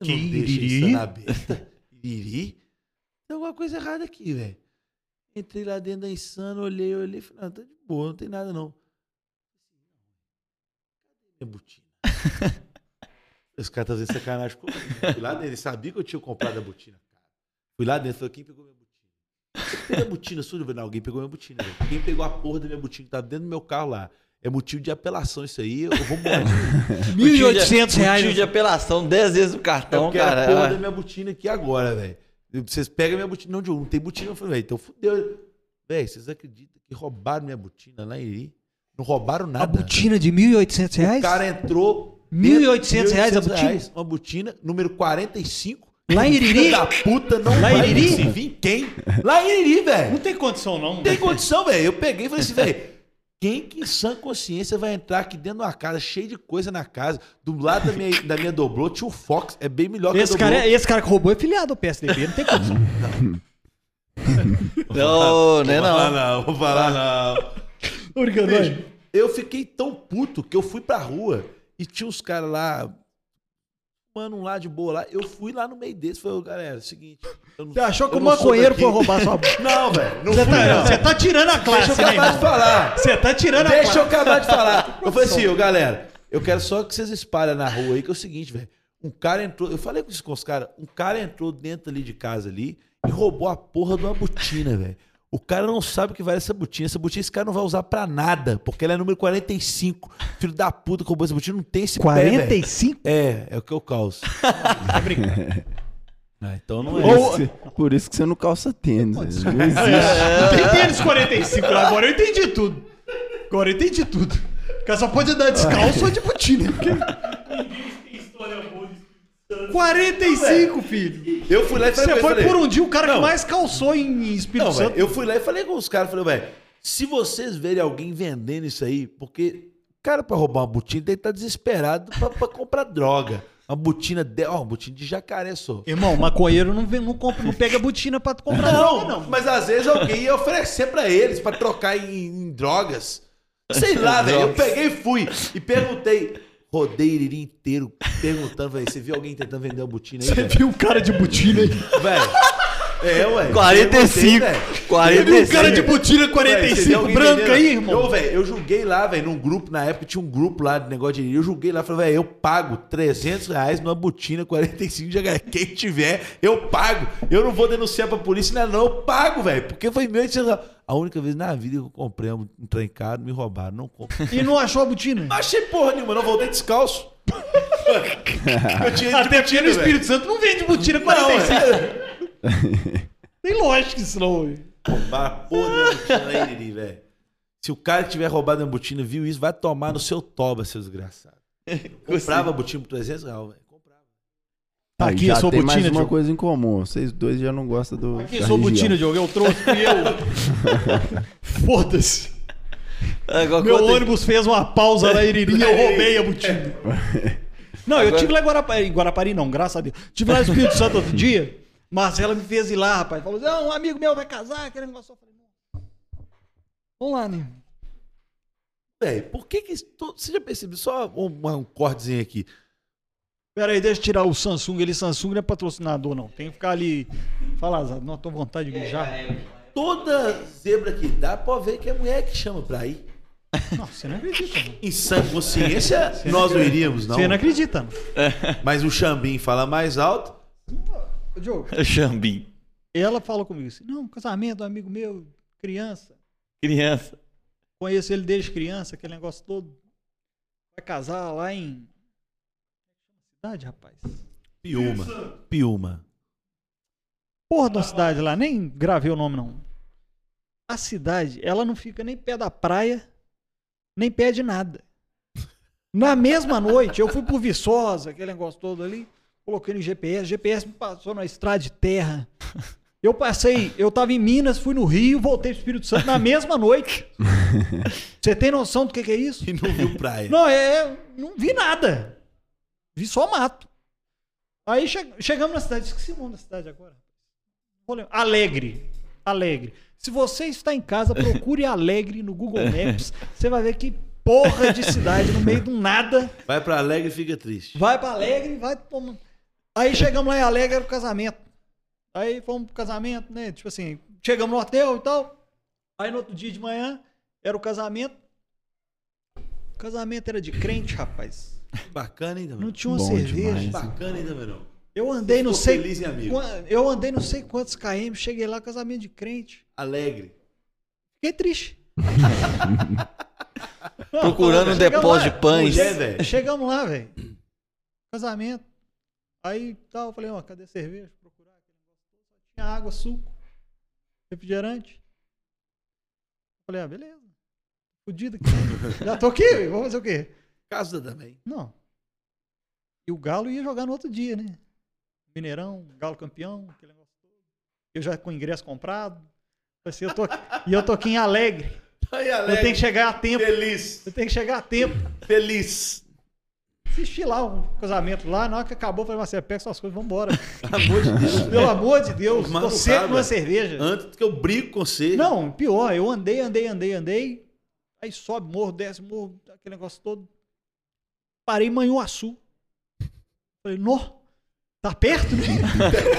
Eu
Que
não deixo
iriri?
isso na aberta. Iriri? Tem alguma coisa errada aqui, velho. Entrei lá dentro da insana, olhei, olhei, falei, não, tá de boa, não tem nada não. Cadê minha botina? Os caras estão fazendo sacanagem comigo. Fui lá dentro, eles sabiam que eu tinha comprado a botina. Fui lá dentro, falei, quem pegou minha botina? Pegou minha botina, sua Juvenal, alguém pegou minha botina. velho. Quem pegou a porra da minha botina que tá dentro do meu carro lá? É motivo de apelação isso aí, eu vou morrer.
Motivo
1.800
de-
reais.
Motivo de apelação, 10 vezes o cartão,
eu quero a porra da
Então, cara. é.
minha botina aqui agora, velho. Vocês pegam minha botina. Não, Diogo, não tem botina. Eu falei, velho, então fudeu. Velho, vocês acreditam que roubaram minha botina lá em Iri? Não roubaram
A
nada.
botina de 1.800 reais?
O cara é entrou...
1.800 reais a
1.800 Uma botina, número 45.
Lá em
Filha
Iriri?
da puta não
Lá em
vai
Iriri?
se vir quem? Lá em Iriri, velho.
Não tem condição, não.
Não tem condição, velho. Eu peguei e falei assim, velho. Quem que em sã consciência vai entrar aqui dentro de uma casa cheia de coisa na casa? Do lado da minha, da minha dobrô tinha o Fox. É bem melhor
Esse
que a
cara,
dobrô.
é- esse cara que roubou é filiado ao PSDB, não tem condição.
Não, né, não.
Ah, não, vou falar não.
Tô brincando,
Eu fiquei tão puto que eu fui pra rua E tinha uns caras lá, mano, um lá de boa lá. Eu fui lá no meio deles e falei, ô, galera, é o seguinte. Eu não,
Você achou que
eu
o
não sou
maconheiro
daqui.
foi roubar sua. Você
Não, velho. Não fui,
tá,
não.
você tá tirando a classe,
Deixa eu
né,
acabar
irmão?
de falar.
Você tá tirando a
Deixa
classe.
eu acabar de falar. Eu falei assim, ô galera, eu quero só que vocês espalhem na rua aí, que é o seguinte, velho. Um cara entrou, eu falei com isso com os caras, um cara entrou dentro ali de casa ali e roubou a porra de uma botina, velho. O cara não sabe o que vale essa botina. Essa botina esse cara não vai usar pra nada, porque ela é número 45. Filho da puta que roubou essa botina, não tem esse pé, velho.
45?
É, é o que eu calço.
Tá brincando.
Ah, então não é.
Por,
isso.
isso, que- por isso que você não calça tênis. Não
Tá
existe.
Não tem tênis 45 lá, agora eu entendi tudo. Agora eu entendi tudo. O cara só pode andar descalço ou de botina. porque-
é
45, filho.
Eu fui lá e falei,
Você
eu
foi
falei,
por um dia o cara que
Não.
mais calçou em Espírito
Não, velho,
Santo.
eu fui lá e falei com os caras, falei, velho, se vocês verem alguém vendendo isso aí, porque o cara pra roubar uma botina tem que estar desesperado pra, pra comprar droga. Uma botina de, ó, uma botina de jacaré só.
Irmão, maconheiro não, vem- não compra, não pega botina pra comprar droga, não.
mas às vezes alguém ia oferecer pra eles pra trocar em, em drogas. Sei lá, velho, eu peguei e fui e perguntei, rodei Iriri inteiro perguntando, velho, você viu alguém tentando vender uma botina aí,
Você
velho?
viu o cara de botina aí?
Velho, É, ué.
45.
Perguntei, velho. um
Você viu o
45.
cara de botina
Véi, você tem
45
alguém
branca
vendendo?
aí, irmão?
Eu, velho, eu julguei lá, velho, num grupo, na época tinha um grupo lá de negócio de dinheiro. Eu julguei lá, falei, velho, eu pago 300 reais numa botina 45 de HQ. Quem tiver, eu pago. Eu não vou denunciar pra polícia, não, é não. Eu pago, velho, porque foi 1.800 reais. A única vez na vida que eu comprei um trancado, me roubaram, não compro.
E não achou a botina?
Não achei porra nenhuma, não voltei descalço. eu tinha
Até porque no
velho.
Espírito Santo não vende botina
é.
45.
Não, velho.
Tem lógica isso não, velho.
Vai a porra da botina aí, Lili, velho. Se o cara que tiver roubado a botina viu isso, vai tomar no seu toba, seu desgraçado.
assim?
Comprava a botina por 300 reais, velho. Comprava.
Tá
Aí
aqui
já
a sua
tem mais
botina,
uma
Diogo.
coisa em comum. Vocês dois já não gostam do.
Aqui
da
sua
região.
botina, Diogo. é Eu trouxe e eu. Foda-se.
É, igual
Meu
quando-
ônibus fez uma pausa na Iriri e eu roubei a botina. Não, eu
Agora-
tive lá em Guarapari, em Guarapari não, graças a Deus. Tive lá no Espírito Santo outro dia. Marcela me fez ir lá, rapaz. Falou assim, "Ah, um amigo meu vai casar, aquele negócio. Eu falei, "Não." Vamos lá, né?
Velho, por que que... to- Você já percebeu? Só um, um cortezinho aqui.
Pera aí, deixa eu tirar o Samsung. Ele, Samsung não é patrocinador, não. Tem que ficar ali... Fala, Azar, não tô com vontade de mijar.
Toda zebra que dá, pode ver que é mulher que chama pra ir.
Não, você não acredita, não.
Em sã consciência, nós
é.
não iríamos, não.
Você não acredita, não. é.
Mas o Xambim fala mais alto.
Ô, Diogo,
Xambim.
ela falou comigo assim, não, casamento, um amigo meu, criança,
Criança.
conheço ele desde criança, aquele negócio todo, vai casar lá em... é Cidade, rapaz.
Piuma. Piuma.
Porra de uma cidade lá, nem gravei o nome não. A cidade, ela não fica nem pé da praia, nem pé de nada. Na mesma noite, eu fui por Viçosa, aquele negócio todo ali, coloquei no GPS, GPS me passou na estrada de terra. Eu passei, eu tava em Minas, fui no Rio, voltei pro Espírito Santo na mesma noite. Você tem noção do que, que é isso?
E não viu praia.
Não, é, é- não vi nada. Vi só mato. Aí che- chegamos na cidade, esqueci o nome da cidade agora. Vou lembrar. Alegre. Alegre. Se você está em casa, procure Alegre no Google Maps. Você vai ver que porra de cidade no meio do nada.
Vai pra Alegre e fica triste.
Vai pra Alegre, vai tomando. Aí chegamos lá em Alegre, era o casamento. Aí fomos pro casamento, né? Tipo assim, chegamos no hotel e tal. Aí no outro dia de manhã, era o casamento. O casamento era de crente, rapaz.
Bacana, hein, Damerão?
Não tinha uma
Bom
cerveja.
demais.
Bacana, hein, Damerão?
Eu andei não
Ficou
sei.
feliz, hein, amigo?
quan- Eu andei não sei quantos KM, cheguei lá, casamento de crente.
Alegre.
Fiquei triste. Não,
Procurando um
chegamos
depósito
lá.
de pães.
Mulher, velho.
Chegamos lá, velho. Casamento. Aí tal, eu falei, ó, cadê a cerveja? Procurar aquele negócio todo. Só tinha água, suco, refrigerante. Falei, ah, beleza. Fudido aqui. Já tô aqui, velho, vou fazer o quê?
Casa também.
Não. E o Galo ia jogar no outro dia, né? Mineirão, Galo campeão, aquele negócio todo. Eu já com o ingresso comprado. Falei assim, eu tô aqui- e eu tô aqui em Alegre.
Aí,
Eu tenho que
Alegre.
chegar a tempo.
Feliz.
Eu tenho que chegar a tempo.
Feliz.
Assisti lá um casamento lá, na hora que acabou, eu falei, Marcelo, pega suas coisas, vambora.
Pelo amor de Deus.
Pelo amor de Deus,
Mas não
tô seco
dá,
numa
velho.
cerveja.
Antes que eu brigo com você.
Não, pior, eu andei, andei, andei, andei. Aí sobe morro, desce morro, aquele negócio todo. Parei em Manhuaçu. Falei, nó, tá perto, né?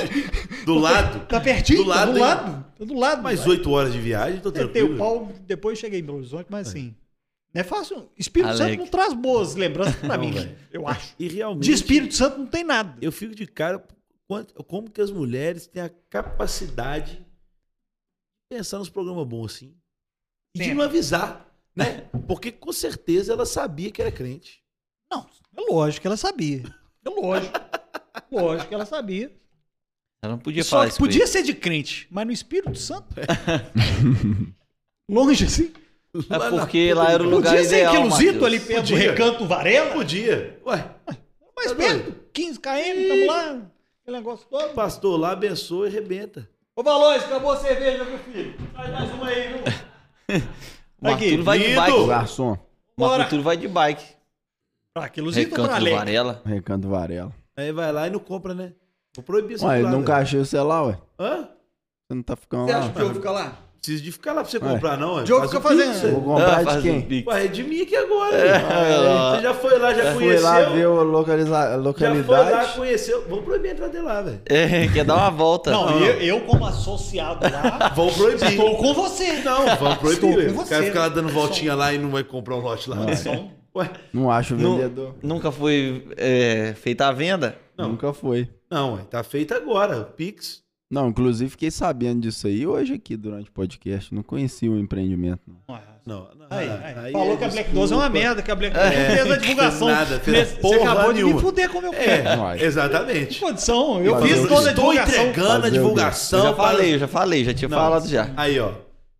Do lado.
Tá pertinho,
Do
tá
lado,
do
hein?
lado. Tá do lado.
Mais
Vai.
oito horas de viagem, tô
Acertei o
tranquilo.
pau, depois cheguei em Belo Horizonte, mas assim. Não é fácil. Espírito
Alegre.
Santo não traz boas lembranças pra mim,
velho.
eu acho.
E realmente.
De Espírito Santo não tem nada.
Eu fico de cara quanto- como que as mulheres têm a capacidade de pensar nos programas bons assim e de
Sempre.
não avisar, né?
É.
Porque com certeza ela sabia que era crente.
Não, é lógico que ela sabia. É lógico. lógico que ela sabia.
Ela não podia
Só
falar
que
isso. com
podia
ele.
ser de crente, mas no Espírito
Tá
Santo. Longe, assim.
Lá
É
na
porque lá era o lugar
Podia ser
ideal,
em Queluzito,
Matheus.
ali perto do
Podia.
Recanto Varela.
Podia. Ué,
Mais
Tá
perto, 15 km, estamos lá. Aquele negócio todo.
o pastor lá abençoa e arrebenta.
Ô, Valões, acabou a cerveja, viu, filho? Faz mais uma aí, viu?
O Arthur
Aqui,
vai de
lindo.
bike.
Garçom,
O
Bora.
Arthur vai de bike.
Pra Queluzito ou pra
Recanto do
Alec?
Varela.
Recanto Varela.
Aí vai lá e não compra, né? Vou proibir
é
essa
Ué, eu
parada.
nunca achei o celular, ué.
Hã?
Você não tá ficando
Você
lá.
acha que o Diogo fica lá?
Preciso de ficar lá pra você
Ué.
comprar, não. ué.
Diogo
Faz o
fica fazendo.
Pix, é.
Eu
ué.
Vou comprar
Ah,
de
faz um
quem?
pix.
Ué, é de mim aqui agora. ué. Você já foi lá, já
Fui
conheceu.
lá ver a localiza- a
já foi lá,
localidade.
conheceu. Vamos proibir a entrada lá, velho.
É, quer dar uma volta.
Não, eu, eu como associado lá,
Vão proibir.
estou com você.
Não, vamos
Estou com
proibir. O
você. né?
cara fica lá dando voltinha lá e não vai comprar um lote lá.
Só
Ué,
um-
Não acho o
Não-
vendedor.
Nunca foi é, feita a venda.
Não.
Nunca foi.
não, ué, tá feito agora. O Pix.
Não, inclusive fiquei sabendo disso aí hoje aqui durante o podcast. Não conhecia o empreendimento. não.
Não, não,
Aí,
ah,
aí.
aí
Falou
é
que a Black
desculpa.
12 é uma merda, que a Black 12
É,
não fez a
fez
divulgação.
nada, fez
Nesse- Você
porra
acabou de
nenhuma.
me fuder como eu quero.
É,
Vai.
exatamente.
Condição, eu
Fazer
fiz
o
toda a
Estou
divulgação.
entregando a
Fazer o quê?
divulgação.
Eu já
para-
falei, eu já falei, já tinha
Não.
falado já. Ah,
Aí, ó.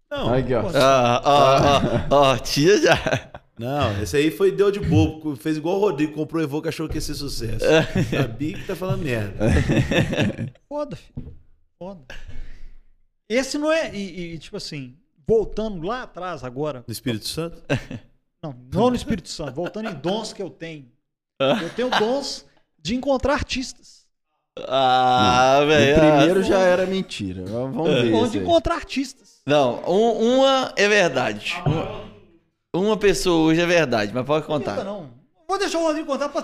Não,
Olha aqui, ó.
Ó, ó, ó, ó, tia já.
não, esse aí foi deu de bobo. Fez igual o Rodrigo, comprou o Evoque, achou que ia ser sucesso.
É.
Sabia que tá falando merda.
Foda, filho. Foda. Esse não é. E, e, tipo assim, voltando lá atrás agora.
No Espírito Santo?
Não, não no Espírito Santo, voltando em dons que eu tenho. Eu tenho dons de encontrar artistas.
Ah,
é,
velho.
o primeiro
ah.
já era mentira. Vamos ver.
Dons
esse
de
aí.
encontrar artistas.
Não, um- uma é verdade.
Tá
Uma, uma pessoa hoje é verdade, mas pode
Não,
contar.
não. Vou deixar o Rodrigo contar pra,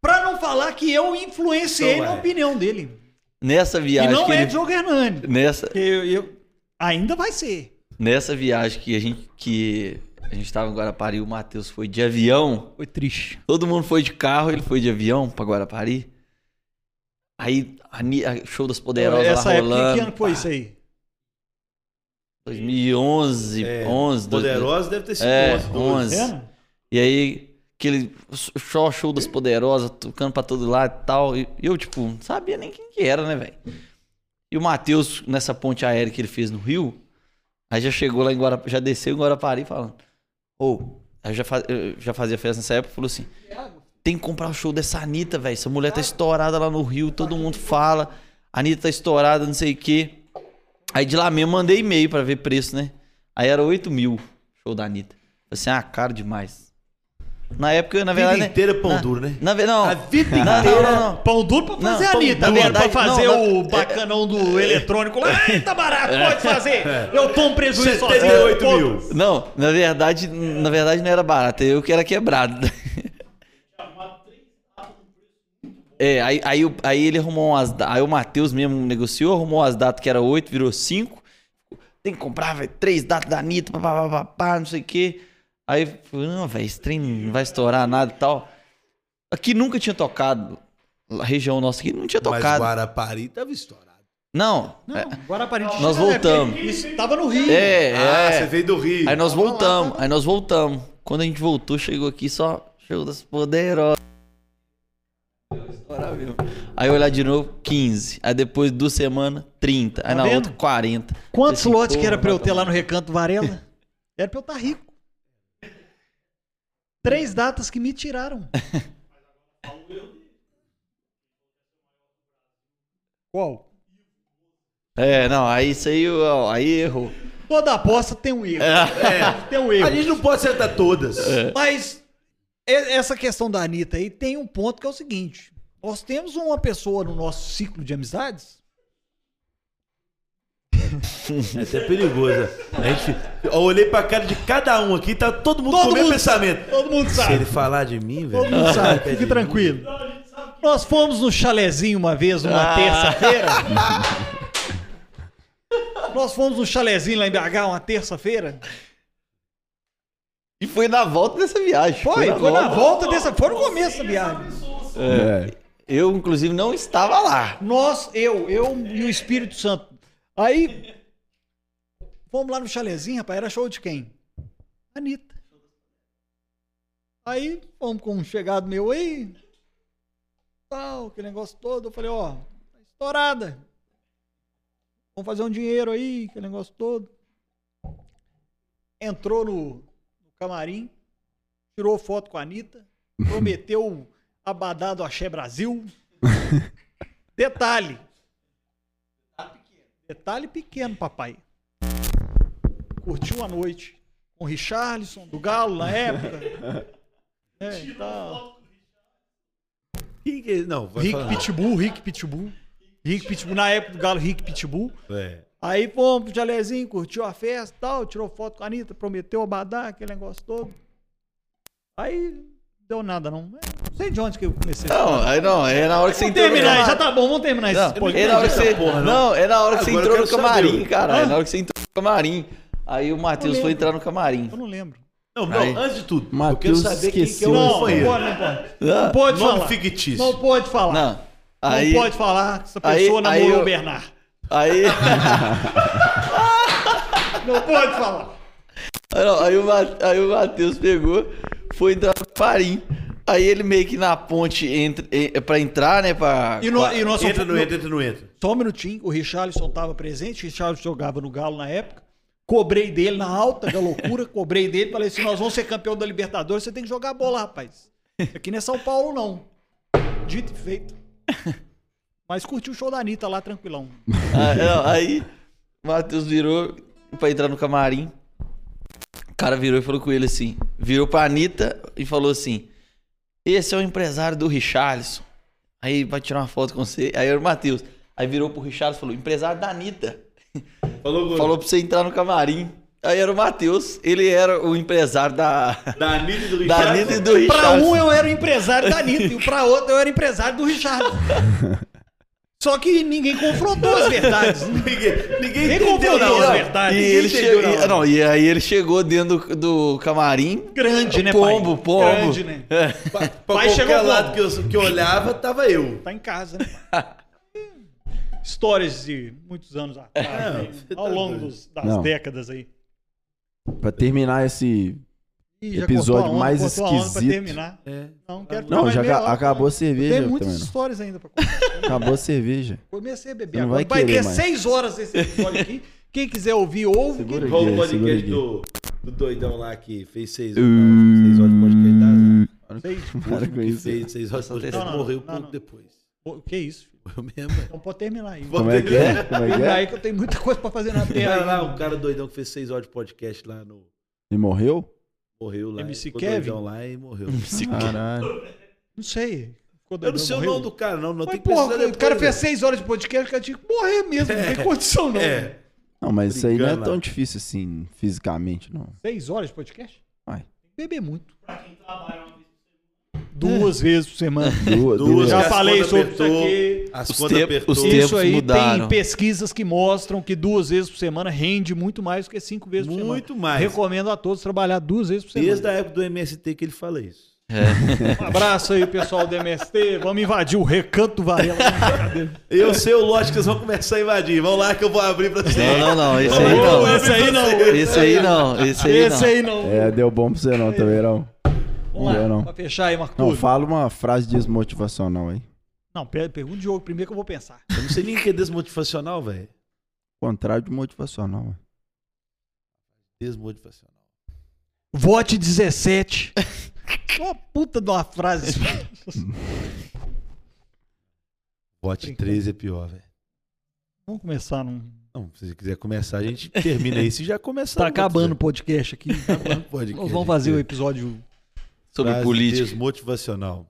pra não falar que eu influenciei
Então, é.
na opinião dele.
Nessa
e
viagem
não
que
é
ele-
Diogo Hernani.
nessa,
Eu, eu- Ainda vai ser.
nessa viagem que a gente que a gente tava em Guarapari, o Matheus foi de avião.
Foi triste.
Todo mundo foi de carro, ele foi de avião pra Guarapari. Aí a, Ni- a show das poderosas
Essa
lá
época,
rolando.
que ano foi isso aí?
2011,
É,
11, dois-
Poderosa deve ter sido
É,
11, 12.
11.
Era?
E aí, aquele show, show das poderosas, tocando pra todo lado e tal. E eu, tipo, não sabia nem quem que era, né, velho? E o Matheus, nessa ponte aérea que ele fez no Rio, aí já chegou lá em Guarapari, já desceu em Guarapari falando. Ou, aí já, fa- eu já fazia festa nessa época, falou assim: tem que comprar o show dessa Anitta, velho. Essa mulher tá estourada lá no Rio, todo mundo fala. A Anitta tá estourada, não sei o quê. Aí de lá mesmo mandei e-mail pra ver preço, né? Aí era 8 mil, show da Anitta. Falei assim, ah, caro demais. Na época, eu, na
A vida
verdade. né?
inteira é pão
na,
duro, né?
Na, ve- não.
A vida
não, não,
inteira-
Não, não,
Pão duro pra fazer
Não,
a
pão-
Anitta
na
agora,
verdade,
pra
não, É,
fazer
na-
o bacanão do eletrônico lá. Ai, tá barato, pode fazer. Eu tomo um prejuízo sozinho.
é,
78
pô.
mil.
não. na verdade, na verdade não era barato, eu que era quebrado. É, aí, aí, o- aí ele arrumou umas. da- Aí o Matheus mesmo negociou, arrumou as datas que era 8, virou 5. Tem que comprar, velho, três datas da Anitta, papapá, não sei o quê. Aí eu falei, não, velho, esse trem não vai estourar nada e tal. Aqui nunca tinha tocado. A região nossa aqui não tinha
Mas
tá tocado.
Guarapari tava estourado.
Não.
Não,
é-
Guarapari de
Nós
China, né?
voltamos.
Isso tava no Rio.
É,
ah,
é.
você veio do Rio.
Aí nós
Tava lá,
voltamos,
tava
aí nós voltamos. Quando a gente voltou, chegou aqui só show das poderosas. Aí eu olhar de novo, 15. Aí depois duas semanas, 30. Aí
Tá
na
vendo?
outra, 40.
Quantos
Falei assim,
lotes que era
porra,
pra eu
vai
ter
tomar.
lá no Recanto Varela? Era pra eu estar rico. Três datas que me tiraram. Qual?
É, não, aí isso aí, ó, aí errou.
Toda aposta tem um erro. Tem um
É. A
erro.
gente não pode acertar todas.
É.
Mas e- essa questão da Anitta aí tem um ponto que é o seguinte: nós temos uma pessoa no nosso ciclo de amizades
É até perigoso. né? A gente, fica- eu olhei pra cara de cada um aqui, tá todo mundo com
Todo
o mesmo
mundo-
pensamento.
Todo mundo
Se ele
sabe.
falar de mim, velho.
Todo mundo
sabe,
sabe. Fique tranquilo. Nós fomos no chalezinho uma vez, numa terça-feira. Nós fomos no chalezinho lá em BH uma terça-feira.
E foi na volta dessa viagem.
Foi, foi na volta dessa. Foi no começo da viagem.
É.
Eu, inclusive, não estava lá.
Nós, eu, eu e o Espírito Santo. Aí. Fomos lá no chalezinho, rapaz. Era show de quem? Anitta. Aí, fomos com um chegado meu aí. Tal, aquele negócio todo. Eu falei, ó, tá estourada. Vamos fazer um dinheiro aí, aquele negócio todo. Entrou no, no camarim, tirou foto com a Anitta, prometeu o abadado Axé Brasil. Detalhe. Detalhe pequeno, papai. Curtiu a noite com o Richarlison, do Galo, na época. É, e tal.
Quem que é? Não, vai
Rick
falar.
Pitbull, Rick Pitbull. Rick Pitbull, na época do Galo, Rick Pitbull.
É.
Aí fomos pro jalezinho, curtiu a festa e tal, tirou foto com a Anitta, prometeu abadar, aquele negócio todo. Aí deu nada, não. É, Não sei de onde que eu comecei.
Não, aí não, é na hora que você
vamos
entrou no
terminar, já
camarim.
tá bom, vamos terminar esse
Não, é na hora que você,
né?
não, é na hora que você
Agora
entrou
eu
no
quero
camarim,
saber.
cara. É
Ah.
na hora que você entrou no camarim. Aí o Matheus
Eu
foi
lembro.
entrar no camarim.
Eu não lembro.
Não,
Aí.
não, antes de tudo, eu quero
Matheus
saber quem que é
esqueceu.
o
Não, não pode,
companheiro.
não pode. Não pode
Nome
falar.
fictício.
Não pode falar. Não,
Não. Aí,
pode falar que essa
aí-
pessoa
aí
namorou
eu-
o Bernard.
aí,
Não pode falar.
aí, não, aí o Ma- aí o Matheus pegou, foi entrar no camarim. Aí ele meio que na ponte entre, eh, pra entrar, né? Pra,
E, no,
pra-
e nós só-
Entra, não
no-
entra, entra, não entra.
Só um minutinho, o Richarlison estava presente, o Richarlison jogava no Galo na época. Cobrei dele na alta da loucura, cobrei dele, falei assim: nós vamos ser campeão da Libertadores, você tem que jogar bola, rapaz. Aqui não é São Paulo, não. Dito e feito. Mas curtiu o show da Anitta lá, tranquilão.
Aí, não, aí o Matheus virou pra entrar no camarim. O cara virou e falou com ele assim. Virou pra Anitta e falou assim: Esse é o empresário do Richarlison. Aí vai tirar uma foto com você. Aí era o Matheus. Aí virou pro Richarlison e falou: Empresário da Anitta.
Falou, Gol.
Falou pra você entrar no camarim. Aí era o Matheus. Ele era o empresário da,
Da Anitta e do
da
Richard.
Anitta e do
Pra
Richarlison.
um eu era o empresário da Anitta e pra outro eu era empresário do Richarlison. Só que ninguém confrontou as verdades.
Ninguém, ninguém
Ninguém
entendeu
confrontou
não.
as verdades.
E,
Ninguém
ele
entendeu,
chegou, e-
um
não.
não, e aí ele chegou dentro do, do camarim.
Grande, né,
pombo,
pai?
pombo.
Grande, né?
É. Pra, pra
Pai chegou
qualquer
como?
lado que eu, que eu olhava, tava eu.
Tá em casa, né? Histórias de muitos anos atrás,
Não,
né?
você tá
ao longo
doido.
dos- das
Não.
décadas aí.
Pra terminar esse.
Ih, já
Episódio
cortou a onda,
mais
cortou a onda pra
esquisito.
terminar.
É.
Não, quero ficar
Não,
mais
já
meia
aca-
hora.
acabou a
Tem
cerveja
muitas
também. não.
histórias ainda pra contar.
Acabou a cerveja.
Comecei
Você
a beber
não
agora.
vai
Vai,
querer
ter
mais.
seis horas esse episódio aqui. Quem quiser ouvir, ouve.
Segura
Quem-
aí.
Igual o
Segura
podcast
aqui.
do, do doidão lá que fez seis,
Hum.
não, seis horas de podcast. tá?
Seis.
Para com
Que
isso.
fez seis horas de podcast.
Não, não,
morreu
não,
pouco
não.
depois.
Pô, Que isso? filho.
Morreu mesmo. é.
Então pode terminar aí.
Vou
Como é que é? Como é que
Termina
é?
aí que eu tenho muita coisa pra fazer na
Era
terra.
lá
ainda.
o cara doidão que fez seis horas de podcast lá no.
Ele morreu?
Morreu lá.
MC
ficou
Kevin?
doidão lá e morreu.
Caralho.
Não sei. Ficou
Eu
doidão,
não sei
morreu?
o nome do cara, não. Não
Mas,
tem
porra,
pesquisar
o cara
depois,
fez
né?
seis horas de podcast que eu tinha que morrer mesmo. Não tem condição, não.
É.
Não, mas isso aí não é
Brincando lá.
tão difícil assim, fisicamente, não.
Seis horas de podcast?
Vai.
Tem que beber muito.
É.
Duas vezes por semana.
Duas,
Duas,
duas.
Já
que as
falei
contas
sobre
apertou,
isso aqui.
As
Os
contas
tempos-
apertou.
os tempos-
Isso aí
mudaram.
tem pesquisas que mostram que duas vezes por semana rende muito mais do que cinco vezes por semana.
Muito mais.
Recomendo a todos trabalhar duas vezes por semana.
Desde a época do MST que ele fala isso.
É.
Um abraço aí, pessoal do MST. Vamos invadir o recanto do Varela.
Eu sei o lote que vocês vão começar a invadir. Vão lá que eu vou abrir pra vocês.
Não, não, não. Esse aí
Ô,
não.
esse aí não.
Esse aí não. Esse aí não.
Esse aí não.
É, deu bom pra você não, também não.
Vamos lá,
deu não.
pra fechar aí, Marcos.
Não, fala uma frase desmotivacional aí.
Não, pera- pergunta o Diogo primeiro que eu vou pensar.
Eu não sei nem o que é desmotivacional, velho.
Contrário de motivacional, ué.
Desmotivacional.
Vote 17. uma puta de uma frase.
Vote 13 é pior, velho.
Vamos começar num.
Não, se você quiser começar, a gente termina isso e já começa.
Tá
outro, Tá
acabando o podcast aqui.
velho. Não pode
Nós
que
vamos
a
fazer o
gente-
episódio.
Sobre
frase
política.
Desmotivacional.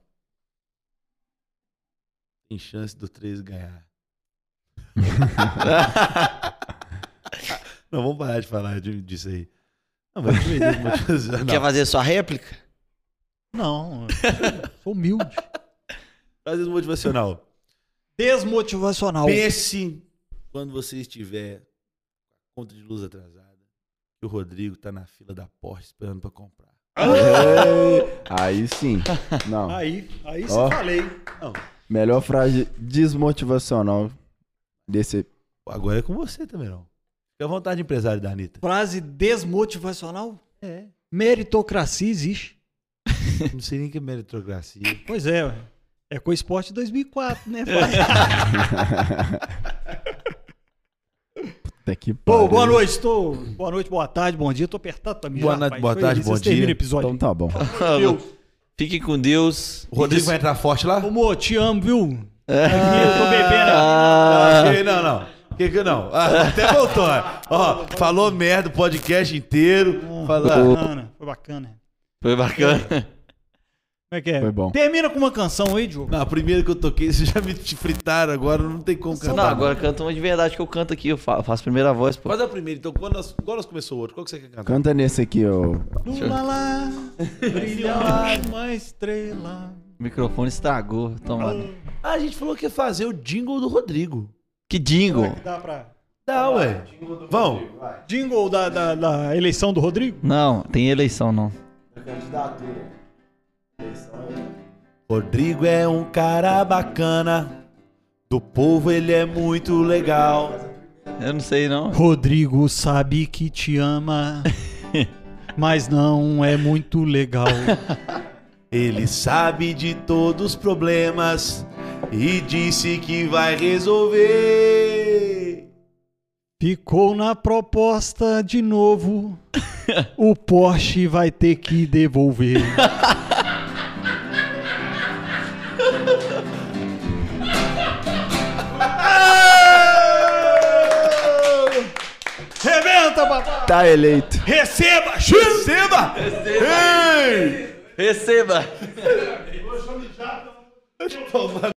Tem chance do 13 ganhar. Não, vamos parar de falar de- disso aí. Não, mas é eu entendi uma coisa.
Quer
Não,
fazer sua réplica?
Não, eu sou humilde.
frase motivacional.
Desmotivacional.
Pense quando você estiver com a conta de luz atrasada que o Rodrigo tá na fila da Porsche esperando pra comprar.
É, Aí sim. Não.
Aí, aí você
Ó.
falei.
Melhor frase desmotivacional desse.
Pô, Agora é com você também, não. Fica à vontade, empresário da Anitta.
Frase desmotivacional? É. Meritocracia existe.
Não sei nem que é meritocracia.
Pois é, ué. é com o esporte 2004, né?
Puta que
Pô,
pariu.
boa noite, estou. Boa noite, boa tarde, bom dia. Tô apertado também.
Boa
já,
noite,
rapaz.
boa
Foi
tarde,
isso.
bom
Vocês terminam o
dia.
episódio.
Então tá bom.
Fiquem com Deus.
O Rodrigo vai entrar forte lá?
Ô, amor, te amo, viu? Eu tô bebendo aqui.
Ah,
Ah, ok, não, não. Que que não? Ah, até voltou. Ó, falou merda o podcast inteiro.
Hum.
Fala.
Bacana, foi bacana.
foi bacana.
Como é que é?
Foi bom.
Termina com uma canção aí, Diogo.
Não, a primeira que eu toquei, vocês já me fritaram agora, não tem como
Então
cantar.
Não,
tá
agora canta uma de verdade que eu canto aqui. Eu fa- faço a primeira voz, pô.
Qual é a primeira? Então, quando nós, quando nós começou o outro, qual que você quer cantar?
Canta nesse aqui, ô.
Lula lá, brilha mais uma estrela.
O microfone estragou. Toma.
Ah, a gente falou que ia fazer o jingle do Rodrigo.
Que jingle.
é Dá pra...
Dá, ué. Vão.
Jingle da, da, da eleição do Rodrigo?
Não, tem eleição não.
Rodrigo é um cara bacana. Do povo ele é muito legal.
Eu não sei não.
Rodrigo sabe que te ama, mas não é muito legal.
Ele sabe de todos os problemas e disse que vai resolver.
Ficou na proposta de novo. O Porsche vai ter que devolver. Rebenta, papai!
Tá eleito.
Receba!
Receba! Ei!
Receba!
Tomar